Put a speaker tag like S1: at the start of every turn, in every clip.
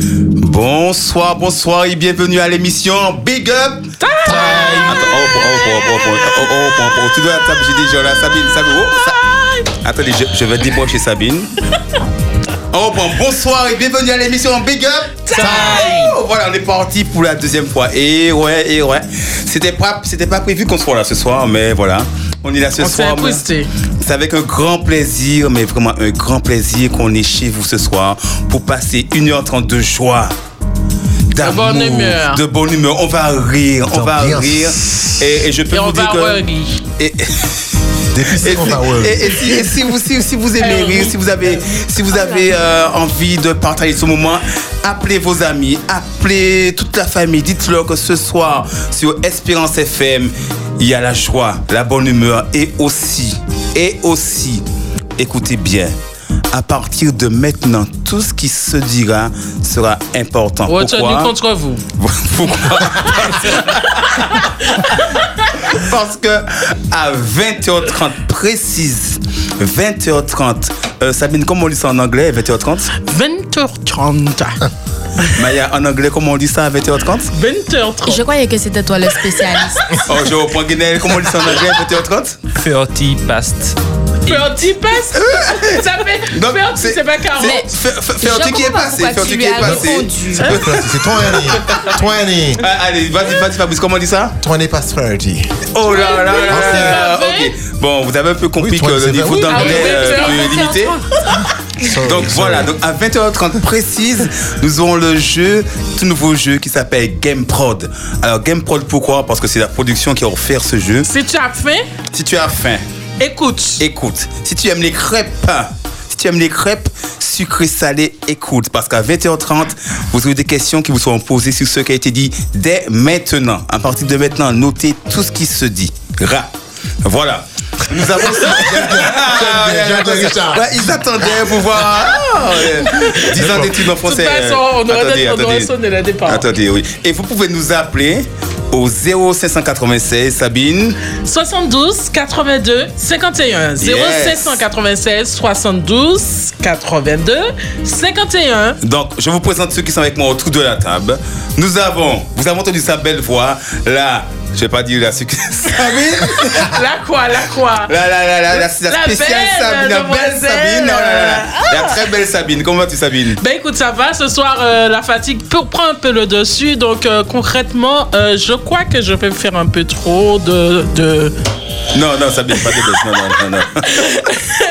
S1: Bonsoir, bonsoir et bienvenue à l'émission Big Up Time. Attends, oh, oh, oh, oh, oh, oh, oh, oh, oh, tu dois attendre, j'ai déjà là, Sabine, Sabine, oh, ça- Attendez, je, je vais débrancher Sabine. Oh, bon, bonsoir et bienvenue à l'émission Big Up Time. Oh, Voilà, on est parti pour la deuxième fois. Et ouais, et ouais. C'était pas, c'était pas prévu qu'on soit là ce soir, mais voilà. On est là ce
S2: On s'est
S1: soir. mais-
S2: incrusté.
S1: c'est avec un grand plaisir, mais vraiment un grand plaisir qu'on est chez vous ce soir pour passer 1h30 de joie. d'amour,
S2: bonne humeur.
S1: De bonne humeur. On va rire, on va
S3: D'ambiance.
S1: rire. Et, et je peux
S2: Et
S1: vous
S2: on
S1: dire
S2: va
S1: que.
S2: worry.
S1: et-
S3: Depuis
S1: et
S3: on va
S1: si, et- et si- et si vous, si, si vous aimez
S2: Alors,
S1: rire,
S4: Euh,
S2: oui.
S1: si vous avez, si vous avez euh, envie de partager ce moment, appelez vos amis, appelez toute la famille. Dites-leur que ce soir, sur Espérance FM, il y a la joie, la bonne humeur et aussi, et aussi, écoutez bien. À partir de maintenant, tout ce qui se dira sera important.
S2: Retenu
S1: Pourquoi
S2: contre vous.
S1: pourquoi Parce que à 20h30 précise, 20h30, euh, Sabine, comment on dit ça en anglais 20h30
S2: 20h30.
S1: Maya, en anglais, comment on dit ça à 20h30
S5: Je
S2: 20h30.
S5: croyais que c'était toi le spécialiste.
S1: Oh, je reprends Guinée, comment on dit ça en anglais à 20h30
S4: 30 past.
S2: Ferti passe. Ça fait.
S1: Donc,
S2: Ferti, c'est pas 40.
S5: Mais-
S1: Ferti
S5: Je
S1: qui est
S5: comprends pas
S1: passé,
S5: pourquoi
S1: Ferti
S5: tu
S1: qui
S5: lui
S1: est
S5: as
S1: passé.
S5: répondu.
S3: C'est 20. 20.
S1: Ah, Allez, vas-y, vas-y, Fabrice, comment on dit ça
S3: 20 past 30.
S1: Oh là là là là là,
S2: c'est
S1: Ok. Bon, vous avez un peu compris
S3: Oui,
S1: que
S3: toi,
S1: le
S3: c'est
S1: niveau
S3: vrai.
S2: Ah oui,
S1: d'anglais
S2: oui,
S1: euh,
S2: oui,
S1: est limité.
S3: Sorry,
S1: Donc
S3: sorry.
S1: voilà, donc à 20h30 précise, nous aurons le jeu, tout nouveau jeu qui s'appelle Game Prod. Alors Game Prod pourquoi Parce que c'est la production qui a offert ce jeu.
S2: Si tu as faim,
S1: Si tu as faim,
S2: écoute.
S1: écoute. Si tu aimes les crêpes, hein, si tu aimes les crêpes sucrées salées, écoute. Parce qu'à 20h30, vous aurez des questions qui vous seront posées sur ce qui a été dit dès maintenant. À partir de maintenant, notez tout ce qui se dit. Ra. Voilà. Nous avons. Ah,
S3: bien, j'aime bien, Richard.
S1: Ouais, ils attendaient pour voir. Ah, ouais. 10 ans d'études en
S2: De toute
S1: français.
S2: façon, on
S1: Attendez,
S2: aurait- on aurait
S1: attendez.
S2: sonné le départ.
S1: Attendez, oui. Et vous pouvez nous appeler au 0596 Sabine.
S2: 72 82 51
S1: Yes.
S2: 06796 72 82 51
S1: Donc, je vous présente ceux qui sont avec moi autour de la table. Nous avons, vous avez entendu sa belle voix, la, je vais pas dire la suc- Sabine,
S2: La quoi, la quoi
S1: Ah la, la, la, la, la, la
S2: La
S1: spéciale
S2: belle
S1: Sabine, la belle
S2: demoiselle.
S1: Sabine, oh là là là. la très belle Sabine. Comment vas-tu, Sabine
S2: Ben écoute, ça va. Ce soir, euh, la fatigue peut prendre un peu le dessus. Donc euh, concrètement, euh, je crois que je vais faire un peu trop de... de...
S1: Non, non, Sabine, pas de bêtises. non, non, non, non.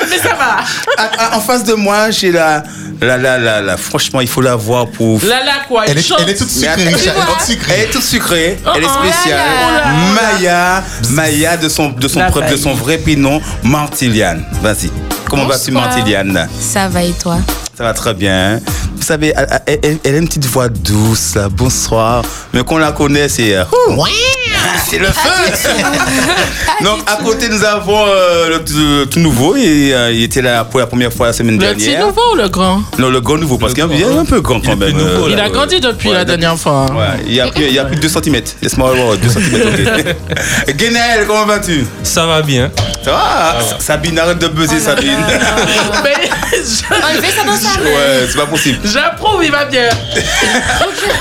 S2: Mais ça va.
S1: À- à- en face de moi, j'ai la, la, la, la, la, franchement, il faut la voir pour.
S2: La la quoi
S3: Elle
S2: elle
S3: est,
S2: chante.
S3: elle est toute
S1: Mais
S3: sucrée,
S1: attends,
S3: Richard. Elle est toute
S1: Elle est
S3: sucrée.
S1: toute sucrée, elle est
S2: oh,
S1: spéciale.
S2: là, là, là.
S1: Maya, Maya de son, de son,
S2: La
S1: propre- de
S2: famille.
S1: son vrai prénom, Martiliane. Vas-y. Comment vas-tu,
S5: Bonsoir.
S1: Martiliane
S5: Ça va et toi
S1: Ça va très bien. hein? Vous savez, elle, elle- elle- elle a une petite voix douce, là. bonsoir. Mais qu'on la connaît, c'est. euh, ouh, C'est le feu! Donc, à côté, nous avons euh, le, tout- tout nouveau. Il, euh, il était là pour la première fois la semaine
S2: Le petit
S1: dernière.
S2: nouveau ou le grand
S1: Non, le grand nouveau, parce qu'il est un peu grand quand même. euh,
S2: Il a
S1: ouais.
S2: grandi depuis
S1: Ouais,
S2: la
S1: depuis-
S2: dernière fois. hein.
S1: Ouais, il y a plus, il y a plus de 2 cm. Laisse-moi voir 2 cm. ok. Guénel, comment vas-tu
S4: Ça va bien.
S1: Ça va Sa- Sabine, arrête de buzzer,
S5: Oh
S1: Sabine.
S2: Mais je-
S5: Enlevez ça dans sa main.
S1: ouais, c'est pas possible.
S2: j'approuve, il va bien.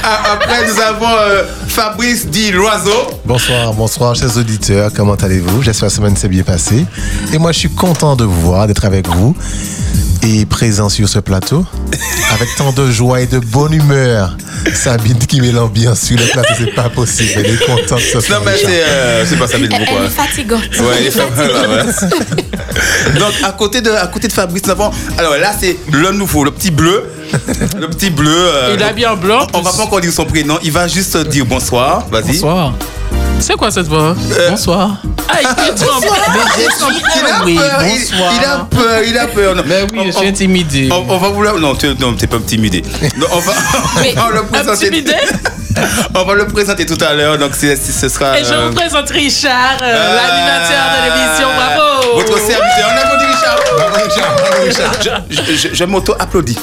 S1: Ah, Après, nous avons euh, Fabrice dit l'oiseau.
S3: Bonsoir, bonsoir, chers auditeurs. Comment allez-vous J'espère que la semaine s'est bien passée. Et moi, je suis content de vous voir, d'être avec vous et présent sur ce plateau avec tant de joie et de bonne humeur. Sabine qui met l'ambiance sur le plateau, c'est pas possible. Elle est contente ce
S1: Non,
S3: soir.
S1: mais
S3: Richard.
S1: c'est euh, c'est pas Sabine,
S5: Elle, elle
S1: pourquoi
S5: est fatigante.
S1: Ouais, il est fa- ouais, ouais. Donc à côté de à côté de Fabrice nous avons alors là c'est le nouveau le petit bleu le petit bleu euh,
S2: Il a bien blanc.
S1: on va pas encore dire son prénom il va juste dire bonsoir vas-y Euh,
S2: Bonsoir. C'est quoi cette voix hein? Bonsoir. Ah, il tremble.
S1: Il a
S2: Oui,
S1: peur, il-
S2: bonsoir.
S1: il a peur, il a peur. Non.
S2: Mais oui,
S1: On-
S2: je
S1: on-
S2: suis intimidé.
S1: on, on va vouloir. Non, tu non, t'es pas intimidé. Non, on va,
S5: Mais
S1: on va le présenter.
S2: Intimidé
S1: On va le présenter tout à l'heure. Donc, c'est- c'est- ce sera.
S2: Et je
S1: euh,
S2: vous présente Richard, euh,
S1: euh,
S2: l'animateur de l'émission. Bravo
S1: Votre serviteur. On applaudit Richard.
S3: Bravo, Richard, bravo, Richard.
S1: Je, je- je- je m'auto-applaudis.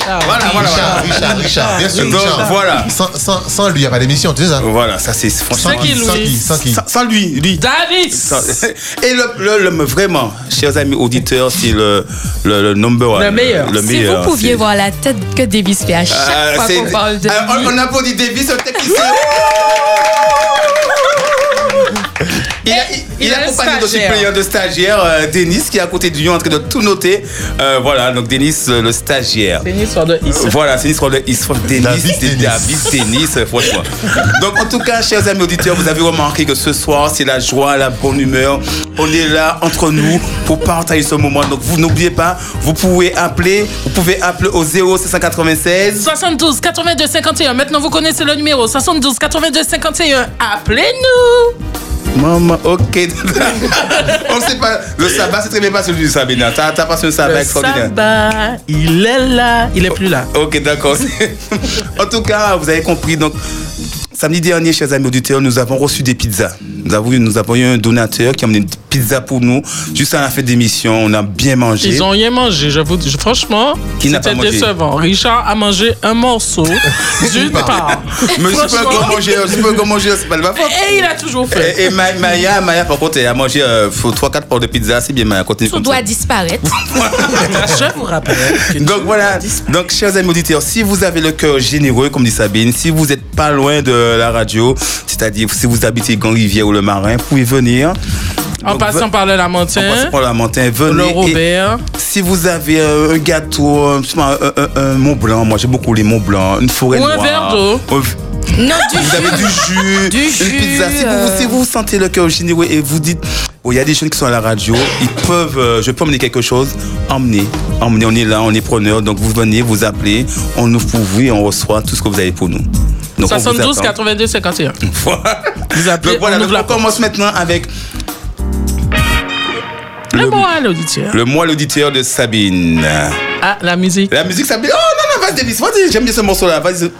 S2: Richard.
S1: Voilà, voilà,
S3: Richard,
S1: voilà.
S3: Richard, Richard, bien sûr.
S1: Donc,
S3: Richard.
S1: voilà.
S3: Sans, sans, sans lui, il n'y a pas d'émission, tu sais ça
S1: Voilà, ça c'est franchement.
S2: C'est qui,
S3: sans
S2: Louis
S3: qui, sans qui.
S1: Sans, sans lui, lui.
S2: Davis.
S1: Sans- Et le, le- le- vraiment, chers amis auditeurs, c'est le, le, le number one.
S2: Le meilleur.
S1: Le
S5: Si
S1: meilleur,
S5: vous pouviez
S1: c'est-
S5: voir la tête que Davis fait à chaque
S1: Ah,
S5: fois
S1: c'est-
S5: qu'on parle de
S1: Ah,
S5: lui.
S1: on, on applaudit Davis, le technicien. Il a, il, il
S2: il
S1: a
S2: est
S1: accompagné de ses
S2: stagiaire.
S1: players de stagiaire, euh, Denis, qui est à côté de lui en train de tout noter. Euh, voilà, donc Denis, euh, le stagiaire.
S2: C'est une histoire de hiss.
S1: Euh, Voilà, c'est une histoire de histoire de tennis,
S3: Davis
S1: de-
S3: tennis.
S1: Davis tennis, euh, franchement. Donc, en tout cas, chers amis auditeurs, vous avez remarqué que ce soir, c'est la joie, la bonne humeur. On est là entre nous pour partager ce moment. Donc, vous n'oubliez pas, vous pouvez appeler, vous pouvez appeler au
S2: Ah,
S1: 0796.
S2: 72 82 51. Maintenant, vous connaissez le numéro 72 82 51. Appelez-nous.
S1: Maman, ok. On sait pas, le sabbat, c'est très bien passé du Sabina. T'as t'as passé un sabbat
S2: Le
S1: extraordinaire.
S2: Samba, il est là. Il est plus là.
S1: Ok, d'accord. en tout cas, vous avez compris. Donc, samedi dernier, chers amis auditeurs, nous avons reçu des pizzas. Nous avons, eu- nous avons eu un donateur qui a amené une pizza pour nous. Juste à la fin d'émission, on a bien mangé.
S2: Ils ont rien mangé, je vous dis. Franchement,
S1: Qui n'a pas
S2: c'était
S1: mangé
S2: décevant. Richard a mangé un morceau d'une part.
S1: Mais je peux encore
S2: Franchement.
S1: manger, je peux encore manger, c'est pas de ma faute.
S2: Et il a toujours fait.
S1: Et, et Ma- Maya, Maya, par contre, elle a mangé euh, 3-4 portions de pizza. C'est bien, Maya, continue
S5: Tout
S1: comme ça.
S5: doit disparaître.
S2: Je vous rappelle. qu'une
S1: Donc voilà, donc chers amis auditeurs, si vous avez le cœur généreux, comme dit Sabine, si vous n'êtes pas loin de la radio, c'est-à-dire si vous habitez Grand-Rivière ou le Marin, vous pouvez venir.
S2: En
S1: Donc,
S2: passant par le
S1: En
S2: Lamentin,
S1: passant par la Montagne,
S2: le
S1: venez. et
S2: Robert.
S1: si vous avez euh, un gâteau, euh, je sais pas, un, un- un Mont Blanc, moi j'aime beaucoup les Mont Blanc, une forêt
S2: Ou un
S1: noire.
S2: verre d'eau.
S1: un v-
S5: Non, du
S1: Vous avez du jus,
S5: Du
S1: une
S5: jus,
S1: pizza. Si vous,
S5: euh.
S1: si vous sentez le cœur généreux et vous dites, Bon, il y a des jeunes qui sont à la radio, ils peuvent, euh, je peux emmener quelque chose, emmenez, emmenez, on est là, on est preneur, donc vous venez, vous appelez, on ouvre pour vous et on reçoit tout ce que vous avez pour nous. Donc, on vous
S2: 72
S1: attend.
S2: 82 51.
S1: Vous appelez, donc voilà,
S2: on
S1: donc
S2: ouvre la
S1: on commence maintenant avec
S2: Le
S1: le,
S2: Ah bon à l'auditeur.
S1: le mois l'auditeur de Sabine.
S2: Ah, la musique.
S1: La musique s'appelle. Oh non, non, vas-y, Davis, vas-y, j'aime bien ce morceau-là, vas-y.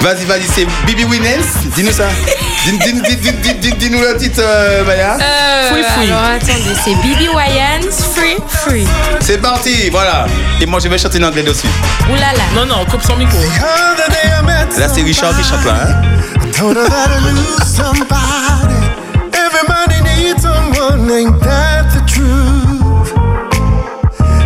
S1: Vas-y, vas-y, c'est Bibi Winans. Dis-nous ça. Dis- dis- dis- dis- dis- dis- Dis-nous le titre, euh, Maya.
S5: Euh,
S2: Free, free.
S5: Alors attendez, c'est Bibi Wayans, Free Free.
S1: C'est parti, voilà. Et moi, je vais chanter en anglais dessus.
S5: Ouh là là.
S2: Non, non, coupe son micro.
S5: Ah,
S1: Là, c'est Richard qui chante là. hein.
S6: Told her that I lose somebody. Everybody needs someone, ain't that the truth?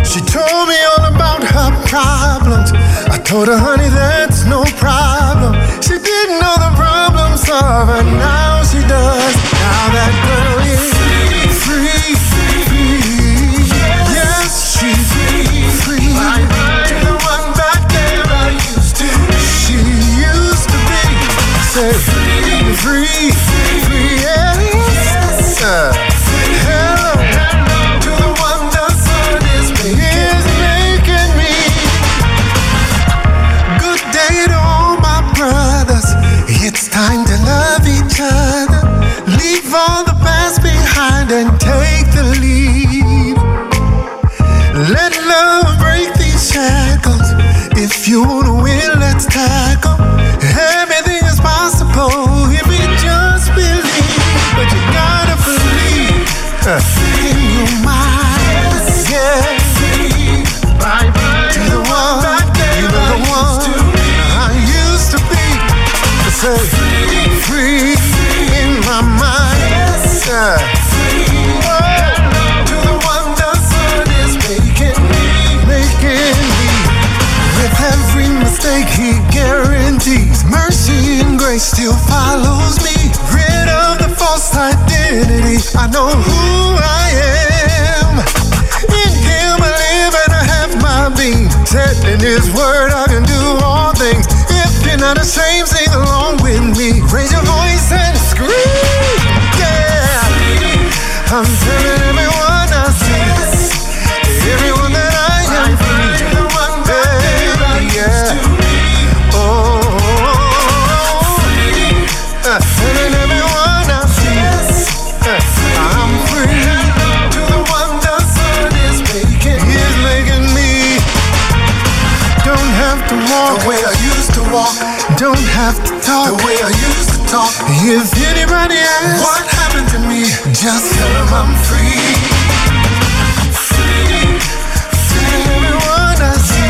S6: She told me all about her problems. I told her, honey, that's no problem. She didn't know the problem solver, now she does. Now that girl is free, free. Yes, she's free. To the one back there I used to. She used to be. Said, free, free, yes. Uh, hello to the one the sun is is making me. Good day to all my brothers. It's time to love each other. Leave all the past behind and take the lead. Let love break these shackles. If you wanna win, let's tackle. Everything is possible if you just believe. But you gotta believe uh, in your mind. Yeah. Bye bye. To the one, you know the one I used to be. I say, free in my mind. Yeah. To the one the sun is making me, making me. With every mistake he guarantees, mercy and grace still follows me. Rid of the false identity, I know who I am. In him I live and I have my being. Set in his word, I can do all things. If you're not ashamed, sing along with me. Raise your voice and scream. Yeah. I'm telling everyone I see, everyone that I am, the one that yeah. Oh, I'm telling everyone I see, I'm free. To the one the sun is making, is making me. Don't have to walk the way I used to walk. Don't have to talk the way I used to talk. If anybody asks what happened to me, just tell 'em I'm free. Free. Free. Everyone I see.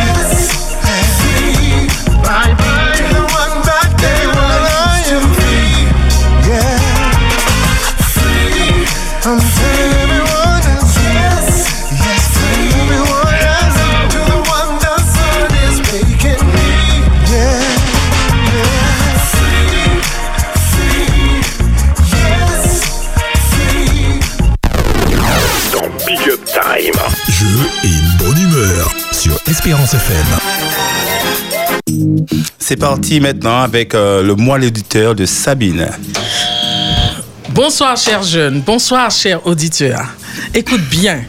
S7: Espérance FM.
S1: C'est parti maintenant avec euh, le mois l'éditeur de Sabine.
S2: Bonsoir, chers jeunes. Bonsoir, chers auditeurs. Écoute bien.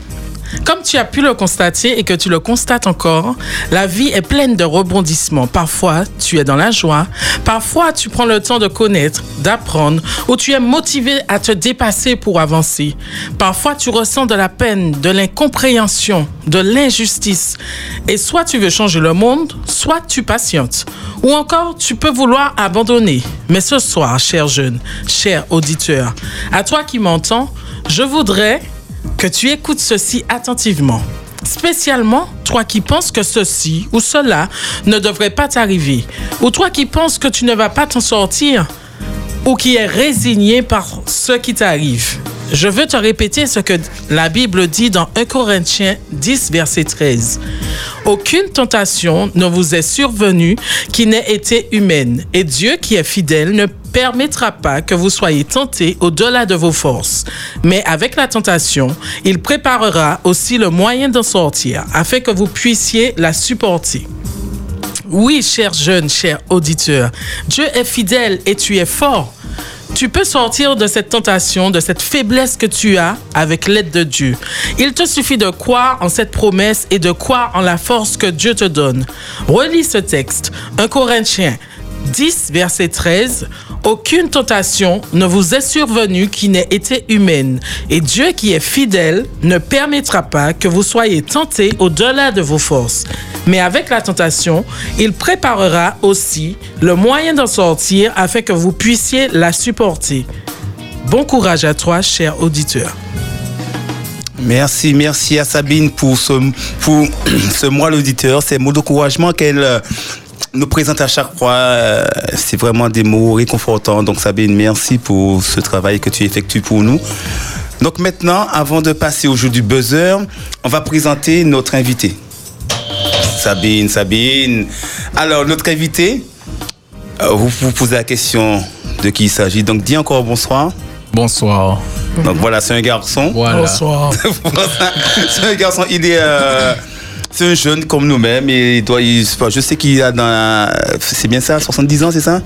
S2: Comme tu as pu le constater et que tu le constates encore, la vie est pleine de rebondissements. Parfois, tu es dans la joie. Parfois, tu prends le temps de connaître, d'apprendre, ou tu es motivé à te dépasser pour avancer. Parfois, tu ressens de la peine, de l'incompréhension, de l'injustice. Et soit tu veux changer le monde, soit tu patientes. Ou encore, tu peux vouloir abandonner. Mais ce soir, cher jeune, cher auditeur, à toi qui m'entends, je voudrais que tu écoutes ceci attentivement. Spécialement, toi qui penses que ceci ou cela ne devrait pas t'arriver, ou toi qui penses que tu ne vas pas t'en sortir, ou qui est résigné par ce qui t'arrive. Je veux te répéter ce que la Bible dit dans 1 Corinthiens 10, verset 13. Aucune tentation ne vous est survenue qui n'ait été humaine, et Dieu qui est fidèle ne permettra pas que vous soyez tentés au-delà de vos forces. Mais avec la tentation, il préparera aussi le moyen d'en sortir, afin que vous puissiez la supporter. Oui, cher jeune, cher auditeur, Dieu est fidèle et tu es fort. Tu peux sortir de cette tentation, de cette faiblesse que tu as avec l'aide de Dieu. Il te suffit de croire en cette promesse et de croire en la force que Dieu te donne. Relis ce texte, 1 Corinthiens 10, verset 13. Aucune tentation ne vous est survenue qui n'ait été humaine, et Dieu qui est fidèle ne permettra pas que vous soyez tentés au-delà de vos forces. Mais avec la tentation, il préparera aussi le moyen d'en sortir afin que vous puissiez la supporter. Bon courage à toi, cher auditeur.
S1: Merci, merci à Sabine pour ce, pour ce mois l'auditeur. Ces mots d'encouragement qu'elle euh, nous présente à chaque fois, euh, c'est vraiment des mots réconfortants. Donc Sabine, merci pour ce travail que tu effectues pour nous. Donc maintenant, avant de passer au jeu du buzzer, on va présenter notre invité. Sabine, Sabine. Alors, notre invité, euh, vous vous posez la question de qui il s'agit. Donc, dis encore bonsoir.
S4: Bonsoir.
S1: Donc voilà, c'est un garçon.
S4: Voilà.
S2: Bonsoir.
S1: c'est un garçon, il est. euh, c'est un jeune comme nous-mêmes et il doit. il- enfin, je sais qu'il a dans. la- C'est bien ça, 70 ans, c'est ça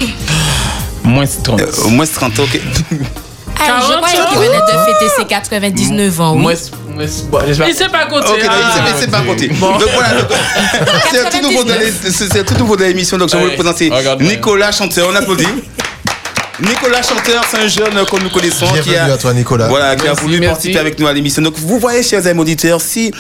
S4: Moins 30.
S1: Euh, Au moins 30 ans. ok.
S5: Ah, je croyais qu'il venait de fêter ses 99 ans.
S4: Moins.
S5: Oui.
S4: moins- bon, je vais-
S2: Il s'est pas compté.
S1: Ok, donc,
S2: ah.
S1: c'est- c'est pas compté. Donc voilà, donc, c'est un tout nouveau dans les- c'est- c'est un tout nouveau dans l'émission. Donc je vais
S4: Allez,
S1: vous présenter
S4: regarde,
S1: Nicolas Chanteur. On applaudit. Nicolas Chanteur, c'est un jeune que nous connaissons. qui
S3: Bienvenue
S1: a,
S3: à toi, Nicolas.
S1: Voilà, qui a
S4: Bah, Merci,
S1: voulu
S4: merci.
S1: participer avec nous à l'émission. Donc, vous voyez, chers amis auditeurs, si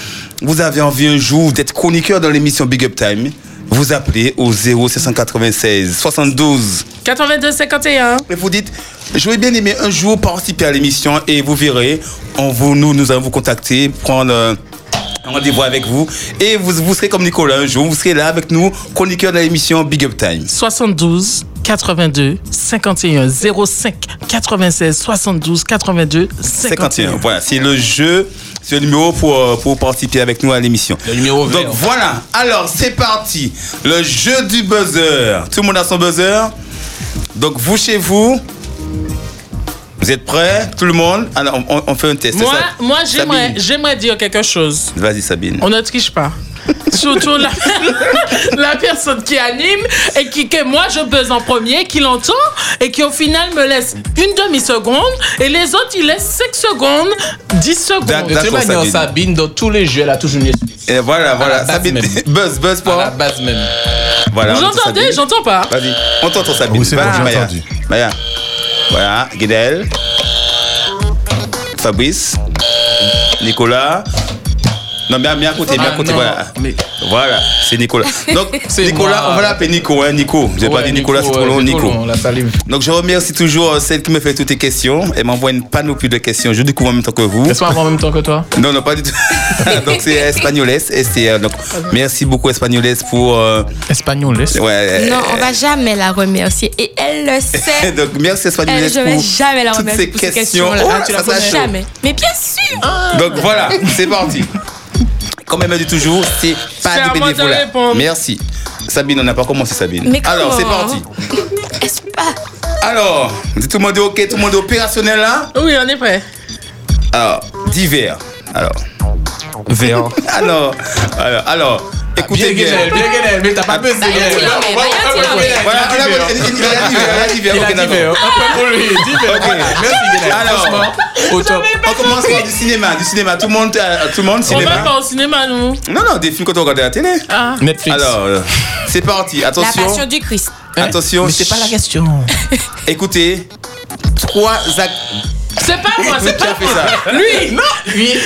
S1: vous avez envie un jour d'être chroniqueur dans l'émission Big Up Time, vous appelez au 0796 72
S2: 82 51.
S1: et vous dites J'aurais bien aimé un jour participer à l'émission et vous verrez, on vous, nous, nous allons vous contacter, prendre euh, un rendez-vous avec vous et vous, vous serez comme Nicolas un jour, vous serez là avec nous, chroniqueur de l'émission Big Up Time.
S2: 72 82 51 05 96 72 82
S1: 51.
S2: 51.
S1: Voilà, c'est le jeu, c'est le numéro pour, euh, pour participer avec nous à l'émission.
S4: Le numéro
S1: Donc
S4: vert.
S1: voilà, alors c'est parti. Le jeu du buzzer. Tout le monde a son buzzer. Donc vous chez vous, vous êtes prêts Tout le monde Alors on, on fait un test.
S2: Moi,
S1: Ça-
S2: moi j'aimerais,
S1: Sabine.
S2: j'aimerais dire quelque chose.
S1: Vas-y Sabine.
S2: On ne triche pas. Surtout la, la personne qui anime et qui, que moi je buzz en premier, qui l'entend et qui au final me laisse une demi-seconde et les autres ils laissent 5 secondes, 10
S4: De
S2: secondes.
S1: D'accord,
S4: toute manière,
S1: Sabine.
S4: Sabine, dans tous les jeux, elle a toujours une excuse.
S1: Et voilà, voilà.
S4: la base
S1: Sabine,
S4: même.
S1: buzz, buzz
S4: À
S1: pour.
S4: la base même.
S1: Voilà.
S2: Vous
S1: on entend
S2: entendez
S1: Sabine.
S2: J'entends pas.
S1: Vas-y, on t'entend Sabine.
S3: Ah Oui, c'est bon,
S1: Vas-y,
S3: j'ai
S1: Maya.
S3: entendu.
S1: Maya. Voilà, Guedel. Fabrice. Nicolas. Non, mais à, mais à côté, mais à
S4: Ah,
S1: côté,
S4: non,
S1: voilà.
S4: mais-
S1: Voilà, c'est Nicolas. Donc,
S4: C'est
S1: Nicolas,
S4: moi.
S1: on va l'appeler Nico, hein, Nico. Je vais pas
S4: Ouais,
S1: dit Nicolas, c'est trop
S4: ouais,
S1: long, Nico.
S4: long, La salive.
S1: Donc, je remercie toujours euh, celle qui me fait toutes les questions. Elle m'envoie une panoplie de questions. Je découvre en même temps que vous.
S4: N'est-ce pas avant en même temps que toi
S1: Non, non, pas du tout. donc, c'est Espagnoles. Et c'est, euh, donc, merci beaucoup, Espagnoles, pour. euh,
S4: Espagnol,
S1: ouais, euh,
S5: Non, on va jamais la remercier. Et elle le sait.
S1: Donc, merci Espagnoles
S5: Elle, Eh, je vais
S1: pour
S5: jamais la
S1: toutes
S5: remercier
S1: ces
S5: pour ces
S1: questions.
S5: questions-là.
S1: Oh,
S5: Ah, tu
S1: ça Ah.
S5: la
S1: sonne
S5: connais
S1: chaud.
S5: jamais. Mais bien sûr.
S1: Donc voilà, c'est parti. Comme elle me dit toujours, c'est
S2: C'est
S1: pas
S2: à
S1: du
S2: moi de
S1: bénévolat.
S2: répondre.
S1: Merci. Sabine, on n'a pas commencé Sabine.
S5: Mais
S1: Alors, c'est
S5: comment
S1: parti.
S5: Est-ce pas
S1: Alors, tout le monde est OK, tout le monde est opérationnel hein? là
S2: Oui, on est prêt.
S1: Alors, divers. Alors,
S4: Vert.
S1: alors, alors, alors, Écoutez bien.
S4: Guinel, bien Guinel, mais t'as pas
S1: Bah,
S4: besoin
S5: il y a
S4: Guinel.
S5: un tiret, bah, il y a un
S4: Ouais,
S5: tiret.
S4: ouais, ouais.
S1: Voilà, on a
S4: Il a
S1: il il a dit, il a dit,
S4: Il
S1: ok,
S4: a dit,
S1: d'accord.
S4: un point pour lui, dix verres.
S1: Ok.
S4: Merci Guinel.
S1: Alors.
S4: Franchement, au top.
S1: On commence par du cinéma, du cinéma. Tout le monde, euh, tout le monde,
S2: On va
S1: cinéma.
S2: pas au cinéma, nous.
S1: Non, non, des films qu'on regarde à la télé.
S2: Ah.
S4: Netflix.
S1: Alors, euh, c'est parti.
S5: La
S1: Attention, Hein?
S5: passion du Christ.
S1: attention.
S4: Mais c'est pas la question.
S1: Écoutez, trois actes.
S2: C'est pas moi, c'est
S1: Qui
S2: pas
S1: a fait
S2: moi.
S1: ça
S2: Lui, non.
S4: Oui.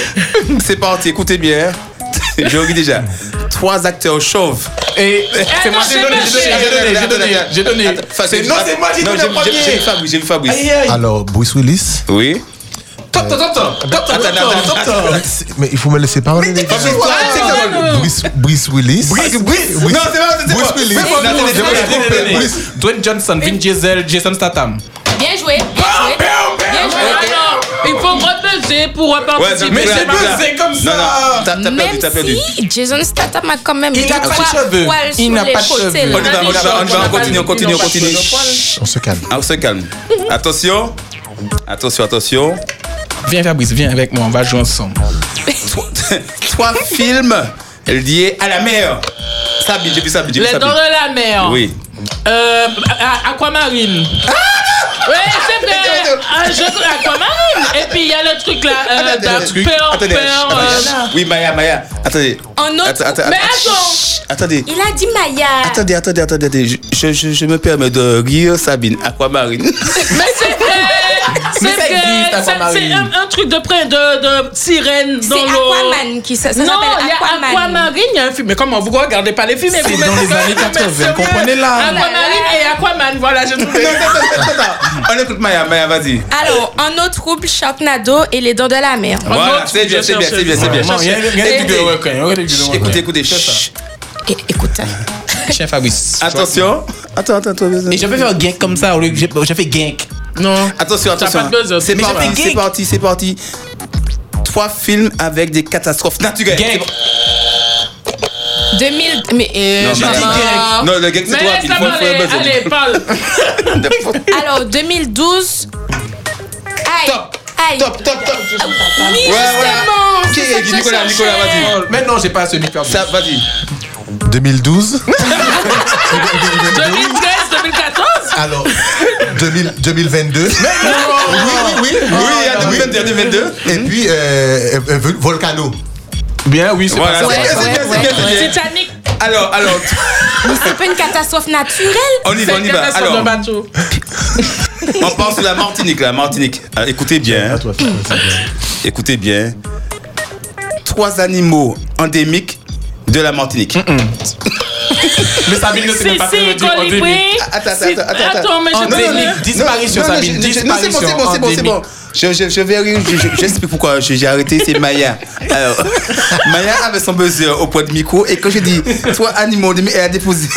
S1: C'est parti. Écoutez bien. Je vous dis déjà. Trois acteurs chauves.
S4: Et c'est moi,
S2: non,
S4: Eh, j'ai
S2: c'est
S4: donné,
S2: pas cher.
S4: j'ai donné, j'ai donné, j'ai donné, j'ai donné.
S1: Attends,
S4: C'est-
S1: Fabrice,
S4: Non, c'est moi, j'ai
S1: Non,
S4: donné le
S1: j'ai- J'ai vu
S4: premier.
S1: Fabrice, j'ai vu Fabrice.
S4: Aïe, aïe.
S3: Alors, Bruce Willis,
S1: Oui.
S4: Top, top, top, top. Top, top,
S1: Attends,
S4: top,
S1: attends,
S4: top, top.
S3: C'est- mais il faut me laisser parler, les gars.
S1: Fabrice, toi,
S4: Ah,
S1: c'est que ça va.
S3: Bruce, Bruce Willis.
S1: Brice. Non, c'est pas, c'est
S3: Bruce
S1: pas.
S3: Willis.
S1: C'est pas,
S4: Non,
S1: non,
S4: non,
S1: c'est
S4: non,
S1: pas, c'est
S4: non,
S1: pas.
S4: non, non, non. Dwayne Johnson, Vin Diesel, Jason Statham.
S5: Bien joué, bien
S4: Ah,
S5: joué. Bien joué.
S2: Alors, il faut protéger pour repartir.
S1: Ouais,
S4: Mais
S1: Voilà,
S4: c'est
S1: voilà.
S4: buzzé
S1: Non,
S4: comme
S1: non,
S4: ça.
S1: t'as t'as perdu,
S5: Même
S1: t'as perdu.
S5: si Jason Statham a quand même
S4: Il n'a
S5: deux,
S4: pas de
S5: trois
S4: cheveux.
S5: poils
S4: Il
S5: sur
S4: n'a
S5: les
S4: pas de
S5: côtés,
S4: cheveux.
S1: On
S5: là.
S1: y va, on y va, on y va, on continue, on continue, on continue. Ah,
S3: Chut, On se calme.
S1: On se calme. Attention. Attention, attention.
S4: Viens Fabrice, viens avec moi, on va jouer ensemble.
S1: Trois- Trois films liés à la mer. Sabine, j'ai vu Sabine, j'ai vu
S2: Les dents
S1: Sabine.
S2: de la mer.
S1: Oui. Ah,
S2: Euh, à- à- aquamarine. Oui, c'est vrai. Ah, je aquamarine. Et puis il y a le truc là, euh, d'un
S1: Attendez,
S2: peur,
S1: attendez,
S2: peur,
S1: attendez.
S2: euh,
S1: Oui, Maya, Maya. Attendez.
S5: Un autre-
S1: Attends, attends,
S2: Mais
S1: attends.
S2: attends.
S1: Chut, Attendez.
S5: Il a dit Maya.
S1: Attendez, attendez, attendez, attendez. Je- Je, je, je me permets de rire, Sabine. Aquamarine.
S2: Mais c'est vrai. C'est
S4: ça
S2: vrai.
S4: existe,
S2: C'est-
S4: Aquamarine.
S2: C'est un, un truc de près de, de sirène
S5: C'est
S2: dans l'eau.
S5: Aquaman qui ça, ça
S2: non, il
S5: s'appelle
S2: y a
S5: Aquaman.
S2: Aquamarine, il y a un film. Mais comment vous regardez pas les films et vous
S4: Dans les années 80, comprenez là.
S2: Aquamarine et Aquaman, voilà, je trouve.
S1: Non, attends, attends, attends. On écoute Maya, Maya, vas-y.
S5: Alors, un autre trouble, Sharknado et les dents de la mer.
S1: Voilà, c'est bien, c'est bien, c'est bien, c'est bien.
S4: Non, il y a- il y a des vidéos, ouais, ouais, il y a des vidéos, ouais.
S1: Écoutez, écoutez. chut.
S5: Et- écoute, hein.
S4: Chef Fabrice.
S1: Attention. Attends, attends, attends.
S4: Et je vais faire gank comme ça, au lieu que j'ai j'ai fait gank.
S2: Non.
S1: Attention,
S2: T'as
S1: attention.
S2: pas de buzz,
S1: C'est
S2: mais
S1: parti,
S4: j'ai fait
S1: c'est
S4: geek.
S1: parti, c'est parti. Trois films avec des catastrophes naturelles.
S4: Gank.
S5: 2000. Mais euh,
S1: Non,
S5: je
S1: mais
S5: m'en-
S1: attends. Non, le gag, c'est
S2: Mais
S1: toi qui
S2: laisse-la
S1: faut
S2: parler.
S1: faire
S2: Allez, parle.
S1: un buzz.
S5: Alors, 2012. Aïe.
S1: Top.
S5: Aïe.
S1: Top, top, top.
S5: Oui,
S1: Ouais,
S5: justement.
S1: ouais.
S5: c'est
S1: Ok,
S5: ça que je
S1: Nicolas, Nicolas,
S5: cherchais.
S1: vas-y.
S4: Maintenant, j'ai pas celui perdu.
S1: Ça, vas-y.
S3: 2012.
S2: 2013, 2014.
S3: Alors, 2000 2022. Oui, oui, oui.
S1: Oui, il y a 2022, 2022.
S3: Et puis, euh, euh, euh, Volcano.
S4: Bien, oui, c'est
S1: Voilà,
S4: pas
S1: c'est bien,
S4: ça.
S1: c'est bien, c'est bien, c'est bien.
S2: Titanic.
S1: Alors, alors,
S5: Mais c'est pas une catastrophe naturelle.
S1: on y va, on y va.
S2: catastrophe de
S1: Alors,
S2: bateau.
S1: on part sur la Martinique, la Martinique. Ah, Écoutez bien, écoutez bien. Trois animaux endémiques de la Martinique.
S4: Mais Sabine ne sait même
S2: Si,
S4: pas faire le
S2: si,
S4: truc en début.
S2: colibri.
S1: Attends, attends,
S2: Si-
S1: attends, attends.
S2: Attends, mais je
S4: Non, non,
S2: connais.
S4: non. Disparition, Sabine,
S1: je- je- non, c'est bon, c'est bon, c'est bon, c'est
S4: disparition
S1: bon. Je, je, je vais rire, je- je- j'explique pourquoi je- j'ai arrêté, c'est Maya. Alors, Maya avait son buzzer au point de micro et quand j'ai dit, toi animaux, elle a déposé.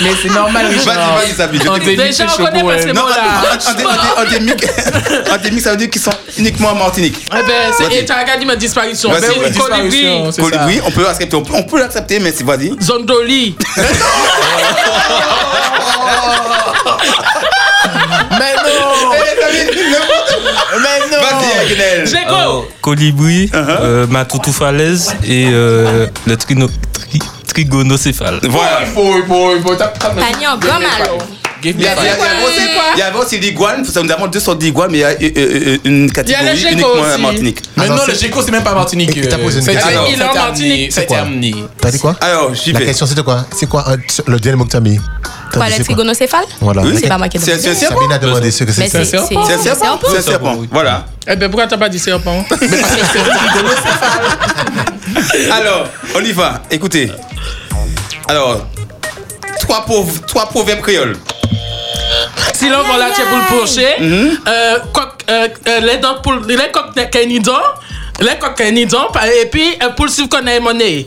S4: Mais c'est normal,
S1: Vas-y,
S4: Richard.
S1: vas-y, Sabine, je
S4: En
S1: t'écoute.
S4: début,
S2: Déjà,
S4: c'est
S2: on
S4: chaud
S2: connaît
S4: pour
S2: pas
S4: elle.
S2: ces
S1: Non,
S2: Voilà.
S1: en endémique, endémique, ça veut dire qu'ils sont uniquement en Martinique.
S2: Eh ben, c'est-
S1: Vas-y.
S2: et t'as regardé ma disparition.
S1: Vas-y,
S2: Ben
S1: ouais.
S2: oui, colibri.
S4: Disparition, c'est ça.
S1: Colibri, on peut accepter, on peut, on peut l'accepter, mais c'est vas-y.
S2: Zondoli.
S4: Mais non Mais
S1: Vas-y,
S4: non Oh.
S1: Agnel. Oh.
S2: Grégo.
S7: Colibri,
S1: Uh-huh.
S7: euh, ma toutou falaise et euh, le trino- tri- trigonocéphale.
S1: Voilà.
S4: Il faut, il faut, il faut. tape, tape.
S5: T'as mis en gomme alors.
S4: Give
S1: Il
S4: me
S1: y, avait, il y
S4: five.
S1: avait aussi, il y avait aussi l'iguane, parce que nous avons 210 iguanes, mais il y a euh, euh, euh, une
S2: le
S1: catégorie
S2: gecko
S1: uniquement à
S2: aussi.
S1: Martinique.
S4: Mais
S3: Alors,
S4: non,
S3: Ah c'est-
S4: le Géco, c'est même pas Martinique.
S3: Et- et t'as
S4: euh,
S3: posé une
S4: ça a été-
S2: question.
S4: Il est en
S2: Alors,
S4: Martinique.
S3: c'est
S4: Ça a été
S3: quoi
S4: amené.
S3: T'as dit quoi
S4: Ah,
S1: Alors, j'y
S3: La
S1: vais.
S3: question, c'était quoi C'est quoi euh, le dernier mot que t'as mis T'as dit,
S5: Quoi, le
S3: c'est quoi
S5: trigonocéphale
S3: Voilà.
S1: Oui.
S5: C'est pas moi qui ai
S1: C'est-
S5: demandé.
S1: c'est- c'est-
S3: Sabine a demandé ce que c'est.
S5: Mais c'est
S4: serpent.
S1: C'est un serpent. C'est un serpent. Voilà.
S2: Eh ben, pourquoi t'as pas dit serpent
S1: Alors, on y va. Écoutez. Alors, trois, pauvres, trois proverbes créoles.
S2: Si l'on va là, tu es pour le pocher.
S1: Mm-hmm.
S2: euh, coq- euh, euh, Les dents pour les coqs canidons. Les coqs canidons. Et puis, euh, pour le suivre qu'on a monnaie.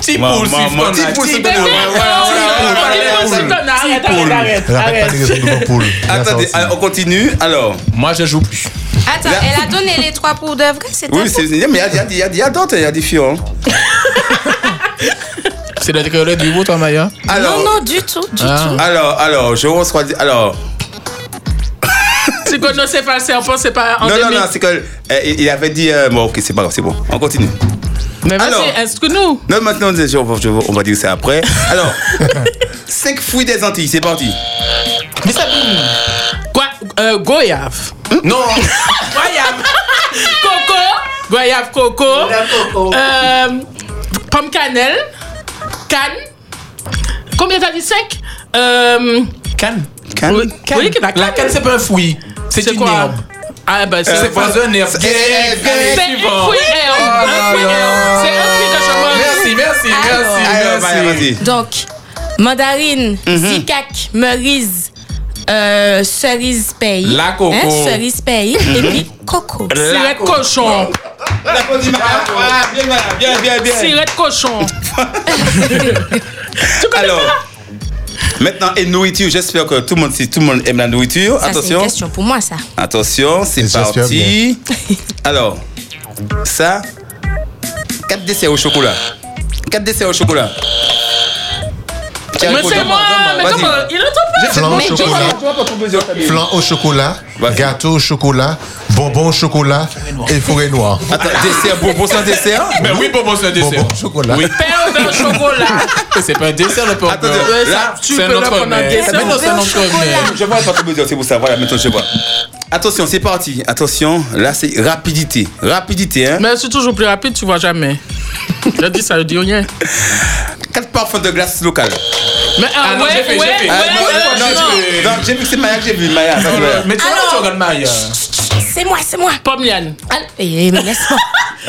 S4: Petit
S1: Maman,
S4: pouce, il
S1: maman,
S4: faut
S1: petit
S4: un
S1: pouce,
S4: petit
S1: il faut-
S4: pouce.
S1: ouais, voilà, voilà, voilà, voilà.
S2: Arrête, arrête, arrête,
S3: Rappelle pas
S2: arrête.
S3: les raisons de mon poule. Il y a ça
S1: Attendez,
S3: aussi.
S1: alors, on continue. Alors,
S4: Moi, je joue plus.
S5: Attends,
S1: Là-
S5: elle a donné les trois pour de vrai, c'était
S1: oui, c'est. Mais il y a- il y a- il y a- il y a d'autres, il y a des filles. hein.
S4: C'est le décollé du bout, toi, Maya
S1: Alors,
S5: Non, non, du tout, du
S4: Ah.
S1: alors, alors, je reçois. Alors,
S2: Tu connais c'est pas le serpent, c'est pas
S1: non, non,
S2: endémique.
S1: non, c'est que. euh, il il avait dit. euh, bon, ok, c'est pas grave, c'est bon. On continue.
S2: Mais
S1: Alors.
S2: vas-y, est-ce que nous
S1: Non, maintenant, on je- on va- on va dire ça après. Alors, 5 fruits des Antilles, c'est parti.
S4: Mais ça boum.
S2: Quoi euh, Goyave.
S4: Non.
S2: Goyave. coco. Goyave coco. Euh, pomme cannelle. Canne. Combien t'as dit 5 euh,
S4: Canne.
S1: Canne.
S2: Oui, oui, la
S4: La
S2: canne.
S4: canne, c'est pas un fruit. C'est une herbe.
S2: Ah, bah, c'est
S4: C'est
S2: pas.
S4: pas un herbe.
S1: Eh, eh, eh,
S2: C'est une fruit herbe. Un fruit herbe. C'est un fruit Ah, que je mange.
S4: Ah Merci, merci,
S5: Alors.
S1: Allez, vas-y,
S4: merci, merci.
S1: vas-y.
S5: Donc, mandarine, zicac, merise, euh, cerise pays.
S4: La coco.
S5: Hein, cerise pays. Et puis, coco.
S2: Siret cochon.
S1: Ah, bien, voilà, bien, bien, bien.
S2: Siret cochon.
S1: Alors, maintenant, et nourriture, j'espère que tout le monde, si tout le monde aime la nourriture.
S5: Ça, c'est une
S1: attention,
S5: question pour moi, ça.
S1: attention, c'est
S3: J'espère
S1: parti. Alors, ça, 4 desserts au chocolat. 4 desserts au chocolat.
S2: Mais c'est moi, mais
S1: Vas-y.
S2: comment Euh, Il entend pas
S3: Flan au chocolat. Flan au chocolat,
S1: Vas-y.
S3: gâteau au chocolat, bonbon au chocolat et forêt noire.
S1: Attends, dessert, bonbon sans dessert
S4: Mais Ben oui, bonbon, c'est un dessert.
S3: Bonbon au chocolat.
S4: Oui.
S2: Père de chocolat.
S4: C'est pas un dessert, le pauvre.
S1: Attendez,
S4: gars.
S1: là,
S2: tu
S4: c'est
S2: peux
S4: notre
S2: le prendre en
S4: mère.
S2: dessert.
S4: Mais non, c'est
S5: Bonbon au
S4: notre
S5: chocolat.
S4: mère.
S1: Je vois pas trop besoin, c'est pour ça. Voilà, maintenant je vois. Attention, c'est parti. Attention, là c'est rapidité. Rapidité, hein.
S2: Mais je suis toujours plus rapide, tu vois jamais. Je dis ça, je dis rien.
S1: Quatre parfums de glace locale.
S2: Mais ah,
S4: Ah non, j'ai
S2: ouais,
S4: fait,
S2: ouais,
S4: j'ai fait.
S2: ouais,
S1: Ah, non,
S2: ouais,
S1: non,
S2: non.
S1: non, non, j'ai vu que c'est Maya que j'ai vu. Maya, ça, voilà.
S4: Mais tu vois,
S5: Alors.
S4: tu regardes Maya.
S5: C'est moi, c'est moi.
S2: Pomme liane.
S5: Al- Eh, mais laisse-moi.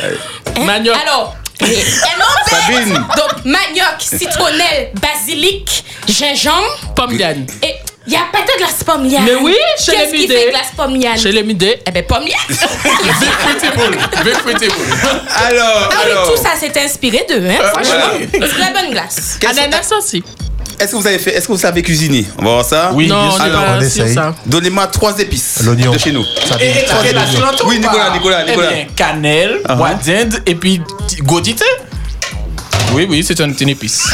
S5: Hein?
S2: Manioc.
S5: Alors, eh, eh, mon père.
S1: Sabine.
S5: Donc, manioc, citronnelle, basilic, gingembre
S2: Pomme liane.
S5: et il n'y a pas de glace pomme liane.
S2: Mais oui, chez
S5: Qu'est-ce
S2: les
S5: qui
S2: Midés.
S5: fait glace pomme liane?
S2: Chez les midés.
S5: Eh ben, pomme liane.
S4: Vive Fruitable.
S1: Alors,
S5: Ah oui,
S1: alors,
S5: tout ça, c'est inspiré d'eux, hein, franchement. Très bonne glace.
S1: Quels sont-
S2: Ananas aussi.
S1: est-ce que vous avez fait, est-ce que vous savez cuisiner On va voir ça.
S4: Oui,
S2: Non,
S4: bien
S2: on
S4: sûr.
S2: n'est
S1: Alors,
S2: pas
S3: on
S2: sur
S3: essaye.
S2: ça.
S1: Donnez-moi trois épices
S3: L'oignon.
S1: de chez nous.
S3: Ça
S4: Et,
S3: dit-
S4: et
S3: ça dit-
S4: la relation entre
S1: Oui,
S4: ou
S1: Nicolas,
S4: pas
S1: Nicolas, Nicolas.
S4: Eh bien, cannelle, bois d'Inde et puis t- godité. Oui, oui, c'est une, une épice.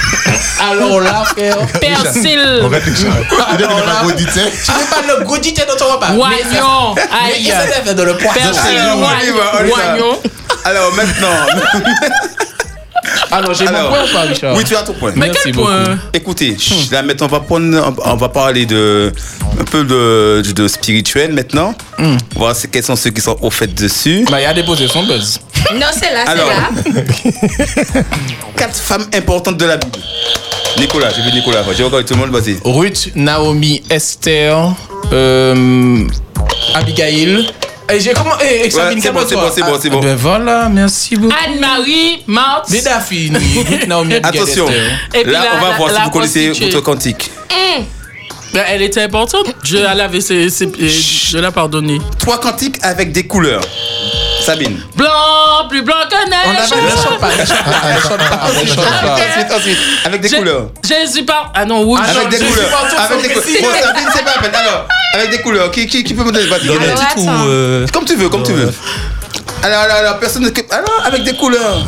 S4: Alors là, frère.
S3: En
S2: Persil.
S3: fait, les gens-
S4: Ah,
S3: les gens
S4: non,
S3: n'ont pas
S4: là.
S3: goûté, tu sais.
S4: Tu n'as pas le godité dans ton repas.
S2: Oignon.
S4: Mais
S2: Aïe.
S4: essaie de faire dans le poids.
S2: Persil.
S1: Alors, on y va, on y va.
S2: Oignon.
S1: Alors maintenant,
S4: Alors, Ah j'ai mon
S1: alors,
S4: point ou pas, Richard
S1: oui, tu as ton point.
S2: Mais
S4: Merci
S2: quel
S4: beaucoup. Hmm.
S2: point hein
S1: Écoutez, chut, là maintenant on va prendre, on va parler de un peu de, de spirituel maintenant. Voir c'est- quels sont ceux qui sont au fait dessus.
S4: Hmm. Bah, il a déposé son buzz.
S5: Non, c'est là, c'est
S1: Alors.
S5: là.
S1: Quatre femmes importantes de la Bible. Nicolas, j'ai vu Nicolas. J'ai regardé tout le monde. Vas-y.
S4: Ruth, Naomi, Esther, euh, Abigail. Et j'ai comment Eh, eh, Sabine,
S1: Ouais, c'est bon, c'est bon,
S4: calme-toi.
S1: c'est bon, c'est
S4: Ah,
S1: bon.
S4: Ben voilà, merci beaucoup.
S2: Anne-Marie, Marthe.
S4: Des Daphne, Ruth, Naomi, Abigail,
S1: Attention.
S4: Esther.
S2: Et puis
S1: Là,
S2: la-
S1: on va
S2: la-
S1: voir si
S2: la
S1: vous connaissez
S2: prostituée.
S1: votre cantique.
S2: Ben, Elle était importante. Je la lavé ses, ses pieds. Je l'ai pardonnée.
S1: Trois cantiques avec des couleurs. Sabine.
S2: Blanc, plus blanc que
S4: On a
S2: neige.
S4: le champagne, Ah, le
S1: Ah,
S4: champagne, le champagne.
S1: Ensuite, ensuite, avec des
S2: J'ai-
S1: couleurs.
S2: Jésus par. Ah non, rouge.
S4: Ah
S1: Avec
S4: non,
S1: des
S4: je suis pas
S1: couleurs.
S4: tout
S1: Avec des Oh,
S4: focus
S1: couleurs. Bon, Sabine, c'est pas la peine. Alors, avec des couleurs. Qui, qui, qui peut me donner Vas-y,
S7: Donne
S1: vas-y.
S7: un
S5: Alors,
S7: titre
S5: attends.
S7: ou. euh,
S1: Comme tu veux, comme tu veux. Alors, alors, alors, personne ne. Alors, avec des couleurs.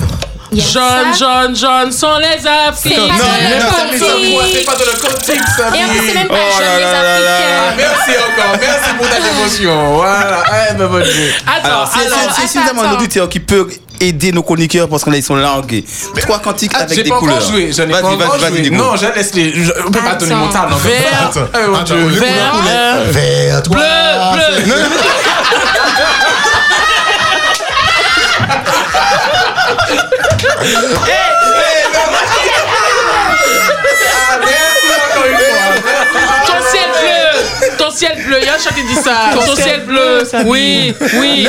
S5: Il y a
S2: Jaune,
S5: ça.
S2: jaune, jaune sont les
S5: C'est pas
S2: Africains.
S5: de
S1: non,
S5: la
S1: non,
S5: politique.
S4: C'est pas dans le cantique,
S5: Et en plus, c'est
S4: Sabine. Ah,
S5: même pas
S1: Oh
S5: jaune,
S1: là
S5: les
S1: là là là
S5: Africains.
S4: Merci encore, merci pour ta dévotion. Voilà, eh ben bonne nuit.
S2: Attends,
S1: Alors, si
S2: alors,
S1: si- si- si nous avons un
S5: attends.
S1: auditeur qui peut aider nos chroniqueurs parce qu'on a- ils sont largués. Trois cantiques
S4: Ah,
S1: avec
S4: j'ai
S1: des
S4: pas encore
S1: couleurs.
S4: joué, j'en ai pas
S1: Vas-y,
S4: encore
S1: vas-y, vas-y,
S4: joué.
S1: Nico.
S4: Non, je laisse les. Je on peut pas donner mon talent.
S2: Vert.
S4: Vert. Eh mon
S3: Attends,
S4: Dieu.
S3: les
S2: vert,
S3: couleurs,
S2: euh,
S3: couleurs. Vert, toi.
S2: bleu, bleu.
S1: Ah,
S2: Ton ciel bleu. Ton ciel bleu. Il y a un chat qui dit ça. Ton ciel bleu. Oui, oui.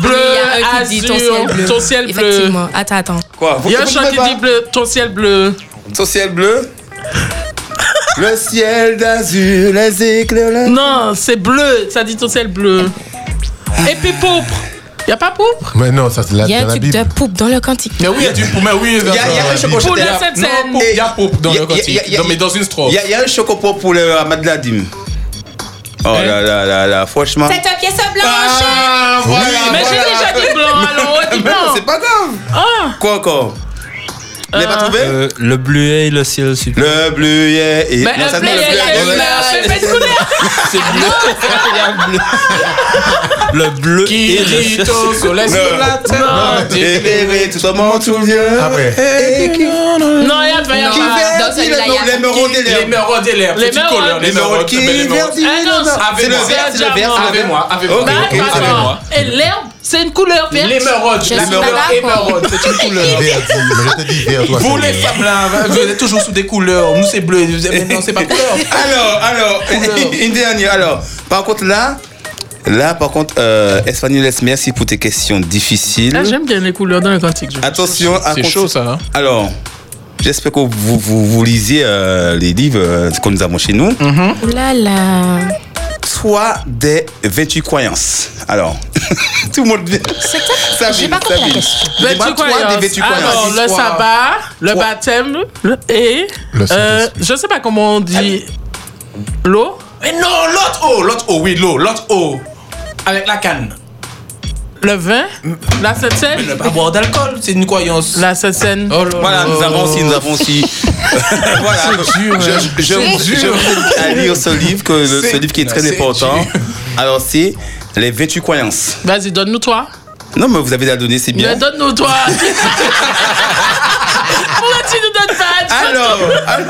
S2: Bleu,
S5: Il y a un qui dit ton ciel
S2: azur.
S5: bleu.
S2: Ton ciel bleu.
S5: Effectivement. Attends, attends.
S1: Quoi Vous-
S2: Il y a un
S1: vous
S2: chat qui
S1: pouvez
S2: dit bleu. Ton ciel bleu.
S1: pas Son ciel bleu. Le ciel d'azur, les éclairs. là.
S2: Non, Ah, c'est bleu. Ça dit ton ciel bleu. Et puis pourpre. Il n'y a pas pourpre
S3: Mais non, ça c'est la,
S5: Il y a
S3: dans
S5: un
S3: la
S5: tube de
S3: Bible.
S5: poupe dans le cantique.
S4: Mais oui, il y a du mais oui, il y
S1: y a- il y a un chocolat.
S2: Pour
S1: Il y
S2: la
S1: a-
S2: sainte
S4: Non,
S2: scène.
S4: il y a pop dans
S1: Il y a-
S4: le
S1: il y a- il y
S4: cantique,
S1: a-
S4: Non, mais dans une
S1: Il
S4: strophe.
S1: y, a- il y a un chocopop pour le à Madladim. Oh là là là là, franchement.
S5: C'est un pièce blanche.
S1: Ah, voilà,
S2: Mais j'ai
S1: voilà.
S2: déjà dit blanc, alors on dit
S1: Mais non, c'est
S2: blanc.
S1: pas grave.
S2: Ah,
S1: Quoi encore Vous l'avez pas trouvé
S7: Euh, le bleuet et le ciel super.
S1: Le bleu yeah, et. ça,
S4: Mais un
S1: c'est
S4: bleu,
S1: le
S4: yeah,
S1: bleu,
S4: yeah,
S1: bleu,
S8: euh,
S4: yeah.
S1: bleu.
S4: C'est pas
S7: C'est bleu. le bleu
S4: Qui
S7: et le
S4: dit
S7: ciel
S4: au soleil sur la terre.
S1: Et bébé, Eh, tout le monde
S3: Ah
S1: souviens.
S3: ouais.
S2: Non, il y a
S5: Non, dans
S1: Les
S5: une laïa-
S1: mémoraux des
S4: Les
S1: lèvres.
S4: meurs des lèvres.
S2: Les
S4: Petite
S2: meurs-
S4: couleur.
S1: Les
S4: Les
S1: mémoraux
S4: meurs
S1: qui
S4: des lèvres.
S1: verdit
S2: Ah
S1: les
S2: non,
S1: lèvres.
S4: avec
S1: C'est le
S4: moi.
S1: vert, c'est le vert, c'est le
S4: Avec-moi,
S1: vert. Ok, ok,
S4: avec-moi. Avec moi.
S2: Bah, Et l'herbe, c'est une couleur verte.
S4: L'émeraude,
S5: Je suis
S4: l'émeraude,
S5: pas d'accord.
S4: émeraude, c'est une couleur.
S3: Verdi, mais je te dis vert, toi.
S4: Vous
S3: c'est
S4: les
S3: vert.
S4: femmes là, hein, vous êtes toujours sous des couleurs. Nous c'est bleu, vous êtes- non c'est pas couleur.
S1: Alors, alors,
S4: Couleur.
S1: une dernière. Alors, par contre, là, là, par contre, euh, Espagnoles, merci pour tes questions difficiles.
S2: Ah, J'aime bien les couleurs dans le cantique. je-
S1: Attention, à
S4: C'est chaud ça. hein.
S1: Alors, j'espère que vous, vous, vous lisez euh, les livres euh, que nous avons chez nous.
S5: Ouh là là.
S1: Soit des 28 croyances. Alors, tout le monde.
S5: C'est quoi J'ai
S1: Sabine,
S5: pas compris la
S1: Sabine.
S5: question.
S1: Dis-moi,
S2: Vêtu
S1: toi,
S2: croyance.
S1: des 28
S2: Alors,
S1: croyances.
S2: le
S4: Histoire.
S2: sabbat, le baptême le- et.
S3: Le
S2: euh,
S3: Saint-Esprit.
S2: je sais pas comment on dit. L'eau
S4: Mais non, l'autre eau, l'autre eau, oui l'eau, l'autre eau. Avec la canne.
S2: Le vin La Sainte
S4: Mais ne
S2: Seine
S4: pas boire d'alcool, c'est une croyance.
S2: La Sainte Seine.
S4: Oh là
S1: Voilà,
S4: là.
S1: nous avons aussi, nous avons aussi. voilà.
S4: dur, hein.
S1: Je, je, vous- je vous invite à lire ce livre, que, ce
S4: C'est-
S1: livre qui est très
S4: c'est
S1: important. Alors, c'est les 28 croyances.
S2: Vas-y, donne-nous toi.
S1: Non, mais vous avez la donnée, c'est bien.
S2: Mais donne-nous toi. Pourquoi tu nous donnes pas
S1: Alors, alors,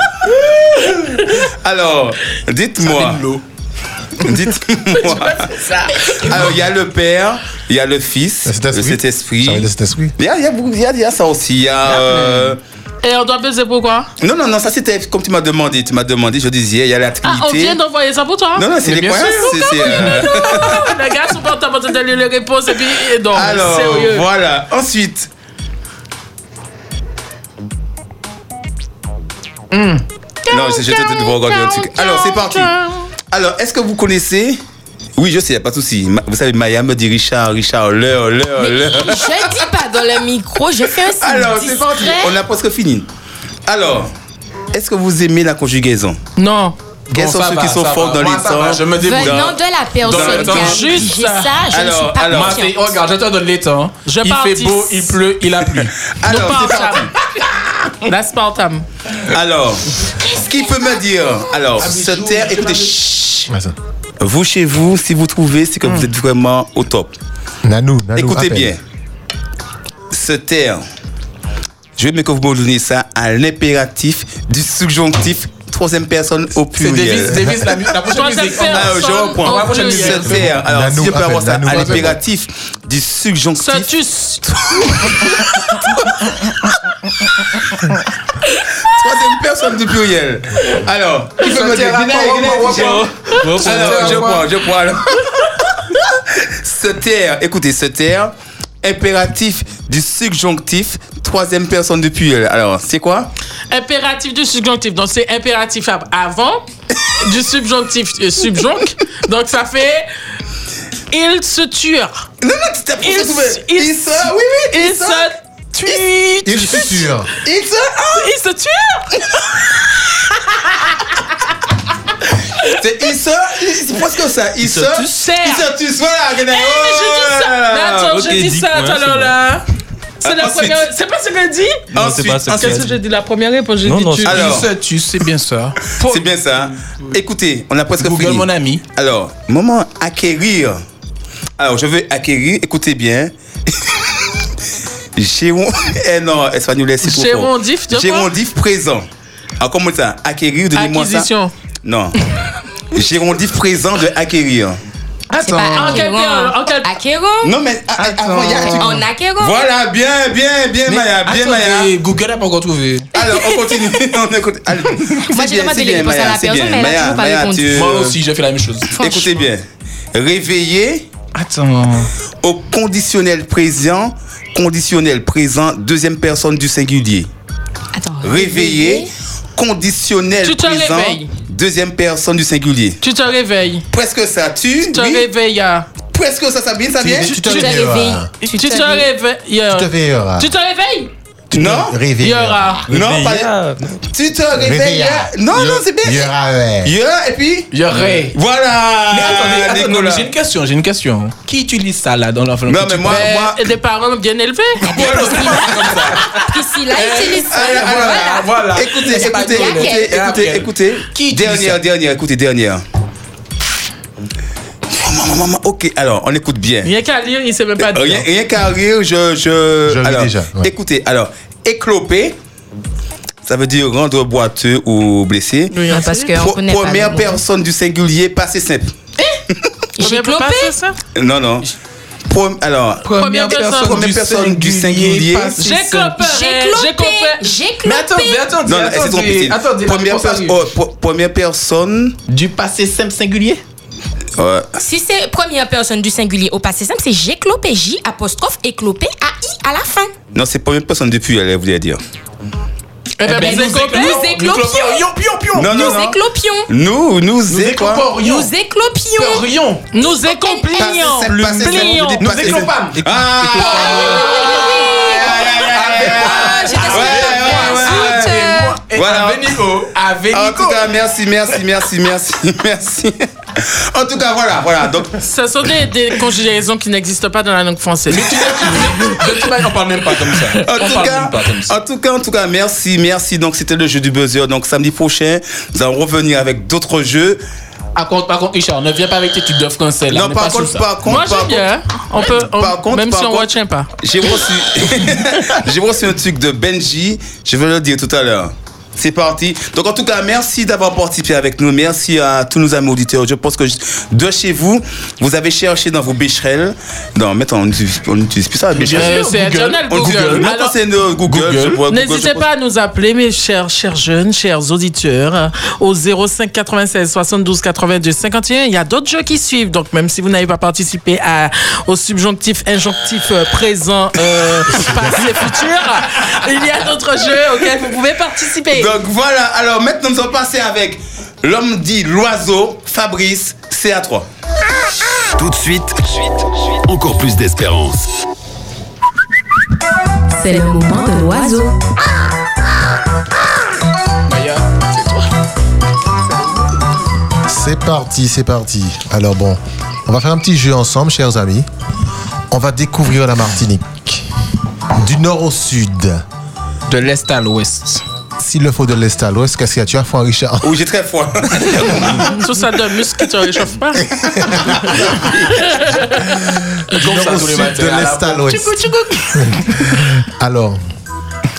S1: Ah. alors, dites-moi. Dites-moi. Alors, Ah, il y a le Père, il y a le Fils,
S3: Le Saint-Esprit. Bah,
S1: le Saint-Esprit.
S3: Ça veut dire cet esprit.
S1: Il y a, il y a beaucoup- il y a- il y a ça aussi. il y a, euh,
S2: Et on doit baiser pourquoi
S1: Non, non, non, ça c'était comme tu m'as demandé. Tu m'as demandé, je disais, il y a la
S2: Ah, on
S1: Trinité.
S2: vient d'envoyer ça pour toi
S1: non, non, c'est
S4: Mais
S1: des
S4: bien
S1: croyances.
S4: sûr,
S1: c'est- c'est, euh,
S2: Les gars sont pas en train de donner les réponses et puis. et non,
S1: Alors,
S2: sérieux.
S1: voilà. Ensuite.
S3: Hmm.
S1: Non, je, je te je te vois regarder un truc. Alors, c'est parti. Alors, est-ce que vous connaissez Oui, je sais, y a pas de souci. Ma- Vous savez, Maya me dit Richard, Richard, l'heure, l'heure, l'heure.
S5: Je dis pas dans le micro, je fais un signe
S1: Alors, c'est parti.
S5: discret.
S1: On a presque fini. Alors, est-ce que vous aimez la conjugaison
S2: Non.
S1: Quels sont
S4: ça
S1: ceux
S4: va,
S1: qui sont
S4: ça
S1: forts
S4: va.
S1: dans
S4: Moi,
S1: les
S4: ça va, Je
S1: temps
S4: me débrouille.
S5: Venant de la personne qui
S4: Dans-
S5: a
S4: dans-
S2: juste
S5: rédigé
S2: ça.
S5: ça, Ah, je ne
S1: Alors,
S5: suis pas
S1: alors,
S4: Moi, c'est-
S5: confiante.
S4: oh, regarde, je te donne les temps.
S2: Je
S4: il
S2: participe.
S4: fait beau, il pleut, il a plu.
S2: Non,
S1: Alors,
S2: pas
S1: c'est parti.
S2: La Spartam.
S1: Alors, qui peut me dire Alors, se taire, écoutez, chut.
S3: Attends.
S1: vous chez vous, si vous trouvez, c'est que vous êtes vraiment au top.
S3: Nanou, Nanou.
S1: Écoutez
S3: appelle.
S1: bien. Se taire. Je veux bien que vous me donniez ça à l'impératif du subjonctif, troisième personne au
S4: C'est Davis,
S1: pluriel.
S4: Davis, la, la prochaine
S2: Troisième
S4: musique.
S2: personne.
S1: Alors, je reprends.
S2: Au
S4: La prochaine
S2: pluriel.
S1: Se taire. Alors,
S3: Nanou,
S1: si je peux avoir
S3: appelle,
S1: ça
S3: Nanou,
S1: à
S3: appelle.
S1: l'impératif du subjonctif,
S2: Sotus.
S1: troisième personne du pluriel. Alors, qui peut me dire
S4: taire à
S1: Guinée,
S4: quoi,
S1: Guinée,
S4: quoi,
S1: Guinée.
S4: quoi,
S1: Alors, je prends, je prends. alors. se taire, écoutez, se taire, impératif du subjonctif, troisième personne du pluriel. Alors, c'est quoi
S2: Impératif du subjonctif. Donc, c'est impératif ab- avant du subjonctif euh, subjonc. Donc, ça fait. Ils se turent.
S1: Non, non, tu t'es
S2: Ils-
S1: trouvé.
S2: ils-
S1: Il se. Oui, oui, il
S2: Ils
S1: se.
S2: se tuent.
S3: Il est sûr.
S1: Il se. Ah,
S2: Ils se turent.
S1: c'est il se. il- C'est presque ça. Il se. Il se
S2: Serre.
S1: tous. Voilà, regardez.
S2: Eh, mais j'ai dit ça. Mais attends,
S7: ok,
S2: j'ai dit
S7: dis-
S2: ça
S7: ouais,
S2: tout à
S7: c'est
S2: l'heure
S7: bon.
S2: là. C'est
S1: Ah,
S2: la
S1: ensuite.
S2: première. C'est pas ce que j'ai dit
S7: Non, c'est pas
S1: Ensuite,
S7: c'est pas-
S2: Qu'est-ce que j'ai dit La première réponse, j'ai
S7: Non,
S2: dit
S7: non,
S2: tu.
S7: c'est-
S1: Alors.
S4: Tu sais, tu sais bien ça.
S1: C'est bien ça. hein. Écoutez, on a presque
S4: Google
S1: fini.
S4: mon ami.
S1: Alors, moment acquérir. Alors, je veux acquérir, écoutez bien. Géron. Eh non, espagnol, c'est trop fort.
S2: Gérondif, de quoi
S1: Gérondif présent. Alors, comment ça Acquérir, donnez-moi ça.
S2: Acquisition.
S1: Non. Gérondif présent de acquérir.
S5: C'est pas
S2: en quelle
S5: Akero.
S2: période En quelle-
S5: Akero?
S1: Non, mais ah, a- a- avant, il y a un truc.
S5: En Akero?
S1: Voilà, bien, bien, bien, Maya, bien, Maya.
S4: Attendez, Google n'a pas encore trouvé.
S1: Alors, on continue. on écoute. Allez. C'est
S5: j'ai
S1: bien,
S5: demandé
S1: c'est
S5: les
S1: bien,
S5: réponses à
S1: Maya,
S5: la
S1: c'est
S5: personne,
S1: bien.
S5: mais elle a
S1: Maya,
S5: toujours pas
S1: Maya,
S5: répondu.
S1: tu-
S4: Moi aussi, j'ai fait la même chose.
S1: Écoutez bien. Réveiller
S4: Attends.
S1: au conditionnel présent, conditionnel présent, deuxième personne du singulier.
S5: Attends.
S1: Réveiller, conditionnel
S2: Tu te
S1: présent,
S2: réveilles.
S1: deuxième personne du singulier.
S2: Tu te réveilles.
S1: Presque ça, tu
S2: Tu te
S1: oui.
S2: réveilles. ah.
S1: Presque ça, ça vient, ça vient.
S3: Tu te
S5: Tu te
S3: réveilleras.
S5: réveilles.
S2: Tu te réveilles.
S3: Tu te réveilleras.
S2: Tu te réveilles
S3: tu
S1: Non.
S3: te réveilles.
S2: Il y aura.
S1: Non, pas. Tu te réveilles.
S3: Réveilla.
S1: hein? Non, non, c'est
S3: Il y
S1: bien.
S3: aura, ouais.
S1: Yeah, et puis.
S4: Il y aurait.
S1: Voilà.
S4: Mais attendez, attendez,
S1: Nicolas.
S4: mais j'ai une question, j'ai une question. Qui utilise ça là dans l'enfant
S1: Non, mais moi,
S2: Ben,
S1: moi.
S2: et des parents bien élevés.
S5: Ah,
S1: Voilà.
S5: Priscilla utilise ça.
S1: Alors, alors,
S5: Voilà.
S1: Euh,
S5: Eh ben,
S1: voilà. Écoutez,
S4: C'est pas
S1: écoutez,
S4: drôle.
S1: écoutez,
S4: Et
S1: écoutez,
S4: après
S1: écoutez.
S4: Qui dit
S1: Dernière,
S4: ça
S1: dernière, écoutez, dernière. Maman, maman, ok, alors on écoute bien.
S2: Rien qu'à lire, il sait même pas
S1: Rien,
S2: dire.
S1: rien qu'à rire, je. Je,
S3: Je ris
S1: alors,
S3: déjà, ouais.
S1: Écoutez, alors, éclopé, ça veut dire rendre boiteux ou blessé.
S2: Oui, on
S5: Ah,
S2: sait.
S5: parce que- Et on
S1: Pro-
S5: connaît pas
S1: première
S5: le mot.
S1: personne du singulier, passé simple.
S5: J'ai
S2: Première
S5: clopé.
S2: personne, ça
S1: Non, non. Pro- alors,
S2: Première personne.
S1: Première personne du singulier.
S2: J'ai clopé.
S5: J'ai clopé.
S2: clopé. Eh ben,
S5: J'ai
S4: Mais
S5: clopé.
S4: attendez, attendez,
S1: non, non, c'est trop
S4: attendez,
S1: petit.
S4: attendez.
S1: première,
S4: réponse
S1: personne
S4: arrive.
S1: oh, pro- première personne.
S4: Du passé simple singulier
S1: ouais.
S5: Si c'est première personne du singulier au passé simple, c'est j'ai clopé. J apostrophe et clopé A I à la fin.
S1: Non, c'est première personne depuis, elle voulait dire.
S2: Eh ben,
S4: ben,
S2: vous
S4: nous
S2: êtes clopé.
S5: Nous éclopions.
S4: Pion, pion, pion
S1: Non, non,
S5: Nous
S1: non.
S5: éclopions.
S1: Nous, nous,
S4: Nous
S1: est quoi
S4: éclopons
S5: Nous éclopions.
S4: Rion
S2: Nous écomplions.
S1: Passé simple, passé simple,
S2: Plions.
S1: vous dites
S4: Nous
S1: passé simple.
S4: éclopâmes
S1: Ah
S5: Ah, j'étais sur
S1: Ouais,
S5: le
S1: Ah, ouais,
S5: point. Zut, euh,
S4: Et
S1: Voilà.
S4: avec Nico Avec
S1: En tout
S4: Nico
S1: cas, merci, merci, merci, merci, merci. En tout cas, voilà, voilà. Donc,
S2: Ce sont des, des conjugaisons qui n'existent pas dans la langue française.
S4: De toute manière, on parle même pas comme ça
S1: en
S4: On
S1: tout,
S4: parle
S1: cas,
S4: même pas comme ça
S1: en tout cas, en tout cas, merci, merci. Donc, c'était le jeu du buzzer. Donc, samedi prochain, nous allons revenir avec d'autres jeux.
S4: Par contre, par contre, Richard, ne viens pas avec tes tutos de français là
S1: non,
S4: On est
S1: par
S4: pas sous
S1: contre,
S4: ça.
S1: par contre,
S2: Moi,
S1: par
S2: j'aime bien. hein. On peut, on-
S1: par contre,
S2: même
S1: par
S2: si on
S1: contre-
S2: retient pas.
S1: J'ai reçu, j'ai reçu un truc de Benji. Je vais le dire tout à l'heure. C'est parti. Donc en tout cas, merci d'avoir participé avec nous. Merci à tous nos amis auditeurs. Je pense que je- de chez vous, vous avez cherché dans vos bécherelles. Non, maintenant on n'utilise on n'utilise plus ça. Bécherel.
S2: Euh,
S4: sûr,
S2: C'est
S4: Google.
S2: additionnel,
S1: On
S2: Google.
S1: Google. Maintenant,
S2: Alors,
S1: c'est nos Google.
S4: Google.
S1: je vois Google,
S2: N'hésitez
S1: je
S2: pas à nous appeler, mes chers, chers jeunes, chers auditeurs, euh, au 05 96 72 82 51. Il y a d'autres jeux qui suivent, donc même si vous n'avez pas participé à, au subjonctif, injonctif, euh, présent, euh, passé, futur, il y a d'autres jeux auxquels vous pouvez participer.
S1: Donc voilà. Alors maintenant, nous allons passer avec l'homme dit l'oiseau, Fabrice, CA3.
S9: Tout de suite, encore plus d'espérance.
S10: C'est le moment de l'oiseau.
S3: C'est parti, c'est parti. Alors bon, on va faire un petit jeu ensemble, chers amis. On va découvrir la Martinique. Du nord au sud.
S4: De l'est à l'ouest
S3: S'il le faut de l'est à l'ouest, qu'est-ce qu'il y a Tu as froid, Richard
S1: Oh, j'ai très froid.
S2: Tout ça de muscle qui te réchauffe pas.
S3: Du nord
S4: ça
S3: au
S4: tous les
S3: sud,
S4: matins,
S3: de
S4: à la
S3: l'est à l'ouest. Alors,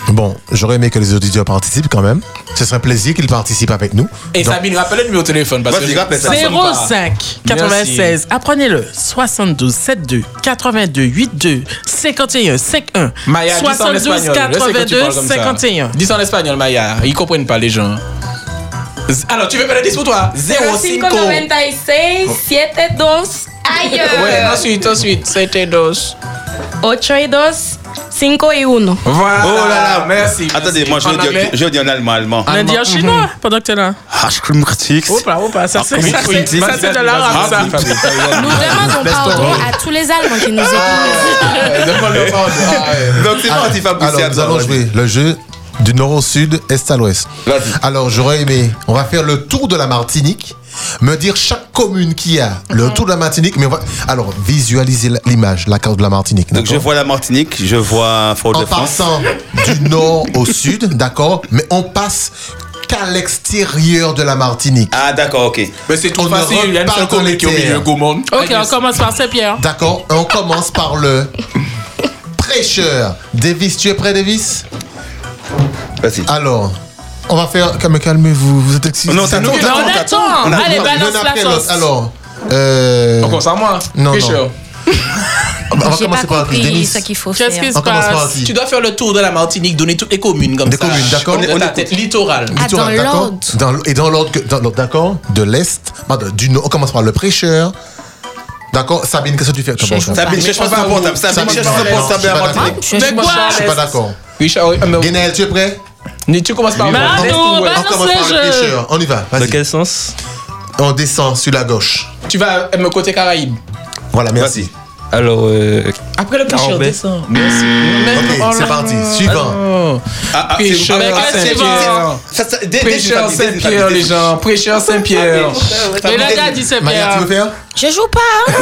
S3: bon, j'aurais aimé que les auditeurs participent quand même. Ce serait un plaisir qu'ils participent avec nous.
S4: Et
S3: Donc,
S4: Sabine, rappelle le numéro de téléphone parce
S1: Vas-y,
S4: que
S1: rappelle ça.
S4: sonne pas.
S2: 05 96, apprenez-le, 72 72 82 82 51 51
S4: Maya, dis ça en
S2: 72
S4: espagnol. Je sais que tu
S2: 82
S4: parles comme ça.
S2: 51.
S4: Dis ça en espagnol, Maya. Ils comprennent pas les gens. Z- Alors, tu veux que je le dise pour toi oh. 05.
S5: 596 72
S4: Ouais,
S5: ailleurs.
S4: ensuite, ensuite, c'était dos.
S5: 82 5 et 1.
S4: Voilà.
S1: Oh là là,
S4: merci.
S1: Attendez,
S4: merci.
S1: moi je
S4: En
S1: veux dire,
S4: anglais
S1: je veux dire en allemand. allemand.
S2: On a dit en chinois pendant que t'es là.
S1: Ah, je Ah, crois que c'est-
S2: Mhm. Opa, opa, ça c'est
S4: Oui,
S2: ça,
S4: oui,
S2: c'est-
S4: dis-
S2: ça,
S4: vas-y,
S2: c'est de
S4: vas-y,
S2: l'arabe
S4: vas-y,
S2: ça.
S4: vas-y, Fabrice, vas-y, vas-y.
S5: Nous demandons pardon à tous les Allemands qui nous écoutent.
S3: Eh,
S4: Euh, demande-le pas, ouais.
S1: Donc c'est parti, Fabrice.
S3: Ah, alors, nous
S1: CA3,
S3: allons
S1: vas-y.
S3: jouer le jeu du nord au sud, est à l'ouest.
S1: Vas-y.
S3: Alors, j'aurais aimé, on va faire le tour de la Martinique, me dire chaque commune qu'il y a, le tour de la Martinique, mais on va, alors, visualiser la- l'image, la carte de la Martinique.
S1: Donc je
S3: d'accord
S1: vois la Martinique, je vois
S3: en
S1: Fort-de-France.
S3: passant du nord au sud, d'accord, mais on passe qu'à l'extérieur de la Martinique.
S1: Ah d'accord, ok.
S4: Mais c'est
S3: On
S4: trop
S3: ne
S4: facile. Il y a une
S3: repart
S4: seule
S3: dans les
S4: commune qui est au
S3: terres.
S4: milieu,
S1: euh,
S4: Gaumont.
S2: Ok, on commence par Saint-Pierre.
S3: D'accord, on commence par le prêcheur. Davis, tu es prêt, Davis
S1: Vas-y.
S3: Alors, on va faire. Calme, calmez-vous, vous êtes excités.
S1: Non, t'as tout,
S2: Mais
S1: t'as
S2: on
S1: tout, t'as tout.
S2: attend.
S1: On a-
S2: Allez,
S3: Non,
S2: balance
S3: l'un
S2: la
S3: après l'autre.
S2: sauce.
S3: Alors, euh,
S4: On commence à moi.
S3: Non, non.
S4: Richard,
S3: on va
S5: J'ai pas
S3: commencer par
S5: compris
S3: Davis.
S5: ce qu'il faut
S2: Qu'est-ce
S5: faire.
S2: qui se
S3: On commence par
S2: passe
S3: qui
S4: Tu dois faire le tour de la Martinique, donner toutes les communes comme
S3: Des
S4: ça.
S3: communes, d'accord.
S4: On est
S1: On
S4: ta
S1: écoute.
S4: tête littorale.
S5: Ah, dans
S3: Littoral, d'accord
S5: l'ordre.
S3: Dans l- Et dans l'ordre, que- dans l'ordre, d'accord De l'Est, pardon, du Nord. On commence par le prêcheur. D'accord Sabine, qu'est-ce que tu fais Attends, bon, je-
S1: Sabine, cherche pas
S4: on va
S1: son
S4: où
S1: portable.
S3: Ça va
S1: Sabine, cherche
S3: pas,
S1: son
S3: non,
S1: portable
S3: je
S1: à
S3: suis pas
S1: Martinique.
S5: Je suis
S4: quoi
S5: pas
S3: je suis pas d'accord.
S4: Richard, oui, mais-
S3: Guénel, tu es prêt
S4: Mais tu commences par
S2: Bah,
S4: moi.
S2: non, bah,
S4: Ouais.
S2: non.
S3: On commence
S2: c'est
S3: par le
S2: je-
S3: prêcheur. On y va.
S7: Dans
S3: Vas-y.
S7: quel sens
S3: On descend sur la gauche.
S4: Tu vas euh, me côté Caraïbes.
S3: Voilà, merci.
S7: Alors, euh,
S4: Après le pécheur,
S7: Carambet.
S4: descend. Merci.
S3: Ok,
S4: Oh
S3: c'est
S4: là
S3: parti.
S4: là.
S3: Suivant.
S4: Oh. Pécheur
S2: Avec la
S4: Saint-Pierre. Prêcheur Saint-Pierre, les gens. Prêcheur Saint-Pierre.
S2: Et le gars dit c'est
S3: Maya, tu
S2: bien.
S3: veux faire
S5: Je joue pas. hein.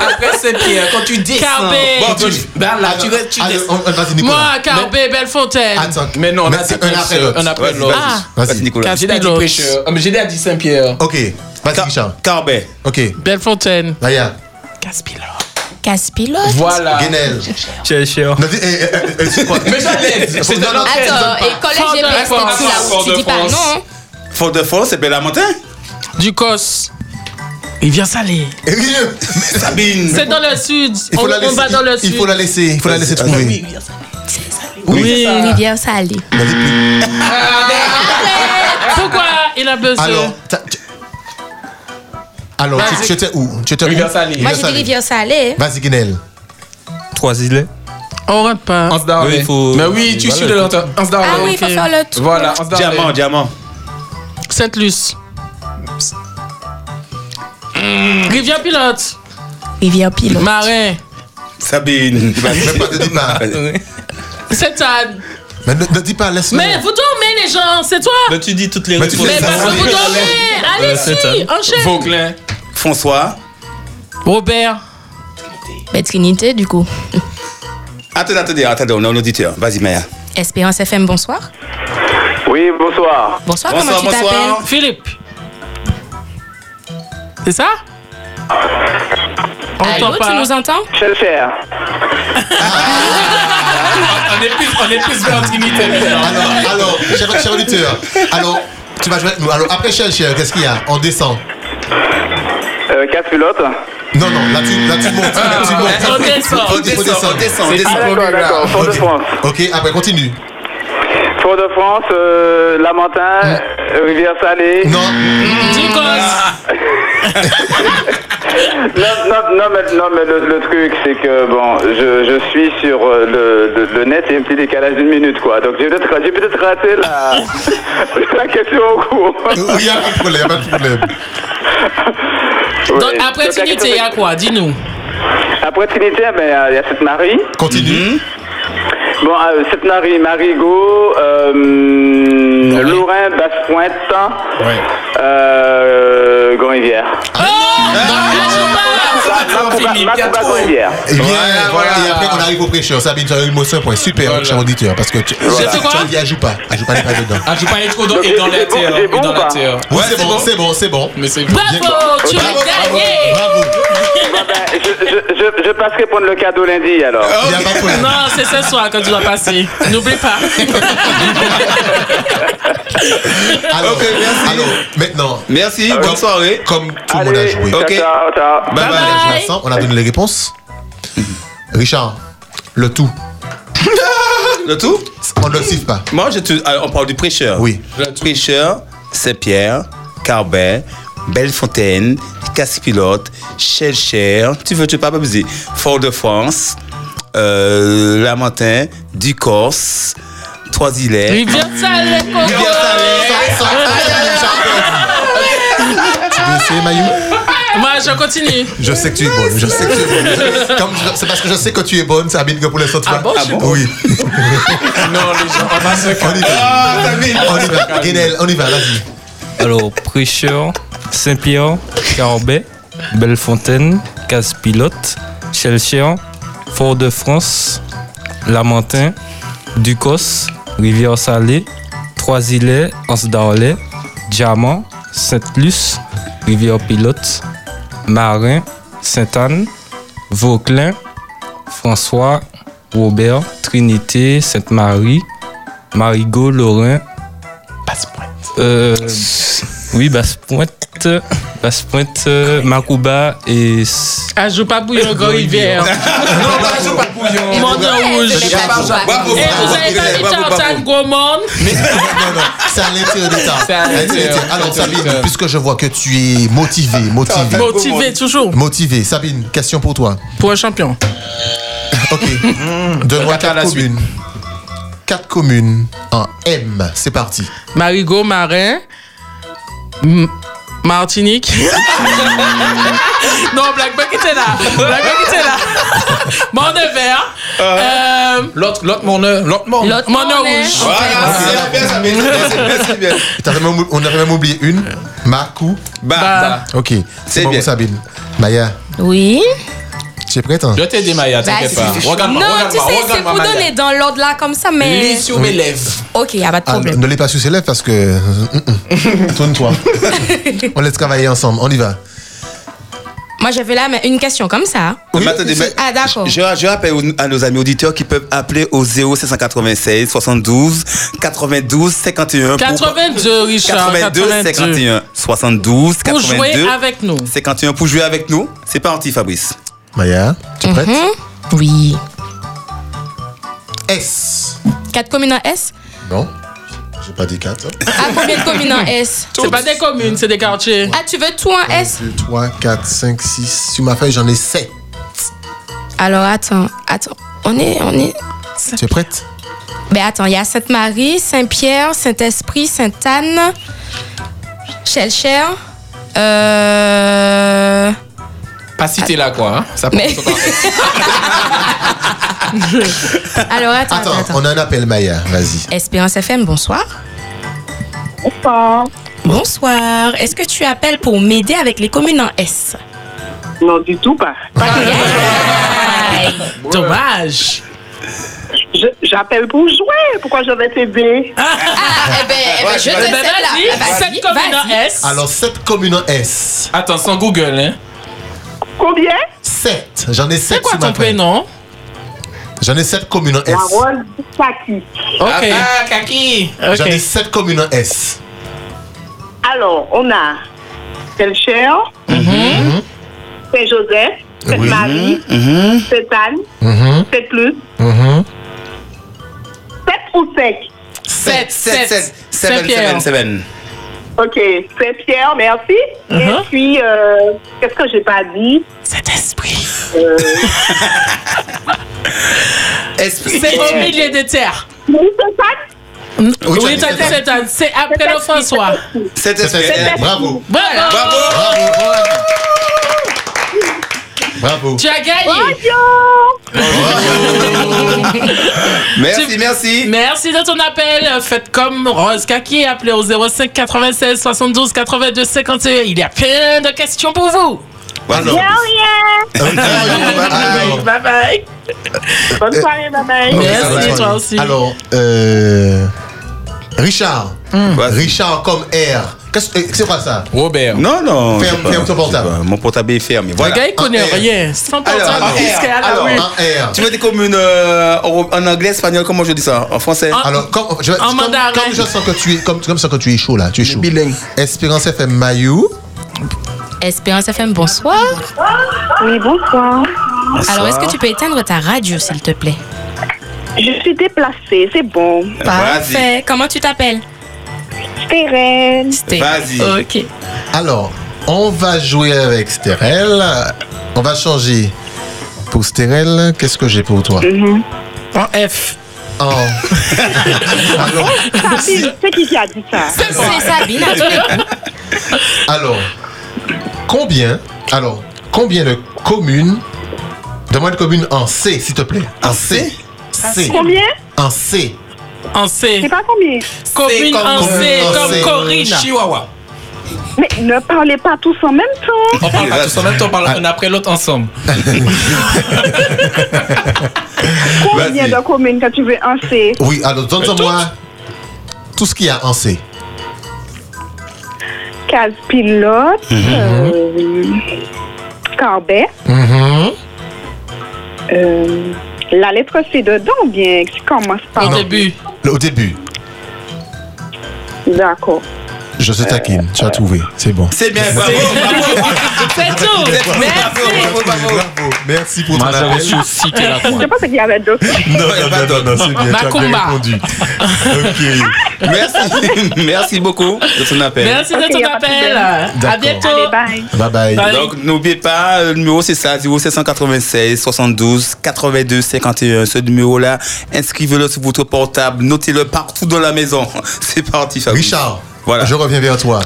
S4: Après Saint-Pierre, quand tu descends.
S2: Carbet.
S4: Bon, tu- ben là, tu tu
S3: Allez,
S4: descends.
S3: on- on- Vas-y, Nicolas.
S2: Moi, Carbet, Bellefontaine.
S3: Attends.
S4: Mais non, on a dit
S3: c'est un après
S4: prêcheur.
S3: l'autre.
S4: Un après
S1: Vas-y,
S4: l'autre.
S2: Ah,
S1: vas-y.
S3: Vas-y.
S1: Vas-y, Nicolas.
S4: Ah. J'ai dit
S2: Pilote.
S4: prêcheur. Ah, mais J'ai dit Saint-Pierre.
S3: Ok. Vas-y, Richard.
S1: Carbet.
S3: Ok.
S2: Bellefontaine.
S3: Maya.
S2: Caspilo.
S5: Casse-pilote.
S4: Voilà.
S3: Guenel.
S7: chercheur.
S3: Non, dis- eh, eh, eh, eh, c'est quoi
S4: Mais j'allais. C'est
S3: Faut-
S4: dans
S3: non, non,
S4: notre tête.
S5: Attends, et collège
S2: Fort de
S5: GPS,
S2: France.
S5: t'es-tu là où
S4: Fort
S5: tu
S4: de
S5: dis pas
S4: France.
S5: non
S1: Fort de France, c'est Belamontin.
S2: Ducos. Il vient salé.
S3: Eh, Guillaume,
S1: Sabine.
S2: C'est dans le sud.
S3: Il
S2: On,
S3: faut la
S2: on va
S3: laisser-
S2: dans le
S3: il
S2: sud.
S3: faut la laisser. Il faut la laisser trouver.
S2: Oui.
S5: Rivière Salée.
S3: Vas-y, puis-
S2: Pourquoi il a besoin
S3: Alors, t'as- tu- alors, tu- tu étais où Tu étais où
S4: Rivière Salée.
S5: Moi, j'ai dit
S3: Salée.
S5: Rivière Salée.
S3: Vas-y, Guinel.
S7: Trois îlets.
S2: On rentre pas.
S4: On se darle.
S7: Oui, il faut-
S4: Mais oui, tu
S7: Voilà.
S4: suis de l'entente. On se
S5: Ah
S4: darle.
S5: oui, il faut
S2: ok.
S5: faire le tour.
S4: Voilà, on se darle.
S1: Diamant, diamant.
S2: Sainte-Luce. Hmm. Rivière Pilote.
S5: Rivière Pilote.
S2: Marin.
S1: Sabine.
S3: Mais pas- ne dis pas.
S2: Sainte-Anne.
S3: Mais ne, ne dis pas, laisse-le.
S2: Mais vous dormez, les gens. C'est toi.
S7: Mais tu dis toutes les
S3: Mais tu
S7: réponses.
S3: fais
S2: Mais parce que vous
S3: oui.
S2: dormez. Allez, si.
S7: Sainte-Anne.
S2: Enchaîne.
S4: Vauclin.
S1: François.
S2: Robert.
S5: Ben, Trinité, du coup.
S1: Attendez, attendez, attendez, on a un auditeur. Vas-y, Maya.
S5: Espérance FM, bonsoir.
S10: Oui, bonsoir.
S1: Bonsoir,
S5: Bonsoir, comment tu t'appelles
S1: bonsoir.
S2: Philippe. C'est ça On
S5: Allô,
S2: t'entend
S5: tu
S2: pas.
S5: nous entends
S10: Cher.
S4: Ah, On est plus, on est plus vers Trinité maintenant.
S3: Alors, alors, cher, cher auditeur, alors, tu vas jouer avec nous. Alors, après Shell, cher, qu'est-ce qu'il y a On descend.
S10: Euh, casse pilote.
S3: Non, non, là, tu, là, tu montes. Là, tu montes.
S2: On descend.
S3: Faut- faut descendre.
S1: descend, on
S4: C'est
S10: Ah, d'accord, d'accord. Fort de France.
S3: Ok, après, continue.
S10: Fort de France, euh, Lamentin, euh, Rivière Salée.
S3: Non,
S2: Ducos.
S10: Non, non, non, mais, non, mais le, le truc, c'est que bon, je, je suis sur euh, le, le, le net et un petit décalage d'une minute, quoi. Donc j'ai peut-être j'ai peut-être raté la, la question au cours.
S3: il n'y a pas de problème, il n'y a pas de problème.
S2: Donc,
S10: Ouais.
S2: après
S10: Donc, la
S2: Trinité, il y
S10: question,
S2: a quoi Dis-nous.
S10: c'est- Après Trinité, ben, il y a- il y a cette Marie.
S3: Continue.
S10: Mhm. Bon, euh, cette Marie, Marigot, euh, Lorrain, Basse-Pointe, euh, Grand-Rivière.
S4: Oh!
S3: Ah,
S4: Ah,
S10: Matouba, Grand-Rivière.
S3: Et Eh bien,
S4: Voilà,
S3: voilà,
S4: voilà.
S3: Et après, on arrive au prêcheur. Sabine, tu as eu le mot sur un point. Super,
S4: Voilà.
S3: cher auditeur, parce que tu.
S2: J'ai fait quoi
S3: Tu as dit, elle joue pas. Elle joue pas, elle n'est pas dedans.
S4: Ah, je parlais trop dans, et dans la
S10: C'est bon,
S4: terre.
S10: c'est
S4: et
S10: bon
S4: dans
S10: ou
S4: la
S10: pas
S4: terre.
S3: Oui, c'est bon, c'est bon, c'est bon.
S4: Mais c'est
S2: Bravo, euh, tu
S3: Bravo,
S2: as
S3: bravo,
S2: gagné.
S3: bravo.
S10: Bon, ben, je, je, je, je passerai prendre le cadeau lundi, alors.
S3: Il n'y a pas de problème.
S2: Non, c'est ce soir que tu dois passer. N'oublie pas.
S3: Alors, alors, maintenant,
S1: Merci, bonne soirée.
S3: Ah comme tout le monde a
S10: Allez,
S3: joué,
S1: Ok.
S10: ciao, ciao, ciao.
S1: Bye bye.
S3: Pour l'instant, on a donné les réponses. Richard, le tout,
S1: Le tout
S3: on ne le siffle pas.
S1: Moi, je te- alors, on parle du prêcheur.
S3: Oui.
S1: Le prêcheur, c'est Pierre, Carbet, Bellefontaine, Casse-Pilote, Chelcher, tu veux, tu veux pas me dire, Fort-de-France, euh, Lamentin, Ducos, Trois-Îlets,
S2: Rivière Ah. Salée,
S1: Rivière Salée.
S3: Tu veux essayer, Mayou
S2: Moi, je continue.
S3: Je sais que tu es bonne. Je sais que tu es bonne. Comme je- C'est parce que je sais que tu es bonne, Sabine, que pour l'instant, tu
S2: Ah
S3: vas-
S2: bon, je suis
S3: Oui.
S4: Non, les gens, on va se
S3: On y va. Ah, On y va. Guinel, on y va, vas-y.
S7: Alors, Prêcheur, Saint-Pierre, Carbet, Bellefontaine, Casse-Pilote, Chelchien, Fort-de-France, Lamentin, Ducos, Rivière-Salée, Trois-Îlets, Anse-d'Arlay, Diamant, Sainte-Luce, Rivière-Pilote, Marin, Sainte-Anne, Vauclin, François, Robert, Trinité, Sainte-Marie, Marigot, Lorrain, euh, oui, basse pointe, basse pointe, euh, Makuba et s-
S2: Elle joue pas bouillon, Grand Rivière. Monde en rouge.
S5: Je vais pas jouer.
S1: Bravo,
S2: Et vous avez pas dit
S1: bravo,
S2: Tartan
S1: bravo.
S2: Gros Monde
S3: Non, non, c'est à l'intérieur des tables.
S4: C'est à l'intérieur.
S3: Alors,
S4: Ah, C'est à l'intérieur.
S3: Sabine, puisque je vois que tu es motivée, motivée,
S2: Motivé toujours
S3: motivée. Sabine, question pour toi.
S2: pour un champion.
S3: Ok. Donne-moi
S4: Quatre à Hmm. la
S3: quatre
S4: suite.
S3: communes. Quatre communes en M. C'est parti.
S2: Marigot Marin. M- Martinique. non, Black Buck était là. Black Buck était là. Mornay vert. Euh,
S4: L'autre, l'autre morneux, hein. l'autre morneux.
S5: L'autre
S2: Mornay
S5: Mornay.
S2: rouge.
S1: Voilà, c'est bien, ça mérite, merci, merci, bien.
S3: Putain, on avait même- on avait même oublié une. Marcou.
S1: Bah,
S2: Bah.
S3: Ok.
S1: C'est
S3: C'est bon,
S1: bien.
S3: Sabine. Maya,
S5: Oui.
S3: tu es prête hein
S4: Je t'ai dit, Maya, t'inquiète pas.
S5: non,
S4: Regarde-moi,
S5: tu
S4: regarde-moi,
S5: sais, c'est
S4: regarde-moi,
S5: pour
S4: Maya.
S5: donner dans l'ordre là comme ça, mais.
S4: Lis sur mes lèvres.
S5: Ok, y a pas de
S3: Ah,
S5: problème.
S3: ne l'ai pas sur ses lèvres parce que. Tourne-toi. on laisse travailler ensemble. On y va.
S5: Moi, j'avais là mais une question comme ça.
S1: Mais attendez, mais-
S5: Ah, d'accord.
S1: Je, je rappelle aux- à nos amis auditeurs qui peuvent appeler au 0796 72 92 51 pour
S2: 82, Richard.
S1: 82 51 72
S2: Pour jouer
S1: 82
S2: avec nous.
S1: 51 pour jouer avec nous. C'est parti Fabrice.
S3: Maya, tu es prête
S5: Mhm. Oui.
S3: S.
S5: Quatre communes en S
S3: Non. J'ai pas dit hein. 4.
S5: À combien de communes en S
S2: C'est pas des communes, c'est des quartiers.
S5: Ah, tu veux tout en S
S3: 2, 3, 4, 5, 6. Sur ma feuille, j'en ai 7.
S5: Alors, attends, attends. On est, on est.
S3: Tu es prête
S5: Ben attends, il y a Sainte-Marie, Saint-Pierre, Saint-Esprit, Sainte-Anne, Chelcher. Euh.
S4: Pas cité là, quoi. hein. Ça
S5: Mais-
S4: peut pas.
S5: Alors attends, attends.
S3: Attends,
S5: attends.
S3: on a un appel, Maya. Vas-y.
S5: Espérance FM, bonsoir.
S11: Bonsoir.
S5: Bonsoir. Est-ce que tu appelles pour m'aider avec les communes en S
S11: Non, du tout pas.
S2: Dommage.
S11: Je- J'appelle pour jouer. Pourquoi je vais t'aider
S5: Ah, eh ben, eh ben, je
S2: Ben,
S5: te
S2: vas-y,
S5: cède
S2: cette
S5: là.
S2: commune en
S5: Vas-y, vas-y.
S2: S.
S3: Alors, 7 communes en S.
S4: Attends, sans Google, hein.
S11: Combien
S3: 7. J'en ai 7
S2: C'est quoi
S3: sur ma
S2: ton
S3: feuille.
S2: prénom?
S3: J'en ai 7 communes en S.
S11: La rose du kaki.
S2: Ok.
S4: Ah, ah, Kaki.
S3: J'en ai
S2: Ok.
S3: 7 communes en S.
S11: Alors, on a Telcher,
S2: Mhm.
S11: Saint-Joseph, Sainte-Marie, Sainte-Anne,
S12: Mm-hmm.
S11: Sainte-Luce. Sept ou cinq
S1: 7
S2: 7,
S1: 7
S2: 7,
S1: 7
S2: Saint-Pierre.
S1: 7 7
S11: Ok, Saint-Pierre, merci.
S2: Mhm.
S11: Et puis, euh, qu'est-ce que j'ai pas dit Euh,
S2: Cet esprit.
S1: Esprit.
S2: C'est
S11: euh,
S2: au milieu des terres.
S11: Oui, c'est ça.
S3: Oui,
S2: Oui,
S3: tu as
S2: t'as
S3: dit
S2: dit
S3: sept.
S2: c'est un- c'est après le François.
S1: Cet
S3: Sept,
S1: esprit.
S3: sept. Bravo.
S2: Voilà.
S1: Bravo.
S3: Bravo. Bravo.
S2: Tu as gagné.
S11: Bonjour.
S1: Merci, merci.
S2: Merci de ton appel. Faites comme Rose Kaki, appelez au 05 96 72 82 51. Il y a plein de questions pour vous.
S1: Voilà.
S3: Alors,
S2: Bye bye.
S11: Bonne soirée, bye bye.
S3: ok,
S2: Merci,
S3: ça va, ça va.
S2: toi aussi.
S3: Alors, euh, Richard.
S1: Vas-y.
S3: Hmm. Richard comme R. Qu'est-ce que c'est quoi ça
S4: Robert.
S1: Non, non.
S3: Ferme-
S1: je sais pas,
S3: ferme ton
S1: je sais
S3: portable.
S1: pas. Mon portable est fermé.
S2: Le gars,
S1: Voilà.
S2: il connaît
S3: Ah, R.
S2: rien. C'est son
S1: Alors,
S2: portable
S1: un
S2: risque
S1: R.
S2: à la
S1: Alors,
S2: rue.
S3: Un Ah, R.
S1: Tu veux des communes euh, en en anglais, espagnol, comment je dis ça En français
S2: Ah. En-
S3: Alors, comme, je, comme,
S2: mandarin.
S3: comme je sens que tu es, comme, comme ça que tu es chaud là, tu es chaud.
S1: bilingue.
S3: Espérance FM Mayou.
S5: Espérance FM, bonsoir.
S11: Oui, bonsoir.
S5: Alors, est-ce que tu peux éteindre ta radio, s'il te plaît
S11: Je suis déplacée, c'est bon.
S1: Vas-y.
S5: Parfait. Comment tu t'appelles
S11: Stéphane.
S1: Vas-y.
S5: Ok.
S3: Alors, on va jouer avec Stérel. On va changer. Pour Stérel, qu'est-ce que j'ai pour toi
S2: Mhm. En F.
S3: Oh. alors,
S11: Sabine, c'est qui qui a dit ça
S5: C'est Sabine. à tous les coups.
S3: alors, combien Alors, combien de communes Demande commune en C, s'il te plaît. En C. C.
S11: Combien
S3: En C.
S2: En
S11: C'est
S2: C.
S11: pas combien
S2: Commune
S4: comme-
S2: en C,
S3: comme-
S2: comme
S3: C.
S2: Corinne.
S4: Chihuahua.
S11: Mais ne parlez pas tous en même temps.
S4: On parle pas tous en même temps, on
S3: Ah.
S4: parle un après l'autre ensemble.
S11: Combien
S1: Vas-y.
S11: de communes que tu veux en C
S3: Oui, alors
S1: Euh,
S3: donne-moi tout ce qu'il y a en C.
S11: Case pilote, euh, Cambay.
S1: Mm-hmm.
S11: Euh, la lettre C dedans, ou bien, qui commence par.
S2: Au début.
S3: Au début,
S11: D'accord.
S3: je te taquine. Tu as trouvé. C'est bon.
S1: C'est bien, bravo, bravo.
S2: C'est tout. Merci.
S1: Bravo, bravo.
S3: Bravo. Merci pour ton
S7: Moi, j'avais
S3: appel.
S7: su citer la
S11: Je
S7: pointe.
S11: pensais qu'il y avait d'autres.
S3: Non, non, non, non, non, c'est bien. Tu as bien
S2: Macumba.
S3: répondu. Ok.
S1: Merci, merci beaucoup de ton appel.
S2: Merci de
S11: Ok, y
S2: ton
S11: a pas de
S2: appel.
S3: D'accord.
S2: À bientôt.
S11: Allez, bye.
S3: Bye bye.
S2: Bye.
S1: Donc n'oubliez pas, le numéro c'est ça, 0796 72 82 51. Ce numéro-là, inscrivez-le sur votre portable, notez-le partout dans la maison. C'est parti, Fabrice.
S3: Richard,
S1: Voilà.
S3: Je reviens vers toi.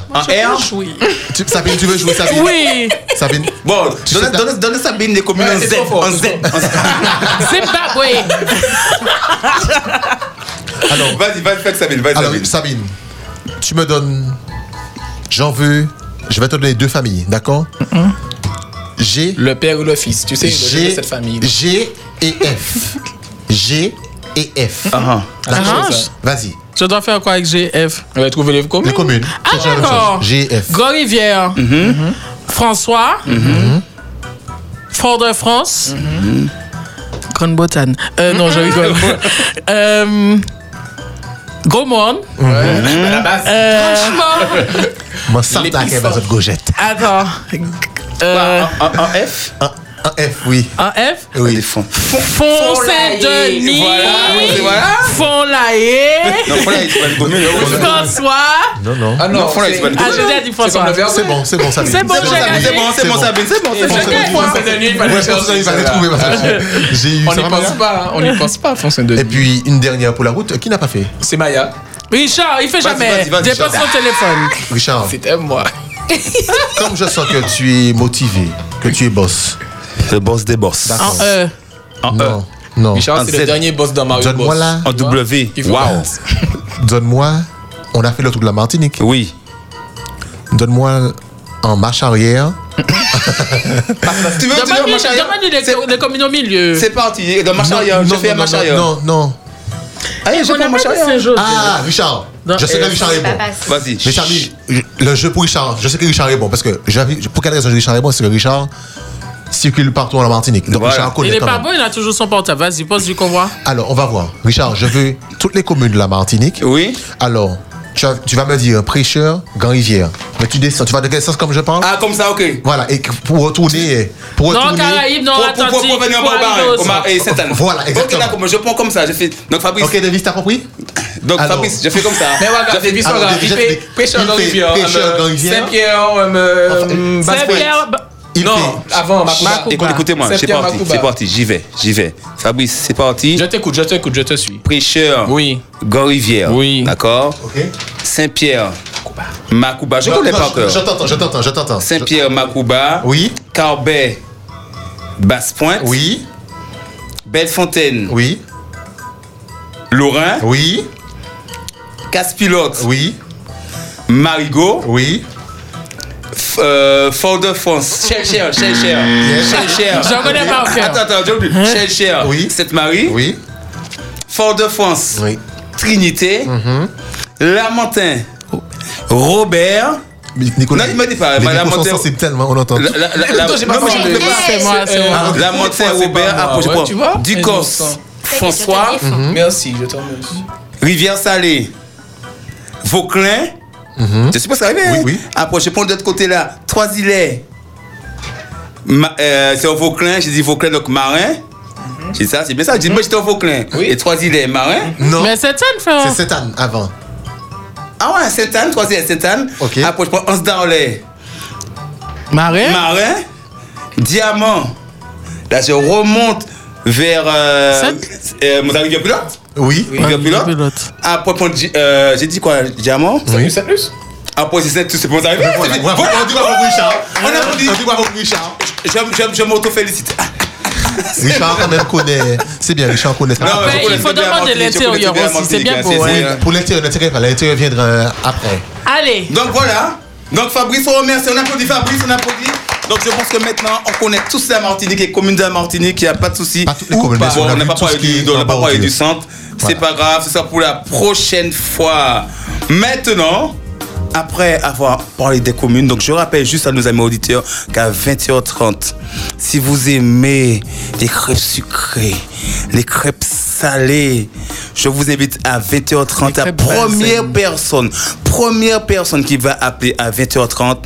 S3: Tu- Sabine, tu veux jouer Sabine
S2: Oui.
S3: Sabine.
S1: Bon, donne, donne, donne Sabine des communes en Z. En Z. en Z.
S2: Zimbabwe.
S1: Alors, vas-y, vas-y, fais Sabine. Vas-y,
S3: Alors,
S1: Sabine.
S3: Sabine, tu me donnes. J'en veux. Je vais te donner deux familles, d'accord
S1: Mm-hmm.
S3: G.
S4: Le père ou le fils, tu sais, le jeu de
S3: G.
S4: cette famille.
S3: G et F. G et F.
S4: Ah,
S3: D'accord
S2: Arrange.
S3: Vas-y.
S2: Je dois faire quoi avec GF
S4: On va trouver les communes. Mhm,
S3: Les communes.
S2: Ah,
S3: Cherche la même chose.
S2: d'accord.
S3: G et F.
S2: Gros-Rivière. François.
S1: Mhm.
S2: Fort-de-France. Grande-Bretagne. Euh,
S4: Mm-hmm.
S2: non, je rigole.
S4: Ah,
S2: euh, hein. Gaumont.
S4: À la base,
S2: Euh, Franchement.
S3: Moi, ça t'a qu'elle va se gauchette.
S2: Attends. Euh,
S1: En, en F
S3: Un, un F, oui.
S2: en F.
S3: Ah,
S1: Oui. Des fonds.
S2: Font Saint-Denis.
S1: Voilà, voilà.
S2: Font la Haye.
S1: Non, voilà, il va le donner.
S2: François.
S3: Non, non.
S4: Ah non,
S1: Non, Florence,
S4: c'est-
S1: bonne
S2: Ah, j'ai déjà dit
S4: c'est comme
S2: François.
S4: le verbe.
S3: C'est bon, c'est bon, Sabine.
S2: C'est bon, j'ai
S3: Sabine.
S1: C'est bon, c'est bon,
S3: Sabine.
S1: Sabine. C'est bon, c'est bon.
S3: C'est
S1: c'est
S3: bon.
S1: bon.
S4: Saint-Denis, il
S3: Ouais,
S4: fallait
S3: je pense que ça, il va les
S4: chercher,
S3: trouver.
S4: voilà.
S3: parce que J'ai eu
S4: On
S3: ça
S4: n'y
S3: va
S4: pense
S3: bien
S4: pas, hein, on n'y pense pas, François
S3: Et
S4: Denis.
S3: puis, une dernière pour la route. Qui n'a pas fait
S4: C'est Maya.
S2: Richard, il fait
S1: Vas-y,
S2: jamais.
S1: vas-y, vas-y,
S2: Dépose
S1: Richard.
S2: son téléphone.
S3: Richard,
S4: C'était moi.
S3: comme je sens que tu es motivé, que tu es boss.
S1: Le boss des boss.
S2: En E.
S3: Non, non.
S4: Richard,
S1: En
S4: Ah, euh, c'est
S1: Z.
S4: le dernier boss dans Mario
S3: Donne-moi
S4: Bros.
S3: là.
S1: En W.
S4: Il faut-
S1: Waouh.
S3: Donne-moi. On a fait le truc de la Martinique.
S1: Oui.
S3: Donne-moi en marche arrière.
S1: Tu veux, tu veux,
S2: Demande-lui
S1: marche arrière
S2: demande-lui les,
S1: C'est-
S2: les communes au milieu.
S1: C'est parti. Dans marche arrière, je fais un
S3: non,
S1: marche arrière.
S3: non, non.
S1: Allez, je
S2: On
S1: fais
S2: a
S1: un marche
S2: pas dit
S1: arrière.
S2: ces choses.
S3: Ah, Richard.
S2: Non, euh,
S3: Je sais
S4: Euh,
S3: que Richard est
S5: Pas
S3: bon.
S5: passé.
S1: Vas-y.
S3: Mais Charlie, le jeu pour Richard, je sais que Richard est bon. Parce que j'avais- pour quelle raison je dis Richard est bon C'est que Richard circule partout en Martinique. Donc
S1: Voilà.
S3: Richard connaît
S2: Il est
S3: quand
S2: pas
S3: même.
S2: bon, il a toujours son portable. Vas-y, pose du convoi.
S3: Alors, on va voir. Richard, je veux toutes les communes de la Martinique.
S1: Oui.
S3: Alors, tu, as- tu vas me dire Prêcheur, Grand Rivière. Mais tu descends, tu vas de quel sens comme je parle
S1: Ah, comme ça, ok.
S3: Voilà, et que pour retourner. Pour
S2: Non,
S3: retourner.
S2: Caraïbes, non,
S1: Pour- pour-
S2: Atlantique.
S1: Pour revenir en
S2: pour
S1: Barbarie,
S2: aller au
S1: au Mar- et Sainte-Anne.
S3: Voilà,
S1: Ok,
S3: exactement.
S1: d'accord, mais je prends comme ça. Je fais... Donc, Fabrice,
S3: ok, Davis, t'as compris
S1: donc,
S3: alors.
S1: Fabrice je fais comme ça.
S4: Mais regarde,
S1: Je fais-
S4: j'ai vu ça,
S3: alors,
S4: regarde,
S3: déjà,
S4: il fait
S3: il
S4: pêcheur
S3: fait
S4: dans Rivière,
S3: pêcheur
S4: euh,
S3: dans Rivière.
S4: Saint-Pierre, euh, euh,
S3: Enfin,
S4: hum,
S2: C'est
S4: Basse-Pointe.
S2: Pierre. bah-
S3: Il
S4: Non,
S3: fait-
S4: avant,
S2: Mac-
S4: Mac-
S2: Mac-
S1: Écoute, Écoutez-moi, c'est
S4: Saint-Pierre
S1: parti,
S4: Macouba.
S1: c'est parti, j'y vais, j'y vais. Fabrice, c'est parti.
S4: Je t'écoute, je t'écoute, je te suis.
S1: Prêcheur,
S4: Oui.
S1: Grand-Rivière,
S4: Oui.
S1: d'accord
S3: Ok.
S1: Saint-Pierre, Macouba, je
S3: Non,
S1: connais
S3: non,
S1: par cœur.
S3: Je t'entends, je t'entends, je t'entends. Je-
S1: Saint-Pierre, Macouba,
S3: Oui,
S1: Carbet, Basse-Pointe,
S3: oui,
S1: Bellefontaine,
S3: oui,
S1: Lorrain,
S3: oui,
S1: Casse-Pilote,
S3: oui,
S1: Marigot,
S3: oui.
S1: F- euh, Fort-de-France, Chercheur, Chercheur, Chercheur.
S2: J'en connais pas encore. Hein?
S1: Attends, attends, j'ai oublié. Chercheur,
S3: Oui.
S1: Sainte-Marie,
S3: Oui,
S1: Fort-de-France,
S3: oui. Mhm.
S1: Trinité, Lamentin, Robert.
S3: Nicolas,
S1: Non, il m'a dit pas,
S3: les
S1: madame
S3: Nicolas sont
S1: Montel-
S3: sensibles tellement, on entend.
S1: La,
S3: tout.
S1: la, la, la,
S4: Attends, j'ai pas
S1: non, mais
S4: parlé.
S1: je- mais-
S2: C'est moi, c'est moi.
S1: la Montel,
S4: Pourquoi c'est
S1: Robert,
S4: pas moi,
S1: approche
S4: ouais, tu vois
S1: Ducos,
S4: Innocent.
S1: François,
S5: Fais que je te
S4: Mhm.
S5: défends.
S4: Merci, je te remercie.
S1: Rivière Salée, Vauclin. Je sais pas ça arrive.
S3: Oui,
S1: hein.
S3: Mhm. oui.
S1: Après, je prends de l'autre côté là, Trois Îlets. Ma- euh, c'est au Vauclin, j'ai dit Vauclin, donc marin.
S3: Mhm.
S1: J'ai dit ça, c'est bien ça. J'ai dit, moi j'étais au Vauclin.
S4: Oui.
S1: Et Trois Îlets, marin.
S3: Non,
S2: Mais c'est Anne,
S3: c'est
S2: frère.
S3: cette année avant.
S1: Ah ouais, Sainte-Anne, Trois Îlets, Sainte-Anne.
S3: Ok.
S1: Après, je prends Anse d'Arlet.
S2: Marais.
S1: marin, diamant. Là, je remonte vers euh, euh, mon ami pilote.
S3: Oui,
S1: Rivière pilote. Après, point di- euh, j'ai dit quoi, diamant.
S3: oui.
S4: Salut, salut.
S1: Après, c'est ça, tout ce qu'on arrive.
S3: Voilà, voilà, on dit bravo pour Richard. On applaudit. On dit bravo pour Richard.
S1: J'aime, j'aime, je m'auto-félicite.
S3: Richard quand même connaît. C'est bien, Richard connaît. ça.
S1: Non, mais
S2: il
S1: je connais
S2: faut
S1: bien
S2: demander
S1: Martinique, je connais
S2: l'intérieur
S1: bien
S2: aussi,
S1: Martinique,
S2: c'est bien
S1: hein,
S2: pour- ouais.
S1: euh,
S3: Pour l'intérieur, l'intérieur, l'intérieur viendra euh, après.
S2: Allez.
S1: Donc voilà. Donc Fabrice, on remercie. On applaudit Fabrice, on applaudit. Donc je pense que maintenant, on connaît tous la Martinique, les communes de la Martinique, il n'y a pas de souci.
S3: Pas toutes les
S1: Ou
S3: communes,
S1: pas.
S3: mais on
S1: Bon,
S3: a
S1: on n'a
S3: vu
S1: pas
S3: tout ce
S1: parlé
S3: qui
S1: du-
S3: est
S1: on n'a
S3: en
S1: pas parlé
S3: bordure.
S1: du centre. C'est
S3: Voilà.
S1: pas grave, ce sera pour la prochaine fois. Maintenant. Après avoir parlé des communes, donc je rappelle juste à nos amis auditeurs qu'à 20h30, si vous aimez les crêpes sucrées, les crêpes salées, je vous invite à 20h30 à
S4: crêpes
S1: première
S4: balsamiques.
S1: personne, première personne qui va appeler à 20h30,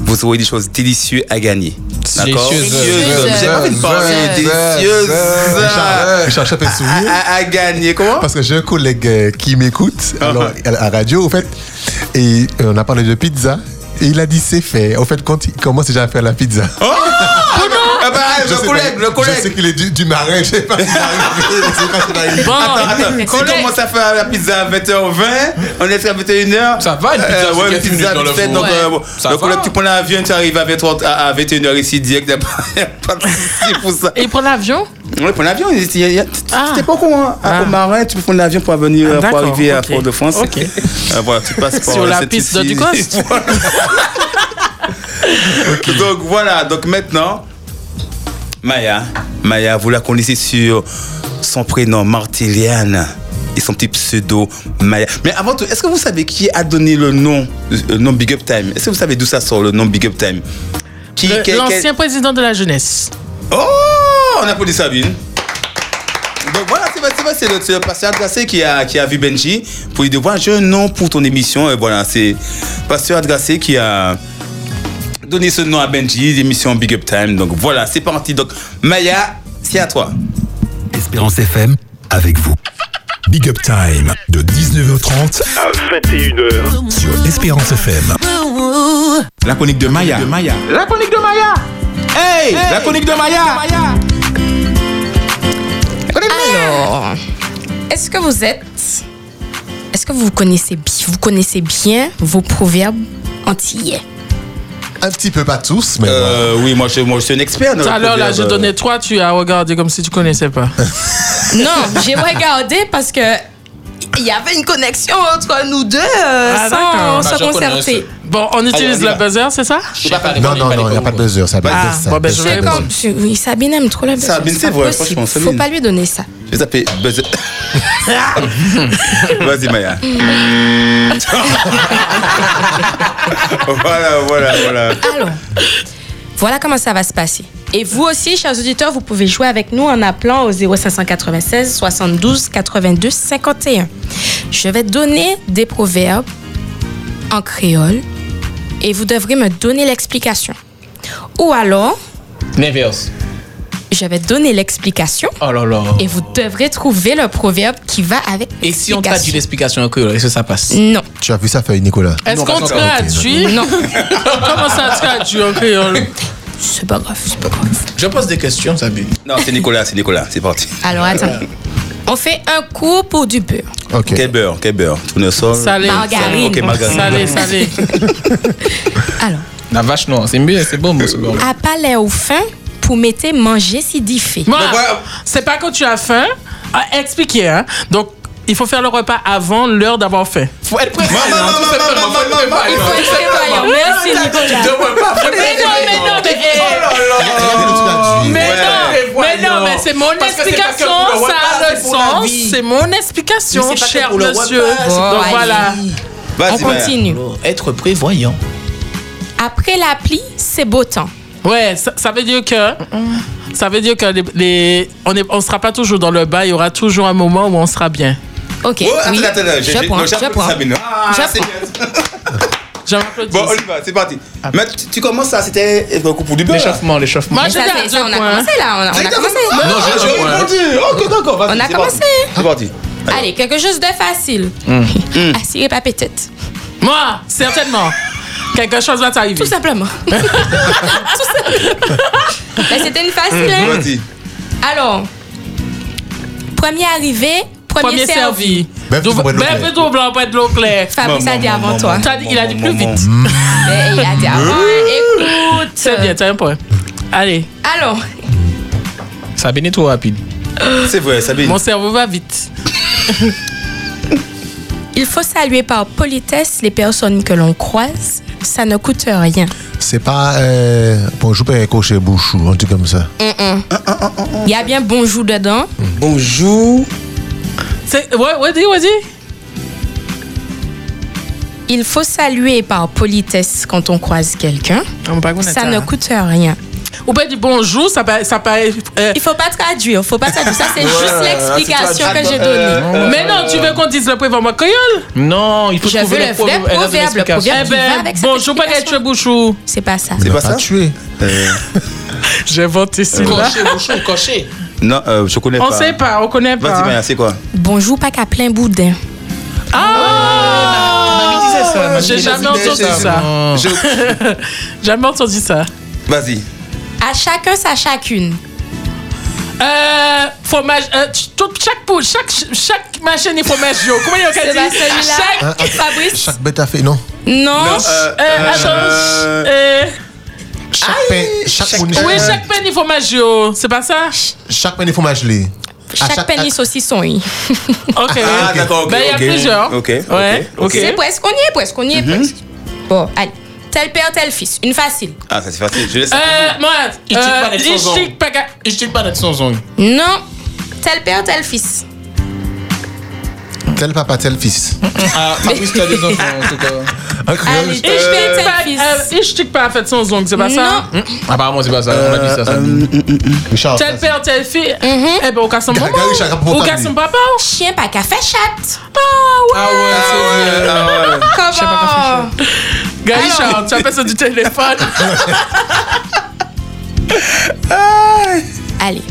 S1: vous aurez des choses délicieuses à gagner. D'accord
S4: Délicieuses.
S1: Délicieuses. Eh, J'ai pas envie de parler délicieuses
S3: Richard, Richard, je fais
S1: à,
S3: sourire.
S1: à- à gagner. Comment Ah.
S3: Parce que j'ai un collègue euh, qui m'écoute alors, à la radio, au fait, et euh, on a parlé de pizza. Et il a dit c'est fait. Au fait, quand il commence déjà à faire la pizza.
S1: Oh Ah, bah, pareil,
S3: Je
S1: le
S3: sais
S1: collègue,
S3: pas,
S1: le collègue.
S3: Je sais qu'il est du, du marin, je sais pas s'il est arrivé, je sais pas s'il est arrivé.
S1: Bon, attends, attends. Si on
S3: Collègue.
S1: commence à faire la pizza à 20h20, on est à 21h. Ça
S4: va, Ah, une pizza, c'est
S1: euh, ouais, une
S4: 15
S1: pizza
S4: minutes dans le
S1: vite fait,
S4: four.
S1: donc,
S4: Ouais.
S1: euh, bon.
S4: Ça
S1: donc,
S4: va.
S1: collègue, tu prends l'avion, tu arrives à 20h30 à, à 21h ici direct. y a pas de souci pour ça.
S2: Et pour l'avion
S1: Oui, pour l'avion, il y a- il y a- tu t'es pas au courant. hein.
S2: Ah.
S1: Au Marin, tu peux prendre l'avion pour venir
S2: Ah,
S1: euh, pour
S2: d'accord,
S1: arriver à
S2: ok.
S1: Fort-de-France.
S2: Ok.
S1: Euh, voilà, tu passes par
S2: Sur la
S1: cette
S2: piste de
S1: ici.
S2: Ducoste.
S1: Donc voilà, donc maintenant, Maya, Maya, vous la connaissez sur son prénom Martiliane et son petit pseudo Maya. Mais avant tout, est-ce que vous savez qui a donné le nom, le nom Big Up Time Est-ce que vous savez d'où ça sort le nom Big Up Time Qui-
S2: Le-
S1: quel-
S2: L'ancien
S1: quel-
S2: président de la jeunesse.
S1: Oh, on applaudit Sabine. Donc voilà, c'est vrai, c'est vrai, c'est le, c'est le pasteur Adracé qui a, qui a vu Benji pour lui dire voilà, j'ai un nom pour ton émission. Et voilà, c'est pasteur Adracé qui a donné ce nom à Benji, l'émission Big Up Time. Donc voilà, c'est parti. Donc Maya, c'est à toi.
S9: Espérance FM avec vous. Big Up Time de 19h30 à 21h sur Espérance FM.
S1: La chronique de Maya.
S4: La chronique de Maya.
S1: Hey, la chronique de Maya.
S5: Alors, est-ce que vous êtes. Est-ce que vous connaissez, bi- vous connaissez bien vos proverbes antillais?
S3: Un petit peu pas tous, mais.
S1: Euh, oui, moi je, moi je suis un expert.
S2: Tout à l'heure, là, j'ai donné trois, tu as regardé comme si tu connaissais pas.
S5: Non, j'ai regardé parce que il y avait une connexion entre nous deux euh,
S2: Ah,
S5: sans,
S2: d'accord.
S5: sans
S2: Bah, j'en connais un
S5: concerter.
S2: Bon, on utilise
S5: Allez, on y
S2: la
S5: va.
S2: buzzer, c'est ça
S3: Non, non, non, il n'y a pas de buzzer, ça va
S1: Ah, bon, ben, je vais
S3: être
S1: répondre.
S5: Je- Oui, Sabine aime trop la
S1: Sabine,
S5: bêtise,
S1: c'est vrai,
S5: impossible.
S1: franchement,
S5: Faut
S1: Sabine.
S5: pas lui donner ça.
S1: Je vais taper buzzer. Vas-y Maya. voilà, voilà, voilà.
S5: Alors, voilà comment ça va se passer. Et vous aussi, chers auditeurs, vous pouvez jouer avec nous en appelant au 0596 72 82 51. Je vais donner des proverbes en créole et vous devrez me donner l'explication. Ou alors,
S4: L'inverse.
S5: je vais donner l'explication
S4: Oh là là.
S5: et vous devrez trouver le proverbe qui va avec
S4: Et si on t'a dit l'explication en créole, est-ce que ça passe
S5: Non.
S3: Tu as vu ça, feuille, Nicolas
S2: Est-ce
S4: Non,
S2: qu'on
S4: pas encore.
S2: traduit
S5: Non.
S2: Comment ça traduit en créole
S5: C'est pas grave, c'est pas grave.
S4: Je pose des questions, Sabine.
S1: Non, c'est Nicolas, c'est Nicolas, c'est parti.
S5: Alors, attends. On fait un coup pour du beurre.
S1: Quel beurre, quel beurre Tournesol.
S5: Salé. Margarine.
S1: Ok, margarine.
S2: Salé, salé.
S4: La vache noire, c'est mieux, c'est bon, monsieur.
S5: À palais au fin pour mettre manger si dit fait.
S2: Moi, c'est pas quand tu as faim. Ah, expliquez, hein. Donc, il faut faire le repas avant l'heure d'avoir faim.
S4: Faut être préparé. hein, tout simplement, faut être préparé.
S5: Il faut être préparé. Merci, Nicolas.
S4: Tu devrais pas, faut être
S2: Mais non,
S4: préparé.
S2: mais non, mais- eh.
S4: Oh là là.
S2: Mais
S4: Ouais.
S2: non, mais non,
S4: Prévoyant.
S2: mais c'est mon
S4: Parce que c'est pas que
S2: explication,
S4: pour le
S2: ça
S4: repas,
S2: a le
S4: c'est pour la
S2: sens.
S4: vie.
S2: C'est mon explication,
S4: Mais c'est pas que
S2: cher
S4: pour le
S2: monsieur.
S4: repas, c'est
S2: Donc
S4: pour
S2: voilà.
S1: Vas-y,
S5: On
S1: Maya.
S5: continue.
S4: Être prévoyant.
S5: Après la pluie, c'est beau temps.
S2: Ouais, ça, ça veut dire que. Ça veut dire que les, les- on ne on sera pas toujours dans le bas, il y aura toujours un moment où on sera bien.
S5: Ok.
S1: Oh, attends,
S5: oui.
S1: attends, attends, j'ai-
S5: je
S1: j'ai-
S5: prends,
S1: non,
S5: je
S1: j'applaudis
S5: prends.
S1: Sabine. Ah,
S5: J'apprends.
S1: c'est bien.
S2: J'applaudis.
S1: Bon, on y va, c'est parti. Mais tu, tu commences ça, c'était euh, beaucoup pour du beurre.
S4: L'échauffement, l'échauffement.
S2: Moi,
S5: Ça,
S2: j'étais
S5: c'est-
S2: à
S5: ça, on
S2: deux
S5: a
S2: points.
S5: commencé là, on a, on a commencé.
S1: Non, j'ai j'ai répondu. Ok,
S2: Oh,
S1: d'accord, vas-y.
S5: On a
S1: c'est
S5: commencé.
S1: parti. C'est parti. Mm.
S5: Allez, quelque chose de facile. hein. Assurez pas peut-être.
S2: Moi, certainement. Quelque chose va t'arriver.
S5: Tout simplement. Tout simplement. Mais c'était une facile,
S2: Mm-hmm.
S5: hein?
S1: Vas-y.
S5: Alors, premier arrivé, premier,
S2: Premier
S5: servi.
S2: servi. Ben,
S3: Bœuf
S2: Double-
S3: double
S2: bœuf
S3: clair.
S2: double en boîte de l'eau claire.
S5: Fabrice a dit avant toi.
S2: T'as dit- Il a dit plus vite.
S5: Mais Ben, il a dit avant,
S1: Euh.
S5: hein, écoute.
S2: C'est bien, t'as un point. Allez,
S5: Alors,
S4: Sabine est trop rapide.
S1: C'est vrai, Sabine.
S2: mon cerveau va vite.
S5: il faut saluer par politesse les personnes que l'on croise. Ça ne coûte rien.
S3: C'est pas. euh, Bonjour, Père Cocher Bouchou, un truc comme ça.
S5: Il y a bien bonjour dedans.
S1: Bonjour.
S2: C'est- Ouais, ouais, dis, ouais, dis.
S5: Il faut saluer par politesse quand on croise quelqu'un.
S2: Ah,
S5: Ça
S2: hein.
S5: ne coûte rien.
S2: Ou bien dit bonjour, ça paraît. Ça paraît euh,
S5: Il faut pas traduire, faut pas traduire. Ça, c'est juste l'explication que j'ai donnée.
S2: mais non, tu veux qu'on dise le prévoit moi créole
S4: Non, il faut
S5: Je
S4: trouver
S5: veux le
S4: le proverbe.
S5: vrai
S4: Elle a donné
S5: proverbe, le
S4: l'explication.
S2: Eh
S5: proverbe qui va
S2: ben,
S5: avec cette
S2: bonjour, pas
S5: explication.
S2: qu'être bouchou.
S5: C'est pas ça.
S1: C'est
S3: Il m'a
S1: pas ça
S3: tué.
S1: Euh,
S2: J'ai
S4: Eh
S2: voté celui
S4: Cocher, bouchon, cocher.
S1: Non, euh, je connais
S2: On
S1: pas.
S2: sait pas, on connaît
S1: Vas-y,
S2: pas.
S1: Maya, c'est quoi
S5: Bonjour, pas qu'à plein boudin.
S2: Ah
S4: Mamie disait ça, mamie
S2: J'ai
S4: disait
S2: jamais
S4: ça.
S2: entendu ça.
S4: Non.
S2: Jamais entendu ça.
S1: Vas-y.
S5: À chacun sa chacune.
S2: Euh, fromage, euh, ch- tout, chaque poule, chaque, chaque machine et fromage, yo. Comment il y a qu'à
S5: C'est
S2: dire
S5: pas celui-là.
S2: Chaque...
S3: Hein, hein,
S5: Fabrice.
S3: Chaque bête a fait, non.
S5: Non.
S2: Non, euh, attends, euh,
S3: Chaque pain, chaque, chaque,
S2: oui, chaque peine et fromage, yo. C'est pas ça?
S3: chaque pain, il faut m'ageler. À
S5: Chaque penny saucisson. oui.
S2: Ok.
S1: Ah, d'accord, ok.
S2: Ben, il y a
S1: ok.
S2: plusieurs.
S1: Ok, ok,
S2: Ouais,
S1: ok. Mhm.
S5: C'est presque, on y est presque, on y est presque. Bon, allez. Tel père, tel fils. Une facile.
S1: Ah, ça c'est facile, je le sais.
S2: Euh, Mohamed,
S4: Il check pas
S2: euh,
S4: d'être
S2: il
S4: sans
S2: chic pas qu'à-
S4: Je check pas d'être sans ongles.
S5: Non. Tel père, tel fils.
S3: Tel papa, tel fils. Ah,
S4: Ah, Fabrice, tu as des enfants, en tout cas.
S5: Allez, tel
S2: Euh,
S5: père,
S2: pas-
S5: tel fils.
S2: euh, il chic pas à fête sans ongle, c'est pas ça?
S4: Apparemment, c'est pas ça. On a dit
S1: Euh,
S4: ça, ça.
S3: Richard.
S2: Tel père, telle fille.
S5: Mhm.
S2: Eh ben, au cas son
S3: Gaga,
S2: maman.
S3: Richard, rapport
S2: Au
S3: famille.
S2: cas son papa.
S5: Chien, pas café, chat.
S4: Ah ouais, c'est vrai.
S5: Comment
S2: Gars, Richard, tu appelles ça du téléphone.
S5: Allez.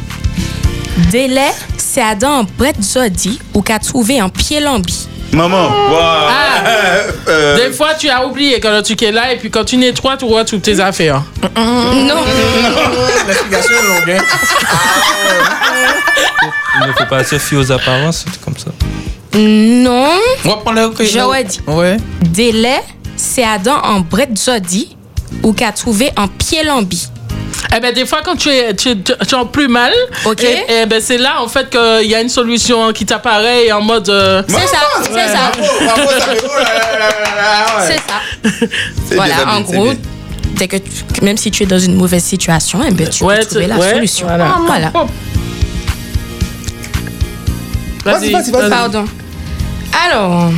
S5: Délai, c'est Adam en bret zodi ou qu'a trouvé en pied lambi.
S1: Maman, waouh. Euh,
S2: Ah. Des fois, tu as oublié quand le truc est là et puis quand tu nettoies, tu vois toutes tes affaires.
S5: Non.
S4: L'explication est longue, hein.
S7: Il ne faut pas se fier aux apparences, c'est comme ça.
S5: Non.
S4: On va prendre le
S5: J'aurais dit.
S4: Ouais.
S5: Délai, c'est Adam en bret zodi ou qu'a trouvé en pied lambi.
S2: Eh ben, des fois, quand tu es, tu, tu- tu en plus mal,
S5: Ok.
S2: eh- eh ben, c'est là, en fait, qu'il y a une solution qui t'apparaît en mode. euh,
S5: C'est ça, c'est ça, c'est ça.
S1: c'est
S5: Voilà,
S1: bien,
S5: en
S1: c'est
S5: gros,
S1: bien.
S5: dès que tu- même si tu es dans une mauvaise situation, eh ben, tu
S2: Ouais,
S5: peux trouver
S2: tu-
S5: la
S2: ouais,
S5: solution.
S2: voilà.
S5: Ah, voilà.
S2: Vas-y, vas-y, vas-y.
S5: Pardon. Alors,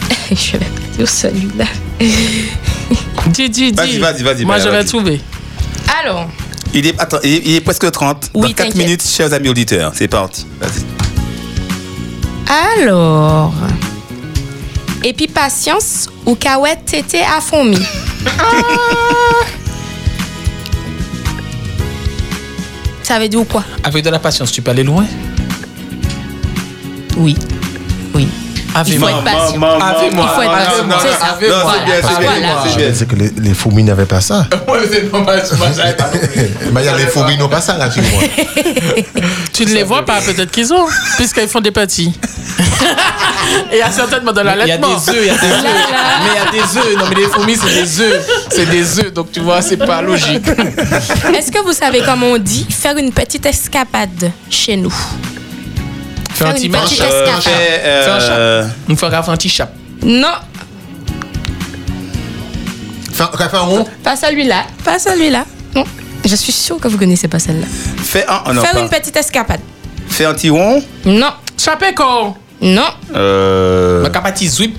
S5: je vais pas dire celui-là.
S2: Dis, dis, dis.
S1: Vas-y, vas-y, vas-y,
S2: Moi,
S1: Maya,
S2: je vais
S1: vas-y.
S2: trouver.
S5: Alors,
S1: Il est, attends, il est, il est presque 30.
S5: Oui,
S1: Dans 4
S5: t'inquiète.
S1: minutes, chers amis auditeurs, c'est parti. Vas-y.
S5: alors. Et puis patience ou kawet tété à fourmi. Ah. Ça veut dire quoi
S4: Avec de la patience, tu peux aller loin.
S5: Oui. Oui.
S4: Avec
S5: Il faut être patient.
S1: Maman,
S4: Avec
S1: maman,
S4: moi.
S5: Il faut être
S1: maman,
S5: patient,
S1: non,
S5: c'est
S1: non,
S5: ça.
S1: non, Non, c'est bien, c'est bien,
S5: Voilà.
S1: c'est
S3: Je
S1: bien.
S3: pensais que les, les fourmis n'avaient pas ça.
S4: Ouais, c'est normal, je pense, j'avais pas compris.
S3: Mais il y a les fourmis n'ont pas ça là, tu vois.
S2: Tu ne les vois pas, peut-être qu'ils ont, puisqu'ils font des petits. Et il y a certainement de
S4: Il y a des
S2: l'allaitement.
S4: œufs, il y a des œufs. Mais il y a des œufs. Non, mais les fourmis, c'est des œufs. C'est des œufs, donc tu vois, c'est pas logique.
S5: Est-ce que vous savez comment on dit faire une petite escapade chez nous
S4: Fais un
S5: Faire
S4: petit
S5: une
S4: match.
S5: petite
S1: Euh,
S5: escapade.
S1: fais, euh,
S4: Fais un chat. On fait gaffe un petit chap.
S5: Non,
S3: Faire faire un rond,
S5: pas celui-là. Pas celui-là. Non. Je suis sûre que vous connaissez pas celle-là.
S1: fais un, oh, non,
S5: faire
S1: pas.
S5: une petite escapade.
S1: Fais un petit rond.
S5: Non,
S2: Chapé corps.
S5: non,
S1: Euh,
S4: Ma capacité zwip.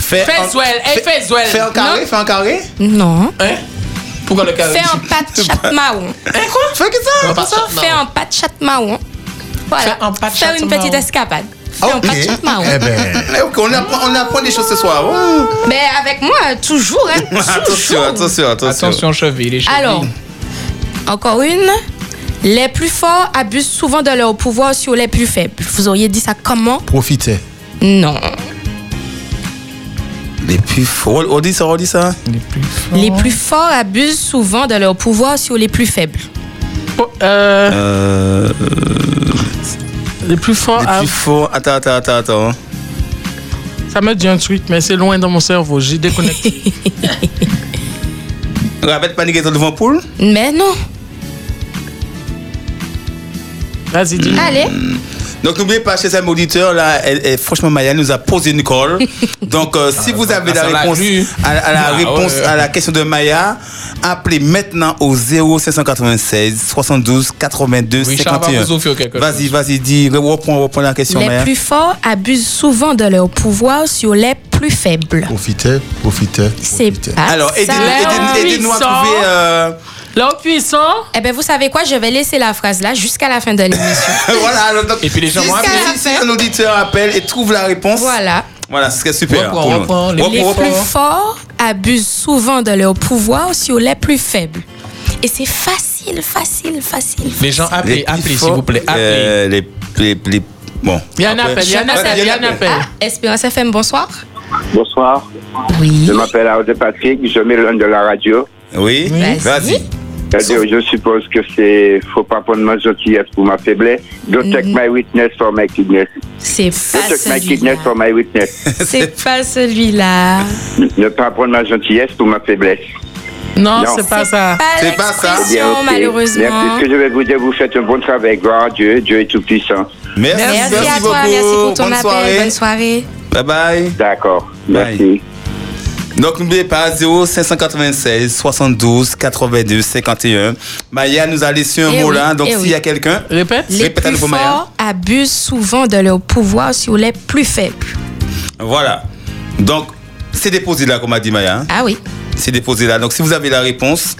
S1: fais
S2: Fais
S1: un,
S2: Zouel. Hey, fais Zouel.
S1: fais un carré, fais un carré.
S5: non.
S4: Hein Pourquoi le cas
S5: Faire un pâte chat marron.
S1: Fais que
S4: Fais un
S1: ça.
S4: pas de chat, non.
S5: Faire un pâte chat marron. hein. Voilà.
S4: Faire un pas de
S5: Faire
S4: chat
S5: une
S4: marron.
S5: petite escapade. Faire un
S3: ok.
S5: pâte chat
S2: hein.
S5: marron.
S3: Eh ben,
S1: Ah, Eh, ok, on apprend, on apprend des choses ce soir. Oh.
S5: Mais avec moi, toujours. hein,
S1: Attention,
S5: toujours.
S1: attention, attention.
S4: Attention, cheville, les chevilles.
S5: Alors, encore une. Les plus forts abusent souvent de leur pouvoir sur les plus faibles. Vous auriez dit ça comment
S3: profitez.
S5: Non.
S1: Les plus forts. On dit ça, on dit ça.
S5: Les plus forts abusent souvent de leur pouvoir sur les plus faibles.
S2: Euh,
S1: Euh,
S2: les plus forts.
S1: les
S2: ah,
S1: plus forts. Attends, attends, attends, attends.
S2: ça me dit un truc, mais c'est loin dans mon cerveau. J'ai déconnecté.
S1: Rabette panique est devant poule.
S5: Mais non.
S2: Vas-y,
S1: Hmm.
S2: dis.
S5: Allez.
S1: Donc n'oubliez pas, chez amis auditeurs, là, elle- elle- franchement, Maya nous a posé une colle. Donc euh, si vous avez la
S4: Ah, ça l'a
S1: réponse,
S4: cru.
S1: à, à la
S4: Ah,
S1: réponse
S4: ouais.
S1: à la question de Maya, appelez maintenant au 0596 72 82
S4: Richard va
S1: 51.
S4: vous offrir quelque
S1: Vas-y, vas-y, dis, re- reprends, reprends la question,
S5: Les
S1: Maya.
S5: plus forts abusent souvent de leur pouvoir sur les plus faibles.
S3: Profitez, profitez.
S5: C'est
S3: profitez.
S5: pas
S1: Alors, aidez-
S5: ça.
S1: aidez- aidez-nous à
S2: Puissant.
S1: trouver... euh,
S2: Là, au puissant.
S5: Eh bien, vous savez quoi Je vais laisser la phrase là jusqu'à la fin de l'émission.
S1: voilà, alors, donc,
S4: Et puis les gens
S1: si-
S4: vont appeler.
S1: si- Si un auditeur appelle et trouve la réponse,
S5: voilà.
S1: voilà ce serait super.
S4: Reprends,
S1: pour nous.
S4: reprends, les-
S5: Les
S1: Reprends, reprends.
S5: plus forts abusent souvent de leur pouvoir sur les plus faibles. Et c'est facile, facile, facile.
S4: Les gens, appelez,
S1: plus
S4: appelez, s'il
S1: forts,
S4: vous plaît. Appelez.
S1: euh, les, les, les- Bon.
S2: Il y en a
S1: Après-
S2: appel, il y en a
S1: Ouais,
S2: appel, il y en a appel.
S5: Ah, Espérance FM, bonsoir.
S10: Bonsoir,
S5: Oui.
S10: je m'appelle Arde Patrick, je mets l'un de la radio.
S1: Oui,
S5: Vas-y.
S1: vas-y.
S10: C'est-à-dire, je suppose que c'est faut pas prendre ma gentillesse pour ma faiblesse. Don't take my weakness for my kindness.
S5: Mm. C'est
S10: Don't
S5: pas
S10: take my
S5: celui-là.
S10: kindness for my weakness.
S5: C'est pas celui-là.
S10: ne pas prendre ma gentillesse pour ma faiblesse.
S2: Non,
S10: Non.
S2: c'est pas ça.
S10: C'est pas ça.
S5: l'expression, malheureusement.
S10: Merci. Ce que je vais vous dire, vous faites un bon travail. Gloire à Dieu. Dieu est tout puissant.
S5: Merci, à toi, merci pour ton appel. Bonne soirée.
S1: Bye bye.
S10: D'accord.
S1: Merci. Donc n'oubliez pas 0 596 72 82 51. Maya nous a laissé un
S5: Eh
S1: mot
S5: oui,
S1: là. hein. Donc
S5: eh
S1: s'il
S5: oui.
S1: y a quelqu'un,
S2: répète.
S5: Les
S1: Répète à
S5: plus
S1: nouveau Maya.
S5: forts abusent souvent de leur pouvoir sur les plus faibles.
S1: Voilà. Donc c'est déposé là comme a dit Maya. hein.
S5: Ah oui.
S1: C'est déposé là. Donc si vous avez la réponse,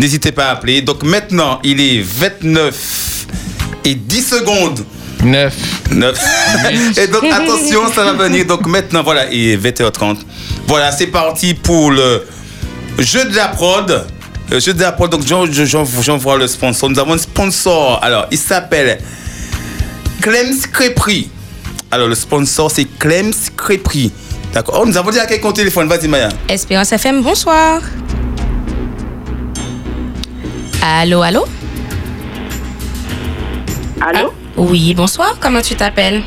S1: n'hésitez pas à appeler. Donc maintenant, il est 29 et 10 secondes. 9. 9. et donc attention, ça va venir. Donc maintenant, voilà, il est 20h30. Voilà, c'est parti pour le jeu de la prod. Le jeu de la prod, donc j'en- j'en- j'en- j'envoie le sponsor. Nous avons un sponsor. Alors, il s'appelle Clems Crêperie. Alors, le sponsor, c'est Clems Crêperie. D'accord. Oh, nous avons dit à quel compte téléphone Vas-y, Maya.
S5: Espérance FM, bonsoir. Allô, allô
S11: Allô
S5: Ah, Oui, bonsoir. Comment tu t'appelles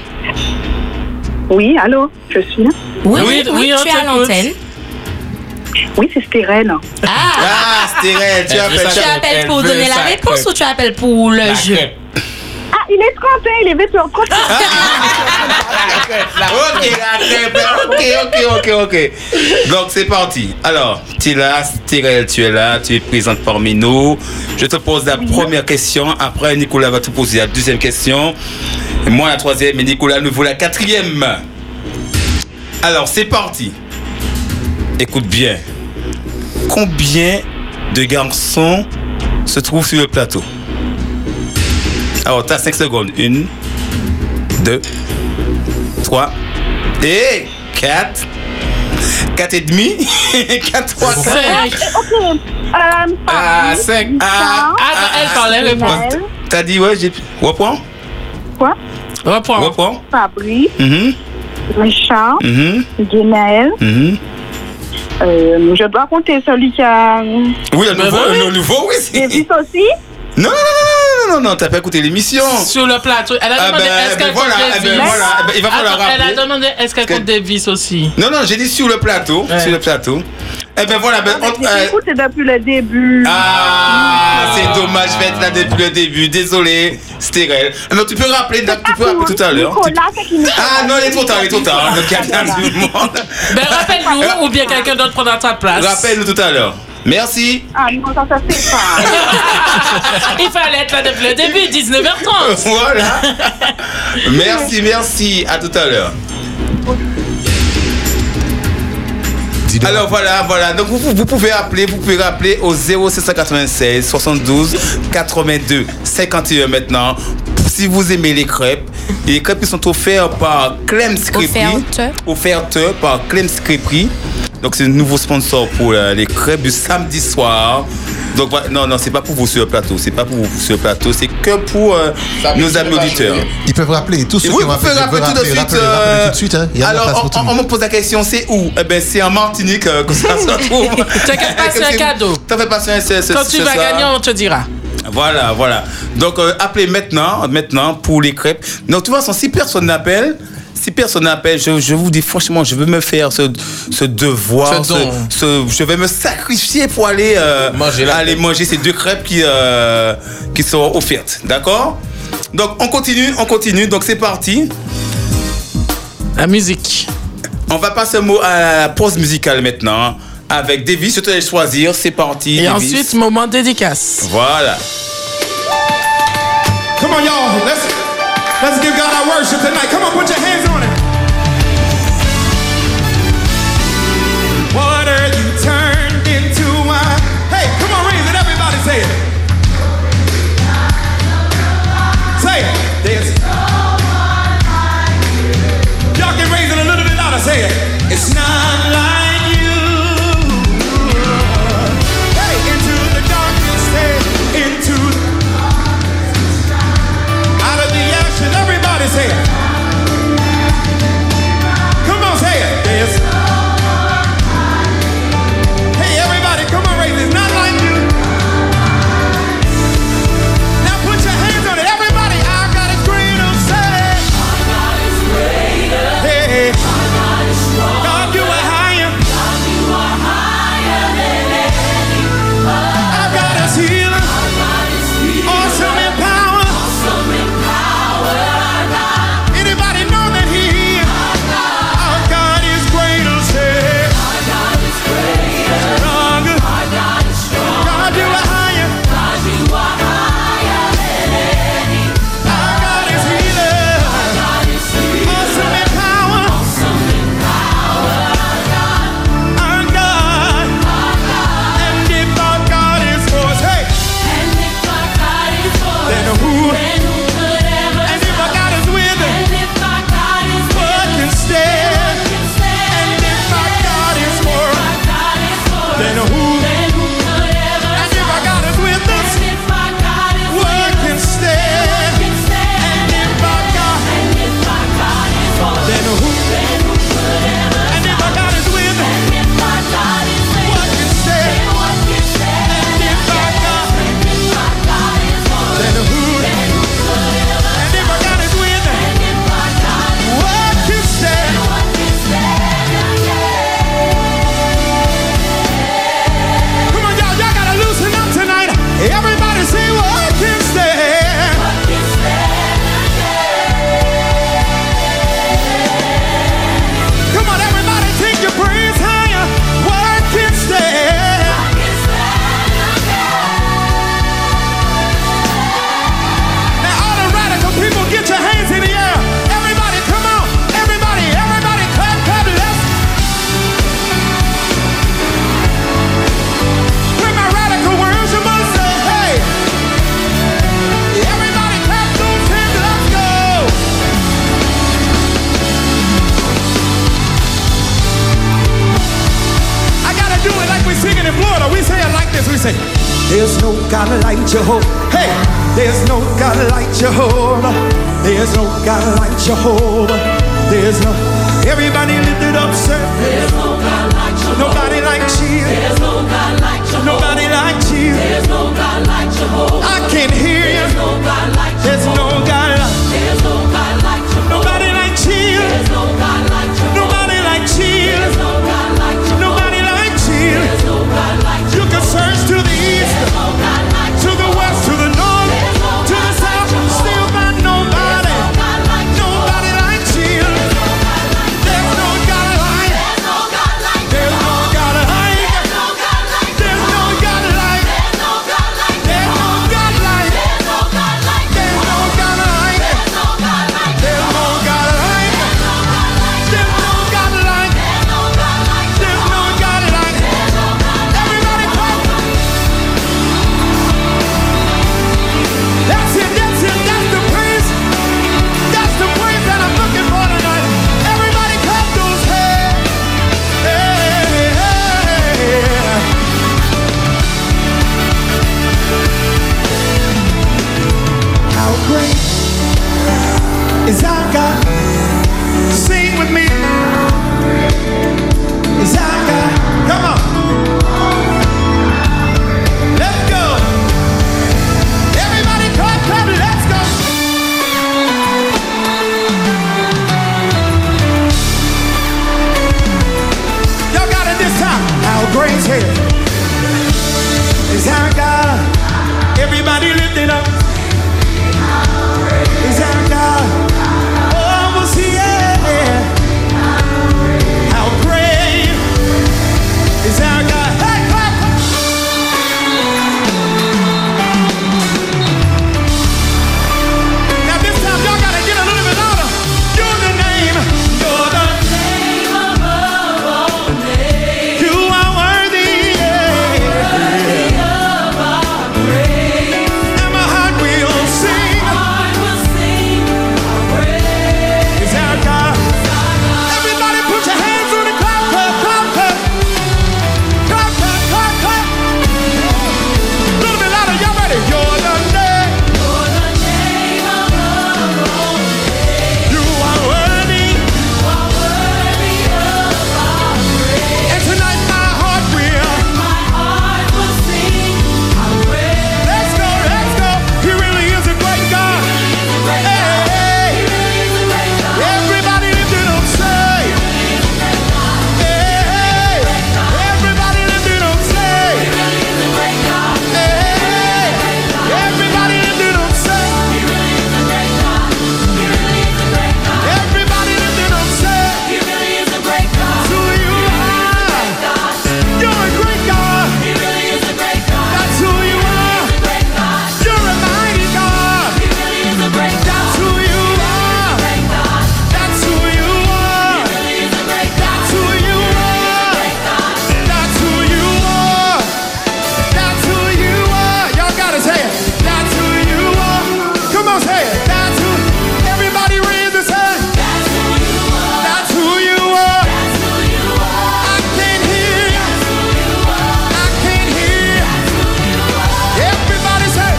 S11: Oui, allô, je suis là.
S5: Oui, oui, oui, tu es à l'antenne.
S11: Oui, c'est Stérène.
S1: Ah, Stérène,
S11: tu Eh, appelles-
S5: Tu appelles pour
S11: Elle veut Bah,
S5: donner la
S11: sa
S5: réponse
S11: crêpe.
S5: ou tu appelles pour le jeu
S11: Ah, il est 30, hein, il est 20h30. ah,
S1: Ok, la crêpe. Ok, ok, ok, ok. Donc c'est parti. Alors, Tilas, Tirel, tu es là, tu es présente parmi nous. Je te pose la première question. Après, Nicolas va te poser la deuxième question. Moi, la troisième et Nicolas nous vaut la quatrième. Alors, c'est parti. Écoute bien. Combien de garçons se trouvent sur le plateau Alors, tu as 5 secondes. Une, deux, 3 et 4. 4 et demi. 4, 3, 5.
S11: Ah, Ok. Euh,
S1: Ah, 5. Ah,
S11: Ah, elle parlait, elle parlait.
S1: T'as dit, ouais, j'ai. Reprends.
S11: Quoi ah.
S1: Reprends. Reprends.
S11: Fabrice,
S1: Mhm,
S11: Richard,
S1: mhm,
S11: Guénaël.
S1: mhm.
S11: Euh, je dois compter celui qui a.
S1: Oui, le nouveau, le nouveau, oui. c'est-
S11: Jésus aussi.
S1: Non, non, non, non, non, non, t'as pas écouté l'émission.
S2: Sur le plateau. Elle a
S1: Ah
S2: demandé
S1: ben,
S2: est-ce
S1: ben
S2: qu'elle
S1: voilà,
S2: compte
S1: eh
S2: des
S1: ben
S2: vis.
S1: voilà, eh ben il va falloir
S2: Attends, Elle a
S1: rappeler.
S2: demandé est-ce qu'elle compte des vis aussi.
S1: Non, non, j'ai dit sur le plateau. Sur le plateau. Eh ben voilà, ben, on- euh,
S11: Écoutez depuis le début.
S1: Ah, c'est dommage, je vais être là depuis le début. Désolé, Stérel. Non, tu peux rappeler, tu peux rappeler tout à l'heure. Tu-
S11: Nicolas, c'est qui nous
S1: Ah non, il est trop tard, il est trop tard. Donc, il y a bien du monde.
S2: Ben
S1: Ah,
S2: rappelle-nous ou bien quelqu'un d'autre prendra ta place.
S1: Rappelle-nous tout à l'heure. Merci.
S11: Ah non, ça, ça fait pas.
S2: Il fallait être là depuis le début, 19h30.
S1: Voilà. Merci, merci. À tout à l'heure. Alors voilà, voilà. Donc vous, vous pouvez appeler, vous pouvez rappeler au 0796 72 82 51 maintenant. Si vous aimez les crêpes, les crêpes qui sont offertes par Clem Scripri. Offertes par Clem Scripri. Donc c'est le nouveau sponsor pour euh, les crêpes du samedi soir. Donc voilà. non, non, c'est pas pour vous sur le plateau, c'est pas pour vous sur le plateau, c'est que pour euh, nos amis auditeurs.
S3: Ils peuvent rappeler tous ceux
S1: Oui,
S3: qui ont
S1: vous
S3: appelé. je
S1: pouvez rappeler
S3: veux
S1: tout de
S3: rappeler,
S1: suite.
S3: rappeler,
S1: euh,
S3: rappeler tout de suite. hein. Il y a de la place
S1: alors,
S3: pour tout
S1: on,
S3: le
S1: on- on me pose la question, c'est où Eh ben, c'est en Martinique euh, que ça se trouve.
S2: T'as qu'à passer un cadeau.
S1: T'as fait passer un ce- ce-
S2: Quand tu
S1: ce
S2: vas
S1: soir.
S2: gagner, on te dira.
S1: Voilà, voilà. Donc, euh, appelez maintenant, maintenant pour les crêpes. Donc, tu vois, si personne n'appelle, si personne n'appelle, je, je vous dis franchement, je veux me faire ce, ce devoir,
S4: Ce don.
S1: ce- je vais me sacrifier pour aller euh, aller manger ces deux crêpes qui euh, qui sont offertes. D'accord Donc, on continue, on continue. Donc, c'est parti.
S2: La musique.
S1: On va passer un mot à la pause musicale maintenant hein, avec Davis. Je te laisse choisir. C'est parti.
S2: Et
S1: Davis.
S2: ensuite, moment dédicace.
S1: voilà.
S8: Come on, y'all. Let's let's give God our worship tonight. Come on, put your hands on it. Water you turned into wine. Hey, come on, raise it. Everybody say it. Say it. Dance. Y'all can raise it a little bit louder. Say it. It's not like you. Hey, into the darkness. Say it. Into out of the ashes. Everybody say it. this, we say, There's no God like Jehovah. Hey, there's no God like Jehovah. There's no God like Jehovah. There's no. Everybody lift it up, sir. There's no God like Jehovah. Nobody like Jesus. There's no God like Jehovah. Nobody like Jesus. There's no God like Jehovah. I can hear you. There's no God like Jehovah. There's no God like. There's no God like Jehovah. Nobody like Jesus. There's no God like Jehovah. Nobody like Jesus. There's no God like Jehovah. Nobody like Jesus. There's no God like Jehovah. You can search to the east, to the west, to the north, to the south. Still find nobody. Nobody like Jesus. There's no God like. There's no God like. There's no God like. There's no God like. There's no God like. There's no God like. There's no God like. There's no God like. Everybody clap. That's it. That's it. That's the praise. That's the praise that I'm looking for tonight. Everybody clap those hands. Hey, hey, hey. How great is our God? Sing with me. Is our God? Come on. Let's go. Everybody clap, clap. Let's go. Y'all got it this time. How great is He? Is our God? Everybody lift it up. Is our God? Oh, was He? Yeah. How great is our God? Hey, clap, clap. Now this time y'all gotta get a little bit louder. You're the name. You're the name above all names. You are worthy. of our praise. And my heart will sing. My heart will sing. Our praise. Is our God. Everybody put your hands on the clap, clap, clap, clap. Clap, clap, clap, clap. Little bit louder, y'all ready? You're the name. You're the name above all names. You are worthy. You are worthy of our praise. And tonight my heart will. My heart will sing our praise. Let's go, let's go. He really is a great God. Hey, everybody lift it up, say. Hey, everybody lift it up, say. Hey, everybody lift it up, say. Everybody lift it up, say. That's who you are. You're a great God. That's who you are. You're a mighty God. That's who you are. That's who you are. That's who you are. That's who you are. That's who you are. Y'all gotta say it. That's who you are. Come on, say it. That's who. Everybody raise this hand. That's who you are. That's who you are. I can't hear you. I can't hear you. Everybody say.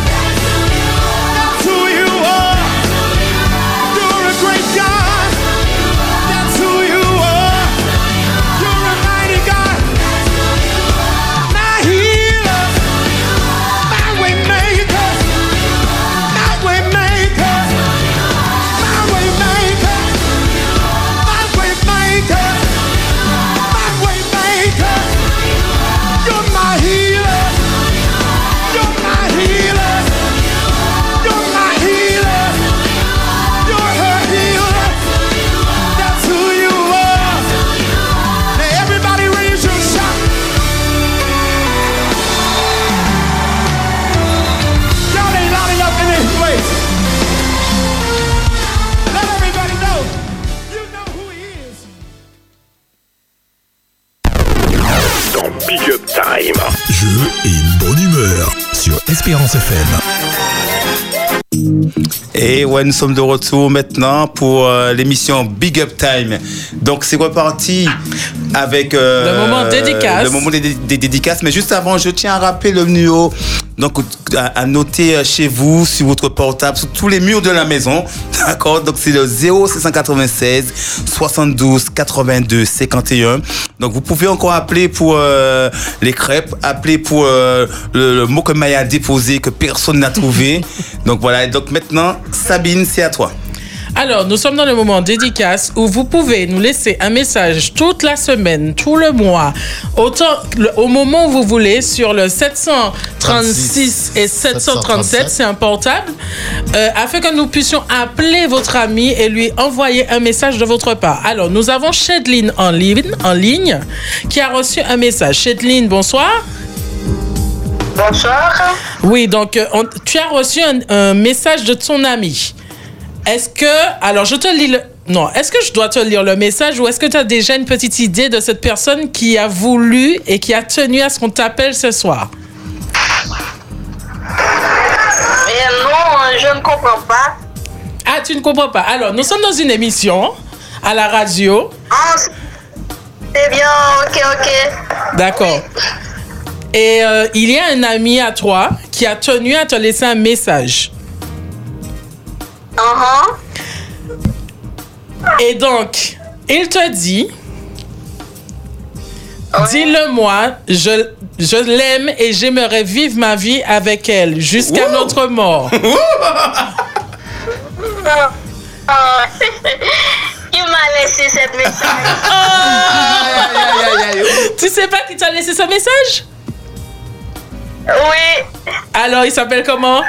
S8: That's who you are. You're a great God. That's who you are. You're a mighty God. My healer. My way maker. My way maker. My way maker. My way maker. My way maker. You're my healer. You're my healer. You're my healer. You're her healer. That's who you are. Now everybody raise your shout. Y'all ain't loud enough in this place. Let everybody know. You know who he is.
S9: Dans Big Up Time. Jeu et bonne humeur sur Espérance FM.
S1: Et ouais, nous sommes de retour maintenant pour euh, l'émission Big Up Time. Donc c'est reparti avec euh,
S2: Le moment dédicace.
S1: Le moment des, dé- des dédicaces. Mais juste avant, je tiens à rappeler le numéro. Donc à, à noter euh, chez vous, sur votre portable, sur tous les murs de la maison. D'accord Donc c'est le 0796 72 82 51. Donc vous pouvez encore appeler pour euh, les crêpes, appeler pour euh, le, le mot que Maya a déposé, que personne n'a trouvé. donc voilà, Et donc maintenant, Sabine, c'est à toi.
S2: Alors, nous sommes dans le moment dédicace où vous pouvez nous laisser un message toute la semaine, tout le mois, autant, le- au moment où vous voulez, sur le 736 et 737, c'est un portable, euh, afin que nous puissions appeler votre ami et lui envoyer un message de votre part. Alors, nous avons Shedline en ligne, en ligne qui a reçu un message. Shedline, bonsoir.
S11: Bonsoir.
S2: Oui, donc euh, on- tu as reçu un, un message de ton ami. Est-ce que. Alors, je te lis le. Non, est-ce que je dois te lire le message ou est-ce que tu as déjà une petite idée de cette personne qui a voulu et qui a tenu à ce qu'on t'appelle ce soir
S11: Mais non, je ne comprends pas.
S2: Ah, tu ne comprends pas. Alors, nous sommes dans une émission à la radio.
S11: Ah, C'est bien, ok, ok.
S2: D'accord. Et euh, il y a un ami à toi qui a tenu à te laisser un message.
S11: Uh-huh.
S2: Et donc, il te dit, dis-le-moi, je, je l'aime et j'aimerais vivre ma vie avec elle jusqu'à notre mort.
S11: Ah.
S8: Oh. Il m'a laissé cette message.
S2: Ah. tu sais pas qui t'a laissé ce message
S11: Oui.
S2: Alors, il s'appelle comment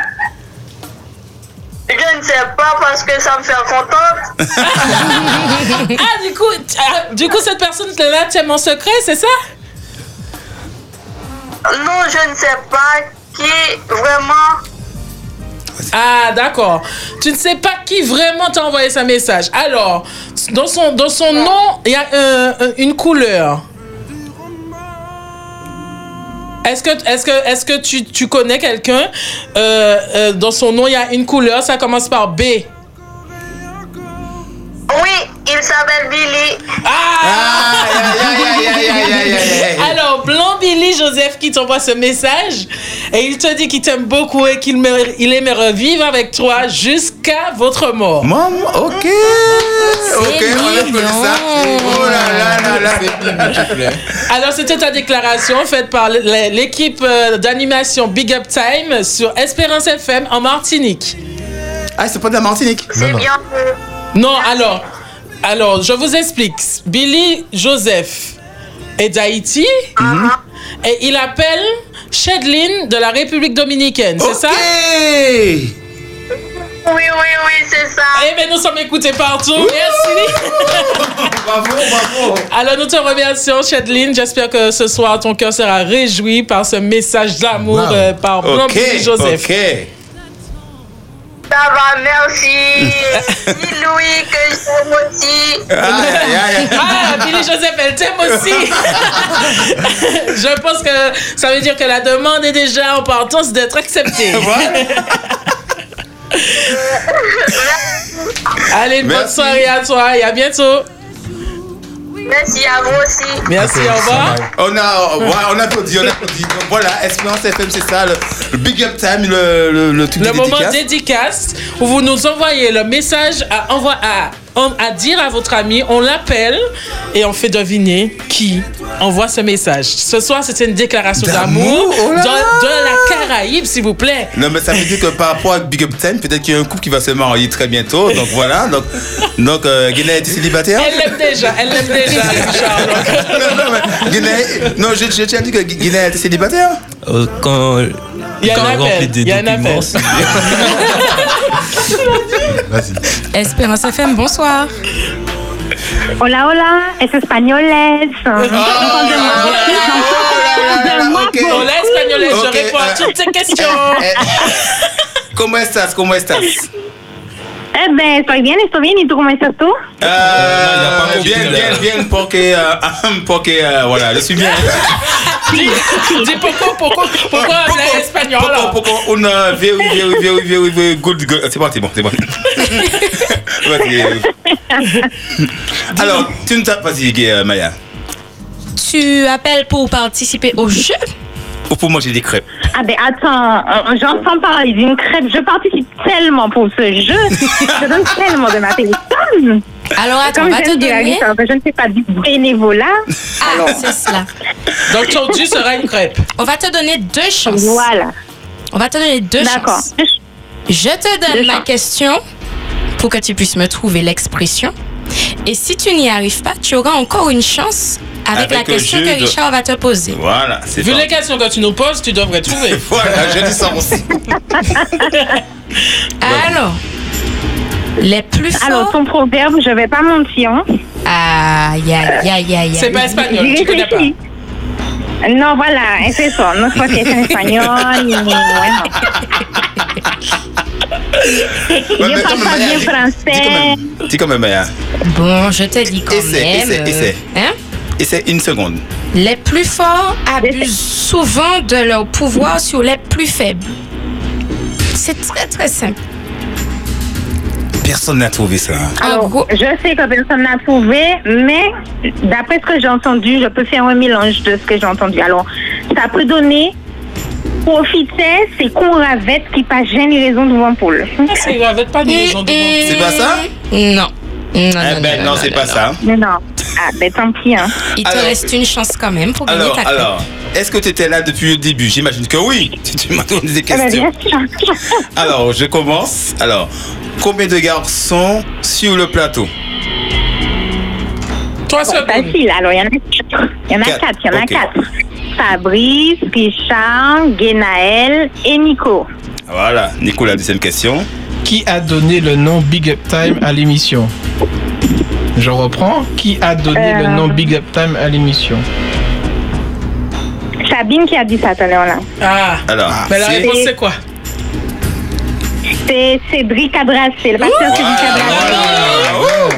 S11: Je ne sais pas parce que ça me fait contente.
S2: Ah, du coup, t- ah, du coup cette personne-là t'aime en secret, c'est ça
S11: Non, je ne sais pas qui vraiment.
S2: Ah, d'accord. Tu ne sais pas qui vraiment t'a envoyé ce message. Alors, dans son, dans son nom, il y a euh, euh, une couleur. Est-ce que, est que, est que tu, tu connais quelqu'un euh, euh, Dans son nom, il y a une couleur, ça commence par B.
S11: Oui, il s'appelle Billy.
S2: Ah!
S1: Ah,
S2: Alors, Blanc Billy Joseph qui t'envoie ce message et il te dit qu'il t'aime beaucoup et qu'il mer- il aimerait vivre avec toi jusqu'à votre mort.
S1: Maman, ok. Ok, on applaudit ça. Oh là là là là.
S2: Alors, c'était ta déclaration faite par l- l'équipe euh, d'animation Big Up Time sur Espérance FM en Martinique.
S1: Ah, c'est pas de la Martinique
S2: C'est bien. Non, alors, alors, je vous explique. Billy Joseph est d'Haïti
S11: Mhm.
S2: et il appelle Shedlin de la République dominicaine, c'est ça Oui,
S11: oui, oui, c'est ça.
S2: Eh bien, nous sommes écoutés partout. Merci.
S1: bravo, bravo.
S2: Alors, nous te remercions, Shedlin. J'espère que ce soir, ton cœur sera réjoui par ce message d'amour
S1: Wow.
S2: euh, par Blanc
S1: Ok,
S2: Billy Joseph.
S1: ok.
S11: Ça va, merci. Dis-lui que je t'aime aussi.
S2: Ah, Billy Joseph, elle t'aime aussi. Je pense que ça veut dire que la demande est déjà en partance d'être acceptée. Allez, une bonne
S8: Merci.
S2: soirée à toi et à bientôt.
S11: Merci à vous aussi.
S2: Merci, au revoir.
S1: On a, voilà, on applaudit, on applaudit. Donc voilà, Espérance FM, c'est ça, le, le Big Up Time, le, le, le truc
S2: Le
S1: des
S2: moment
S1: dédicaces.
S2: dédicace où vous nous envoyez le message à, envoi- à, en- à dire à votre ami, on l'appelle et on fait deviner qui envoie ce message. Ce soir, c'était une déclaration d'amour
S1: D'amour, oh
S2: de,
S1: là
S2: de la Caraïbe, s'il vous plaît.
S1: Non, mais ça veut dire que par rapport à Big Up Time, peut-être qu'il y a un couple qui va se marier très bientôt. Donc voilà, donc, donc euh, Guinée est célibataire.
S2: Elle l'aime déjà, elle l'aime déjà. Richard, donc.
S1: non, non, mais Guinée- non, je, je tiens à dire que Gui- Guinée était célibataire.
S7: Euh, quand
S1: Il y a
S7: quand
S1: un
S7: on
S1: appel,
S7: remplit des
S1: il y a un
S7: documents,
S1: appel.
S5: Espérance FM, bonsoir.
S12: Hola, hola, es españoles.
S2: Hola, españoles, je réponds à toutes tes questions.
S1: Comment estás? Comment estás?
S12: Eh bien, estoy bien, estoy bien. ¿Y tú cómo estás tú?
S1: Euh, bien, bien, bien, pour que, euh, pour que, euh, voilà, je suis bien.
S2: Dis pourquoi, pourquoi, pourquoi
S1: Pourquoi-
S2: l'espagnol
S1: pourquoi- pourquoi on a euh, very, very, very, very, very good girl C'est parti, bon, c'est bon. Vas-y, euh.
S5: Ah.
S1: Alors, tu ne t'as pas dit, euh, Maya,
S5: Tu appelles pour participer au jeu
S1: ou pour manger des crêpes
S12: Ah ben attends, euh, j'entends parler d'une crêpe. Je participe tellement pour ce jeu. je donne tellement de ma personne.
S5: Alors attends,
S12: Comme
S5: on va
S12: j'aime
S5: te
S12: de la
S5: donner-
S12: guitare, je ne fais pas du bénévolat.
S5: Ah, c'est cela.
S2: Donc ton jus sera une crêpe.
S5: On va te donner deux chances.
S12: Voilà.
S5: On va te donner deux
S12: D'accord.
S5: chances. Je te donne la question pour que tu puisses me trouver l'expression. Et si tu n'y arrives pas, tu auras encore une chance avec,
S1: Avec
S5: la
S1: le
S5: question
S1: jeu
S5: que
S1: de-
S5: Richard va te poser.
S1: Voilà, c'est
S2: Vu
S1: ça.
S2: les questions que tu nous poses, tu devrais trouver.
S1: voilà, je dis ça aussi.
S5: Alors, les plus forts.
S12: Alors ton proverbe, je vais pas mentir. hein.
S5: Aïe, aïe, aïe, aïe.
S12: C'est pas espagnol, tu connais pas. No, voilà, es eso. No sé si es en español ni bueno.
S1: Ouais, mais
S12: Yo
S1: quand
S12: parle pas
S1: même,
S12: bien
S1: Maya,
S12: français.
S1: Dis quand même, Maya.
S5: Bon, je te dis quand
S1: Essaie,
S5: même.
S1: essaie,
S5: euh,
S1: essaie.
S5: hein?
S1: Et c'est une seconde.
S5: Les plus forts abusent souvent de leur pouvoir sur les plus faibles. C'est très très simple.
S1: Personne n'a trouvé ça.
S5: Ah,
S12: Alors, je sais que personne n'a trouvé, mais d'après ce que j'ai entendu, je peux faire un mélange de ce que j'ai entendu. Alors, ça peut donner profiter, c'est qu'on ravette qui pas gêne les raisons de Van Paul.
S2: C'est gravette pas
S5: Eh,
S2: les gens
S1: C'est pas ça
S5: Non. Non,
S1: Eh ben non, c'est pas ça.
S12: Mais Ah, non. Ah, ben tant pis. Hein.
S5: Il te
S1: Alors-
S5: reste une chance quand même pour gagner
S1: Alors,
S5: ta crêpe.
S1: alors, est-ce que tu étais là depuis le début J'imagine que oui. Tu, tu m'as donné des questions. Alors, je commence. Alors, combien de garçons sur le plateau
S2: Toi
S12: seul. Facile. ben, Alors, il y en a quatre. Il y en a
S1: Quatre.
S12: quatre. Il y en a
S1: Ok.
S12: quatre. Fabrice, Richard, Guénaël et Nico.
S1: Voilà, Nicolas, deuxième question.
S4: Qui a donné le nom Big Up Time à l'émission Je reprends. Qui a donné le
S12: Euh.
S4: nom Big Up Time à l'émission
S12: Sabine qui a dit ça tout à l'heure là.
S2: Ah,
S1: alors.
S2: Mais la
S12: c'est-
S2: réponse, c'est quoi
S12: C'est Cédric Abrassé, le pasteur Cédric Abrassé.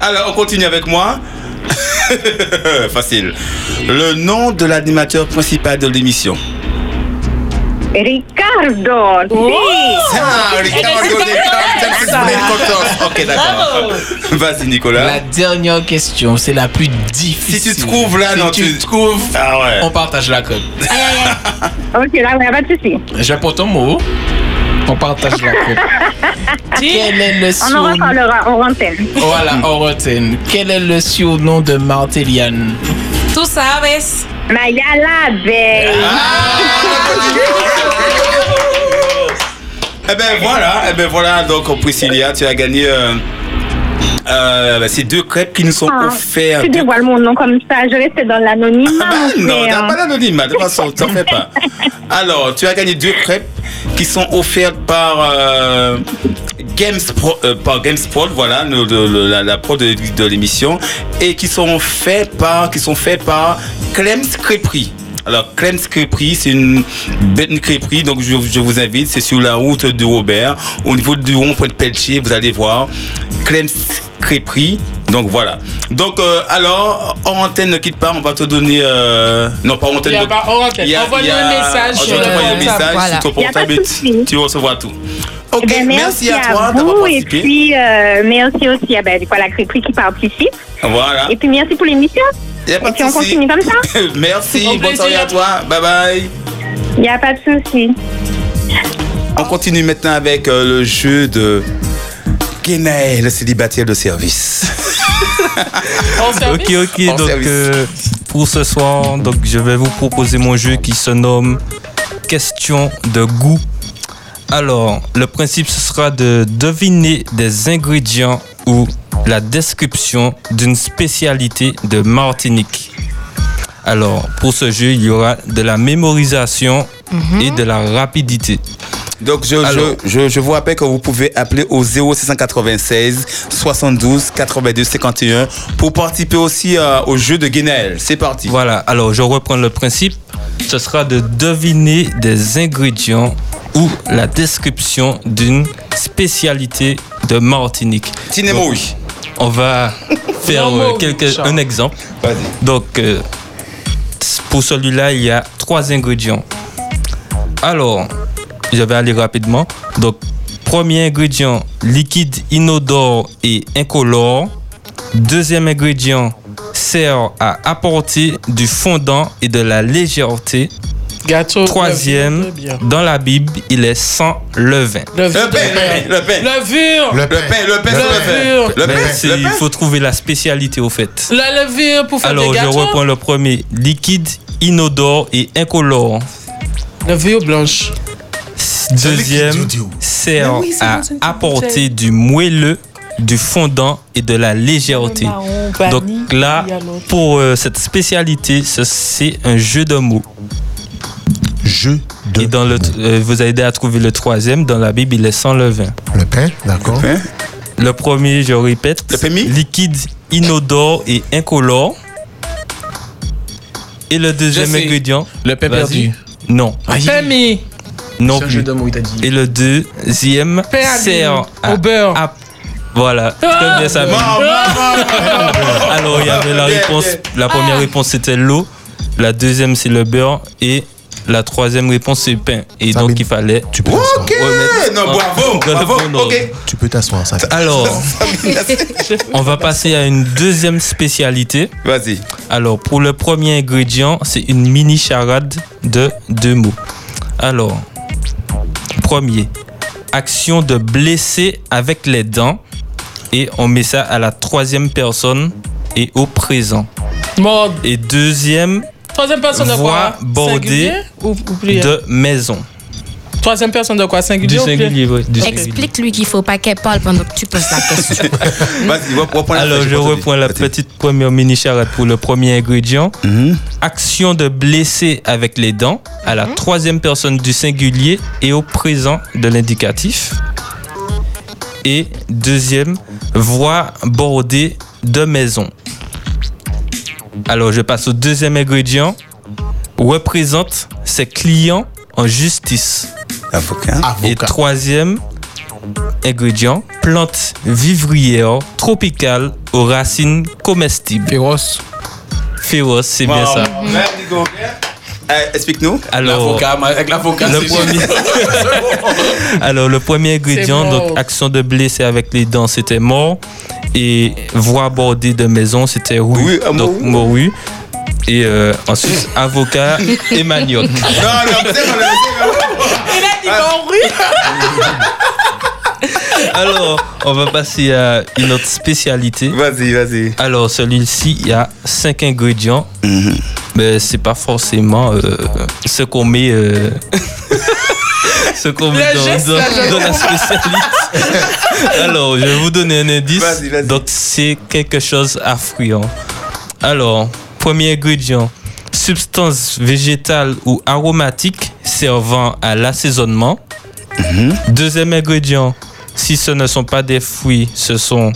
S1: Alors, on continue avec moi. Facile. Le nom de l'animateur principal de l'émission.
S12: Ricardo. si.
S1: Ah, Ricardo de Cartel Blancotos. Ok, d'accord. Vas-y, Nicolas.
S4: La dernière question, c'est la plus difficile.
S1: Si tu trouves là,
S4: Si
S1: non,
S4: tu
S1: tu-
S4: trouves,
S1: Ah ouais.
S4: on partage la crêpe.
S12: Ok, là, ouais, pas de souci.
S4: J'apporte ton mot. On partage la crêpe. Quel est le
S12: On en
S4: surnom
S12: reparlera en antenne.
S4: Voilà, on retient. Quel est le surnom de Martelian
S5: Tout ça, ouais.
S12: Maya la veille.
S7: Ah!
S1: Eh ben voilà, eh ben voilà, donc Priscilla, tu as gagné euh, euh, ben, ces deux crêpes qui nous sont
S12: Ah,
S1: offertes.
S12: tu dévoiles mon nom comme ça, je reste dans l'anonymat.
S1: Ah,
S12: mon
S1: non,
S12: frère.
S1: t'as pas l'anonymat, de toute façon, t'en fais pas. Alors, tu as gagné deux crêpes qui sont offertes par euh, GameSpro- euh, par GameSpot, voilà, le- le- le- la, la pro de, de l'émission, et qui sont faits par, qui sont faits par Clem Crêperie. Alors, Clem Crêperie, c'est une bonne crêperie, donc je, je vous invite, c'est sur la route de Robert, au niveau du rond-point de Pelletier, vous allez voir, Clem Crêperie, donc voilà. Donc, euh, alors, en antenne, ne quitte pas, on va te donner, euh, non, pas oh, en antenne,
S2: Il y a
S1: donc-
S2: pas hors antenne.
S1: il y a-
S2: Envoie-nous
S1: il y a-
S2: un message,
S1: on va t'envoyer
S2: euh,
S1: un message
S2: voilà.
S1: sur ton
S2: Il y a pas de
S1: portable, tu- tu recevras tout. Ok,
S12: Eh ben,
S1: merci, à toi d'avoir
S12: vous et
S1: participé.
S12: puis euh, merci aussi à ben, du coup, à la crêperie qui participe.
S1: Voilà.
S12: Et puis merci pour l'émission.
S1: Y a pas
S12: Et
S1: de
S12: puis on
S1: souci.
S12: continue comme ça.
S1: Merci,
S12: Au
S1: bonne
S12: plaisir.
S1: soirée à toi. Bye bye.
S12: Il n'y a pas de souci.
S1: On continue maintenant avec euh, le jeu de Kenae, le célibataire de service.
S7: Ok, ok, donc euh, pour ce soir, donc, je vais vous proposer mon jeu qui se nomme Question de goût. Alors, le principe ce sera de deviner des ingrédients ou la description d'une spécialité de Martinique. Alors, pour ce jeu, il y aura de la mémorisation et de la rapidité.
S1: Donc, je, je, je, je vous rappelle que vous pouvez appeler au 0696 72 82 51 pour participer aussi euh, au jeu de Guinel. C'est parti.
S7: Voilà, alors je reprends le principe. Ce sera de deviner des ingrédients ou la description d'une spécialité de Martinique.
S1: Tinemo,
S7: Donc,
S1: oui.
S7: On va faire
S1: Non,
S7: euh,
S1: mot,
S7: quelques-
S1: Charles.
S7: un exemple. Donc, euh, s- Pour celui-là, il y a trois ingrédients. Alors, je vais aller rapidement. Donc, premier ingrédient, liquide inodore et incolore. Deuxième ingrédient, sert à apporter du fondant et de la légèreté. Troisième, dans la Bible, il est sans levain.
S1: Le pain, le pain.
S2: Levure.
S1: Le pain, le pain, le pain. Le pain,
S7: Mais c'est-
S1: le
S7: il
S1: pain.
S7: faut trouver la spécialité au fait.
S2: La levure pour faire
S7: Alors,
S2: des
S7: je
S2: gâteaux.
S7: reprends le premier. Liquide, inodore et incolore.
S2: Levure blanche.
S7: Deuxième, sert
S2: Mais oui, c'est
S7: à
S2: dans une bouteille.
S7: apporter du moelleux, du fondant et de la légèreté.
S2: marron, vanille,
S7: Donc là,
S2: il y a l'autre.
S7: pour euh, cette spécialité, ce- c'est un jeu de mots.
S3: Jeu
S7: de et dans le, euh, vous avez aidé à trouver le troisième. Dans la Bible, il est sans levain.
S3: Le pain, d'accord.
S7: Le premier, je répète, liquide, inodore et incolore. Et le deuxième
S4: Je sais.
S7: ingrédient
S4: Le pain
S7: Vas-y.
S4: perdu.
S7: Non.
S2: Famille.
S7: Non
S4: C'est un
S7: plus.
S4: jeu de mots, il t'a dit.
S7: Et le deuxième
S4: Pain à
S7: sert
S4: l'huile,
S7: à-
S4: au Ah.
S2: beurre.
S7: à- voilà, très bien ça. Alors il y avait la
S4: Bien,
S7: réponse,
S4: bien.
S7: la
S4: Ah.
S7: première réponse c'était l'eau, la deuxième c'est le beurre et la troisième réponse c'est pain. Et donc il fallait. Tu
S4: Oh,
S7: peux.
S1: Ok, non, bravo, bravo, ok.
S3: Tu peux t'asseoir, ça.
S7: Alors, on va passer à une deuxième spécialité.
S1: Vas-y.
S7: Alors, pour le premier ingrédient, c'est une mini charade de deux mots. Alors, premier, action de blesser avec les dents. Et on met ça à la troisième personne et au présent. Et deuxième,
S2: Troisième personne de quoi
S7: voie bordée
S2: Singulier ou, ou pluriel
S7: de maison.
S2: Troisième personne de quoi Singulier
S7: Du
S2: ou pluriel
S7: singulier, oui. du singulier.
S5: Explique-lui qu'il faut pas qu'elle parle pendant que tu poses la question.
S7: Alors, je reprends la petite première mini charade pour le premier ingrédient. Action de blesser avec les dents à la troisième personne du singulier et au présent de l'indicatif. Et deuxième, voie bordée de maison. Alors, je passe au deuxième ingrédient. Représente ses clients en justice.
S1: Avocat.
S7: Et troisième ingrédient, plante vivrière tropicale aux racines comestibles. Féroce. Féroce, c'est bien ça.
S1: Explique-nous.
S7: Alors,
S4: avec l'avocat,
S7: le
S4: c'est-
S7: premier- alors, le premier ingrédient,
S4: C'est mort.
S7: donc action de blessé avec les dents, c'était mort. Et voie bordée de maison, c'était rue.
S1: ah,
S7: donc morue. Et euh, ensuite, avocat et manioc.
S8: Il a dit bon
S7: Alors, on va passer à une autre spécialité.
S1: Vas-y, vas-y.
S7: Alors, celui-ci, il y a cinq ingrédients.
S1: Mhm.
S7: Mais c'est pas forcément euh, ce qu'on met. euh, ce qu'on met
S8: Le
S7: dans,
S8: geste,
S7: dans-
S8: là, je
S7: dans la
S8: comprends.
S7: spécialité. Alors, je vais vous donner un indice. Donc, c'est quelque chose à fruits. hein. Alors, premier ingrédient substance végétale ou aromatique servant à l'assaisonnement. Deuxième ingrédient, si ce ne sont pas des fruits, ce sont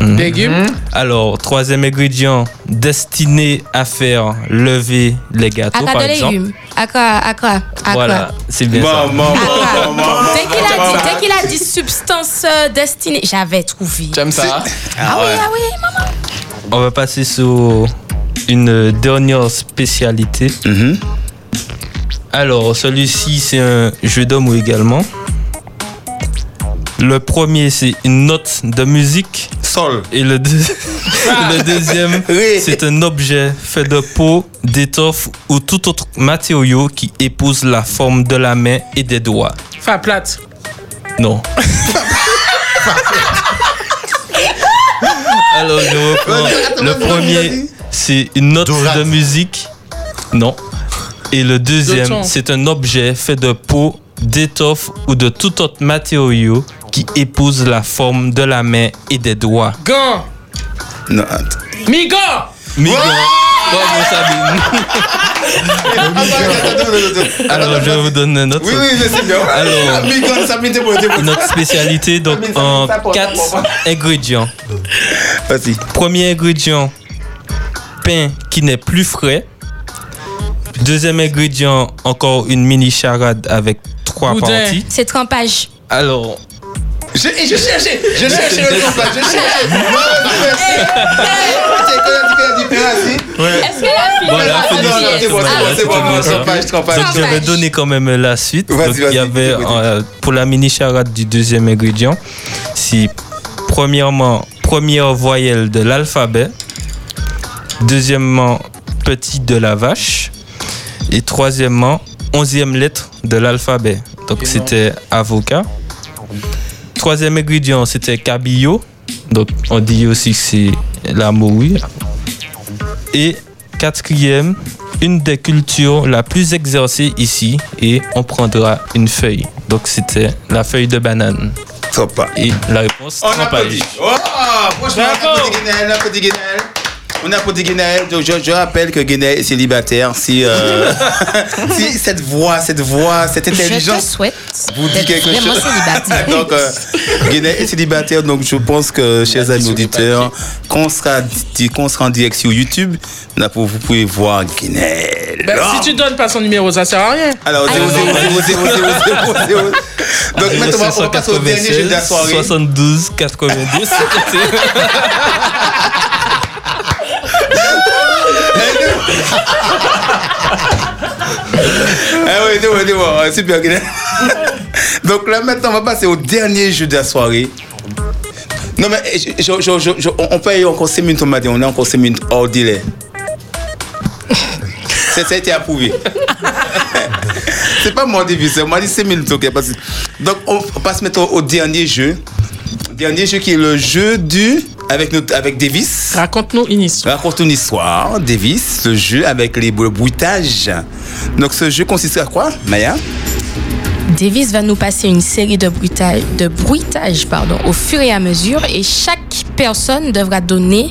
S7: Mhm.
S2: Légumes.
S7: Alors, troisième ingrédient, destiné à faire lever les
S5: À
S7: gâteaux,
S5: quoi
S7: par
S5: de
S7: exemple.
S5: Ah, légumes À quoi À quoi À
S7: Voilà,
S5: quoi
S7: c'est bien ça.
S5: Dès qu'il a dit, dès qu'il a dit substance euh, destinée, j'avais trouvé.
S7: J'aime ça.
S5: Ah oui, ah oui, maman.
S7: On va passer sur une dernière spécialité. Alors, celui-ci, c'est un jeu d'homme également. Le premier, c'est une note de musique.
S1: Sol.
S7: Et le, deux- le deuxième, c'est un objet fait de peau, d'étoffe ou tout autre matériau qui épouse la forme de la main et des doigts.
S2: Enfin, plate.
S7: Non. Alors, je reprends. Le premier, c'est une note de musique. Non. Et le
S4: D'autant.
S7: deuxième, c'est un objet fait de peau, d'étoffe ou de tout autre matériau qui épouse la forme de la main et des doigts.
S2: Gant.
S1: Non.
S2: Migo.
S7: Migo. Bravo, Sabine. Alors, je vous donne un autre.
S1: Oui, oui, je sais bien.
S7: Alors,
S1: Migo, Sabine, t'es bon, t'es bon.
S7: Notre spécialité, donc,
S1: Sabine, Sabine,
S7: en
S1: ça pour, ça pour.
S7: quatre ingrédients. Premier ingrédient, pain qui n'est plus frais. Deuxième ingrédient, encore une mini charade avec trois parties.
S5: C'est trempage.
S7: Alors,
S1: Je,
S5: Eh,
S1: et
S7: Eh,
S1: je cherchais, je cherchais le nom, là, je cherchais. Non, je cherchais. Quand il a dit- quand il a dit Vas-y.
S5: Est-ce que la fille
S7: Voilà,
S5: va
S7: on finit.
S5: dire
S1: c'est bon, c'est bon, c'est bon,
S7: Ah,
S1: bon,
S7: c'est
S1: sans
S7: bon.
S1: page, sans page.
S7: Donc, je vais donner quand même la suite. Donc, il y avait euh, pour la mini charade du deuxième ingrédient, si premièrement, première voyelle de l'alphabet, deuxièmement, petit de la vache, et troisièmement, onzième lettre de l'alphabet. Donc, c'était avocat. Troisième ingrédient, c'était cabillaud. Donc, on dit aussi que c'est la morue. Et quatrième, une des cultures la plus exercée ici et on prendra une feuille. Donc c'était la feuille de banane. Et la réponse,
S1: On
S7: trempage.
S1: applaudit. Oh, franchement, on applaudit Guinel, on applaudit Guinel. On applaudit Guinel. Donc, Je, je rappelle que Guinel est célibataire. Si, euh, si cette voix, cette voix, cette
S5: Je te
S1: intelligence
S5: souhaite
S1: vous dit
S5: d'être
S1: quelque
S5: vraiment
S1: chose.
S5: célibataire.
S1: donc, euh, Guinel est célibataire. Donc, je pense que, chers amis auditeurs, quand on sera, qu'on sera en direct sur YouTube, là, vous vous pouvez voir Guinel.
S2: Ben,
S1: Oh.
S2: si tu donnes pas son numéro, ça sert à rien.
S1: Alors, 0, 0, 0, 0, 0, 0. Donc, maintenant, on va passer au dernier jeu de la soirée.
S7: 72 90.
S1: Ah oui, dis-moi, dis-moi, ouais, super Guinée. Donc là maintenant, on va passer au dernier jeu de la soirée. Non mais je- je- je- je- je- on on peut y aller encore 5 minutes au matin, on est encore 5 minutes hors délai. C'est- Ça a été approuvé. c'est pas mon début, c'est moi dit 5 minutes, ok. parce que- Donc on, on passe maintenant au dernier jeu. Dernier jeu qui est le jeu du. Avec, notre, avec Davis.
S2: Raconte-nous une histoire.
S1: Raconte-nous une histoire, Davis, le jeu avec les le bruitage. Donc ce jeu consiste à quoi, Maya
S5: Davis va nous passer une série de bruitages, de bruitages, pardon, au fur et à mesure et chaque personne devra donner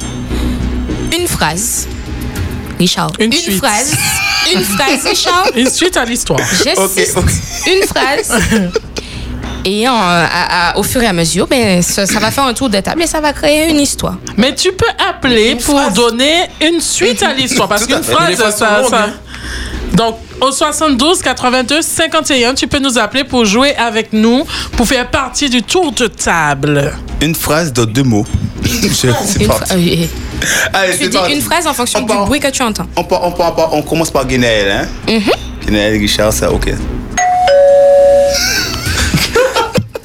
S5: une phrase. Richard, une, phrase. Une phrase, Richard.
S2: Une suite à l'histoire.
S5: J'insiste. Une phrase. Et en- à- à- au fur et à mesure, ben, ça, ça va faire un tour de table et ça va créer une histoire.
S2: Mais tu peux appeler pour donner une suite à l'histoire. Parce
S5: Tout à
S2: qu'une
S5: fait. Mais
S2: phrase,
S5: les phrases
S2: ça.
S5: sont longues,
S2: ça-
S5: hein.
S2: Donc, au 72 82 51, tu peux nous appeler pour jouer avec nous, pour faire partie du tour de table.
S1: Une phrase de deux mots. Je- c'est parti.
S5: Une fra- euh,
S1: Allez,
S5: tu
S1: c'est
S5: dis
S1: parti.
S5: une phrase en fonction du bruit que tu entends. Mm-hmm.
S1: On, part- on, part- on part- on commence par Guinel. Hein? Guinel, Richard, ça, ok.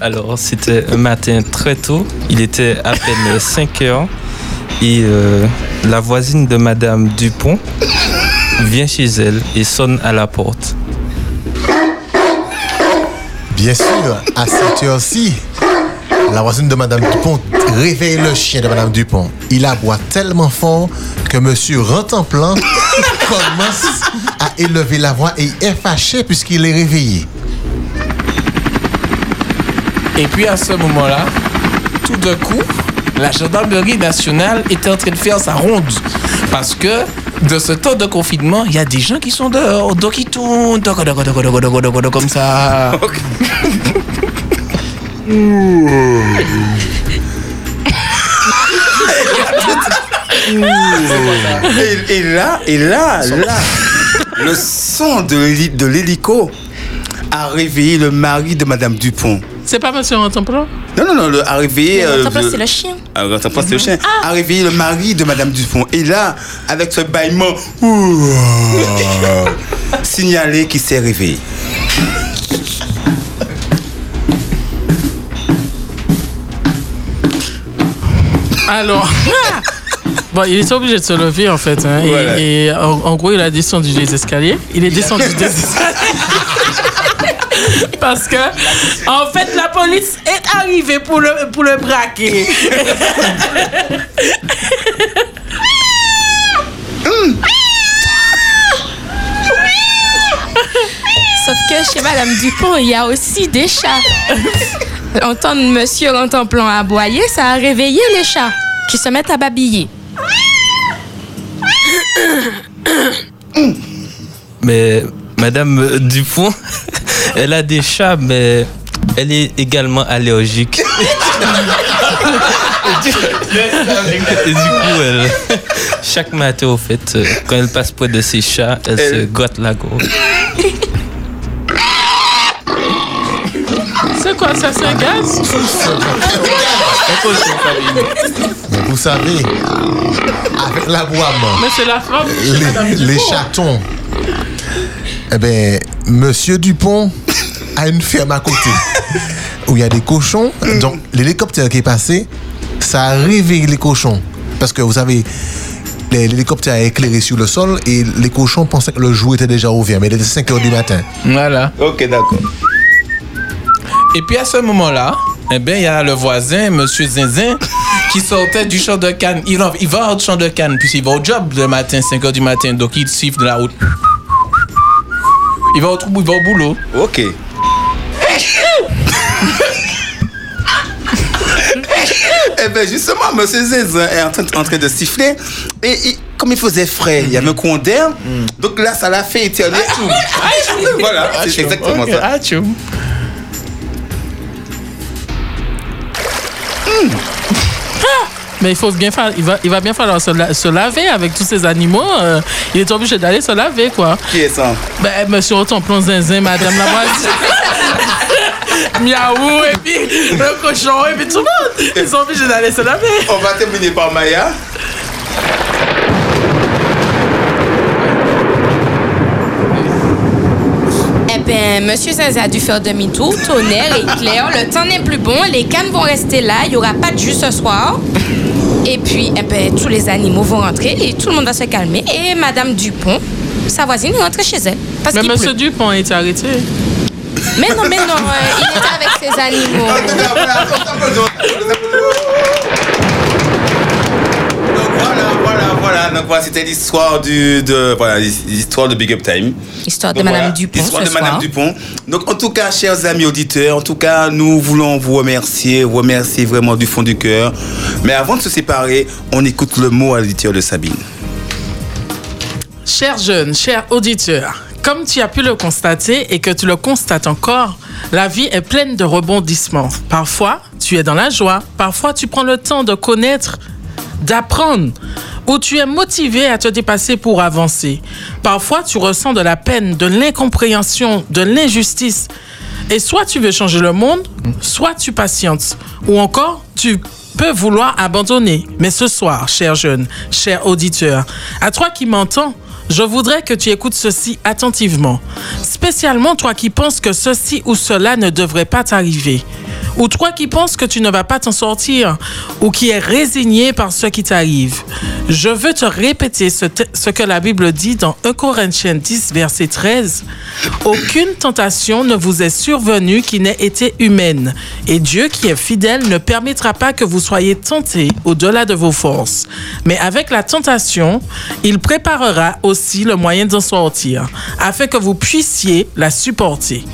S7: Alors, c'était un matin très tôt. Il était à peine 5 heures. Et euh, la voisine de Madame Dupont vient chez elle et sonne à la porte.
S3: Bien sûr, à cette heure-ci, la voisine de Madame Dupont réveille le chien de Madame Dupont. Il aboie tellement fort que Monsieur Rentemplant commence à élever la voix et est fâché puisqu'il est réveillé.
S4: Et puis à ce moment-là, tout d'un coup, la gendarmerie nationale était en train de faire sa ronde. Parce que de ce temps de confinement, il y a des gens qui sont dehors, donc ils tournent, toc, toc, toc, toc, toc, toc, toc, comme ça.
S1: et, et là, et là, là, le son de l'héli- de l'hélico a réveillé le mari de Madame Dupont.
S2: C'est pas Monsieur Rentemplant
S1: Non, non, non, le, a réveillé. euh, le-
S5: chien.
S1: Ah, attends, pas, c'est le chien. A réveillé le mari de Madame Dupont. Et là, avec ce bâillement, ouh, signalé qu'il s'est réveillé.
S2: Alors. Bon, il était obligé de se lever en fait. hein. Et-
S8: Voilà.
S2: Et, en, en gros, il a descendu les escaliers. Il est descendu des escaliers. Parce que, en fait, la police est arrivée pour le, pour le braquer.
S5: Sauf que chez Madame Dupont, il y a aussi des chats. Entendre Monsieur Rentemplant aboyer, ça a réveillé les chats qui se mettent à babiller.
S7: Mais Madame euh, Dupont, elle a des chats, mais elle est également allergique. Eh, Et du coup, elle- chaque matin, au fait, euh, quand elle passe près de ses chats, elle, se
S2: Elle-
S7: gotte la gorge.
S2: C'est quoi Ça, c'est un gaz
S3: Mais vous savez, avec l'aboiement,
S2: Mais c'est la femme.
S3: les, les chatons. Eh bien, Monsieur Dupont a une ferme à côté où il y a des cochons. Donc, l'hélicoptère qui est passé, ça a réveillé les cochons. Parce que vous savez, les- l'hélicoptère a éclairé sur le sol et les cochons pensaient que le jour était déjà ouvert, mais il était 5 heures du matin.
S4: Voilà.
S1: Ok, d'accord.
S4: Et puis à ce moment-là, eh ben, il y a le voisin, Monsieur Zinzin, qui sortait du champ de canne. Il, en- il va au champ de canne, puis il va au job le matin, 5 h du matin. Donc il siffle de la route. Il va au, trou- il va au boulot.
S1: Ok. Eh bien, justement, Monsieur Zézin est en train, en train de siffler. Et il- comme il faisait frais, il y avait un courant d'air. Donc là, ça l'a fait éternuer. voilà, c'est exactement
S4: Ok,
S1: ça.
S4: atchoum.
S2: Ah! Mais il faut bien faire, il va, il va bien falloir se, la- se laver avec tous ces animaux. euh, il est obligé d'aller se laver, quoi.
S1: Qui est ça
S2: Ben, monsieur Auton, plonge zinzin, madame la voisine. Miaou, et puis le cochon, et puis tout le monde. Ils sont obligés d'aller se laver.
S1: On va terminer par Maya.
S5: Eh bien, Monsieur Zinzin a dû faire demi-tour, tonnerre, éclair, le temps n'est plus bon, les cannes vont rester là, il n'y aura pas de jus ce soir. Et puis, eh ben, tous les animaux vont rentrer et tout le monde va se calmer. Et Madame Dupont, sa voisine, est rentrée chez elle. Parce
S2: Mais
S5: qu'il
S2: monsieur
S5: pleut.
S2: Dupont a été arrêté.
S5: Mais non, mais non, euh, il était avec ses animaux.
S1: Ah, Voilà, Ah, voilà. Donc voilà, c'était l'histoire du de voilà l'histoire de Big Up Time.
S5: Histoire de
S1: Donc,
S5: Madame
S1: voilà,
S5: Dupont.
S1: Histoire
S5: ce
S1: de Madame
S5: soir.
S1: Dupont. Donc en tout cas, chers amis auditeurs, en tout cas, nous voulons vous remercier, vous remercier vraiment du fond du cœur. Mais avant de se séparer, on écoute le mot à l'auditeur de Sabine.
S2: Chers jeunes, chers auditeurs, comme tu as pu le constater et que tu le constates encore, la vie est pleine de rebondissements. Parfois, tu es dans la joie, parfois tu prends le temps de connaître, d'apprendre, ou tu es motivé à te dépasser pour avancer. Parfois, tu ressens de la peine, de l'incompréhension, de l'injustice. Et soit tu veux changer le monde, soit tu patientes. Ou encore, tu peux vouloir abandonner. Mais ce soir, cher jeune, cher auditeur, à toi qui m'entends, je voudrais que tu écoutes ceci attentivement. Spécialement toi qui penses que ceci ou cela ne devrait pas t'arriver. Ou toi qui penses que tu ne vas pas t'en sortir. Ou qui est résigné par ce qui t'arrive. Je veux te répéter ce, te- ce que la Bible dit dans 1 Corinthiens 10, verset 13. Aucune tentation ne vous est survenue qui n'ait été humaine. Et Dieu qui est fidèle ne permettra pas que vous soyez tentés au-delà de vos forces. Mais avec la tentation, il préparera aussi le moyen d'en sortir, afin que vous puissiez la supporter.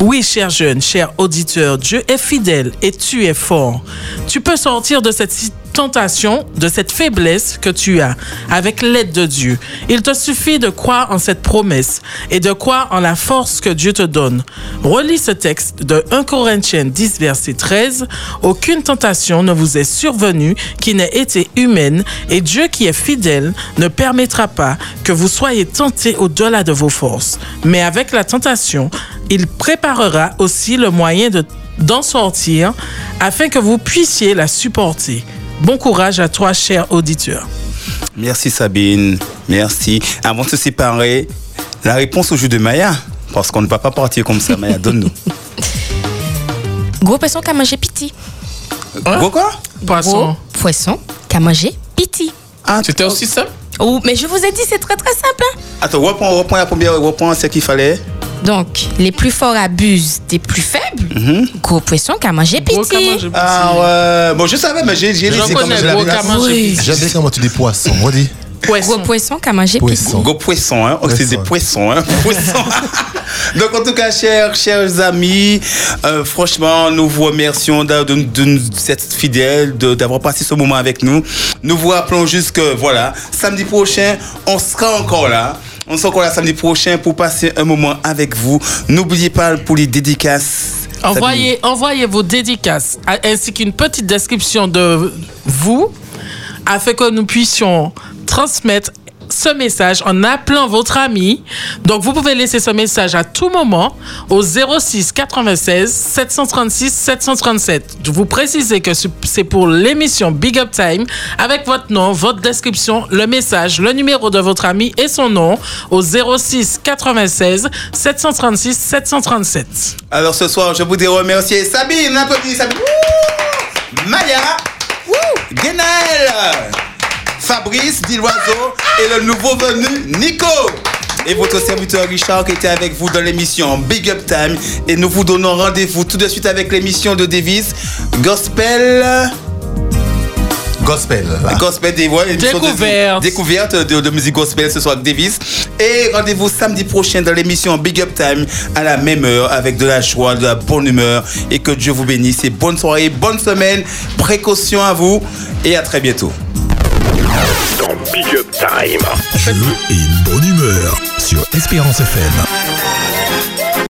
S2: Oui, cher jeune, cher auditeur, Dieu est fidèle et tu es fort. Tu peux sortir de cette si- tentation, de cette faiblesse que tu as, avec l'aide de Dieu. Il te suffit de croire en cette promesse et de croire en la force que Dieu te donne. Relis ce texte de 1 Corinthiens 10, verset 13. Aucune tentation ne vous est survenue qui n'ait été humaine et Dieu qui est fidèle ne permettra pas que vous soyez tentés au-delà de vos forces. Mais avec la tentation, il préparera aussi le moyen de- d'en sortir afin que vous puissiez la supporter. Bon courage à toi, cher auditeur.
S1: Merci Sabine, merci. Avant de se séparer, la réponse au jeu de Maya, parce qu'on ne va pas partir comme ça. Maya, donne-nous.
S5: Gros poisson qui a mangé piti.
S1: Gros quoi
S5: Gros poisson qui a mangé piti.
S4: C'était aussi simple
S5: Oh, mais je vous ai dit, c'est très très simple. hein.
S1: Attends, reprends, reprends la première, reprends ce qu'il fallait.
S5: Donc, les plus forts abusent des plus faibles. Gros poisson qui a mangé piti.
S1: Ah ouais, bon je savais, mais j'ai j'ai
S5: Je
S1: laissé
S5: reconnais
S1: comme je
S5: le
S1: l'avais
S5: gros
S1: laissé.
S5: Cameroun, j'ai dit.
S3: J'avais comment tu dis poisson, redis.
S5: Gros poisson qui a mangé piti.
S1: Gros poisson, hein. Oh, c'est des poissons, hein. Poisson. Donc, en tout cas, chers, chers amis, euh, franchement, nous vous remercions de, de, de nous être fidèles, de- d'avoir passé ce moment avec nous. Nous vous rappelons juste que, voilà, samedi prochain, on sera encore là. On sera encore là samedi prochain pour passer un moment avec vous. N'oubliez pas pour les dédicaces.
S2: Envoyez, envoyez vos dédicaces a- ainsi qu'une petite description de vous afin que nous puissions transmettre ce message en appelant votre ami. Donc, vous pouvez laisser ce message à tout moment au 06 96 736 737. Vous précisez que c'est pour l'émission Big Up Time avec votre nom, votre description, le message, le numéro de votre ami et son nom au 06 96 736 737.
S1: Alors ce soir, je voudrais remercier Sabine, un applaudissez Sabine. Wouh Maya, Wouh Guénel, Fabrice Diloiseau et le nouveau venu Nico. Et votre serviteur Richard qui était avec vous dans l'émission Big Up Time. Et nous vous donnons rendez-vous tout de suite avec l'émission de Davis Gospel.
S3: Gospel.
S1: Gospel des voix, une émission de-
S2: Découverte.
S1: découverte de, de musique gospel ce soir avec Davis. Et rendez-vous samedi prochain dans l'émission Big Up Time à la même heure avec de la joie, de la bonne humeur et que Dieu vous bénisse. Et bonne soirée, bonne semaine, précaution à vous et à très bientôt.
S9: Dans Big Up Time. Jeu et bonne humeur sur Espérance FM.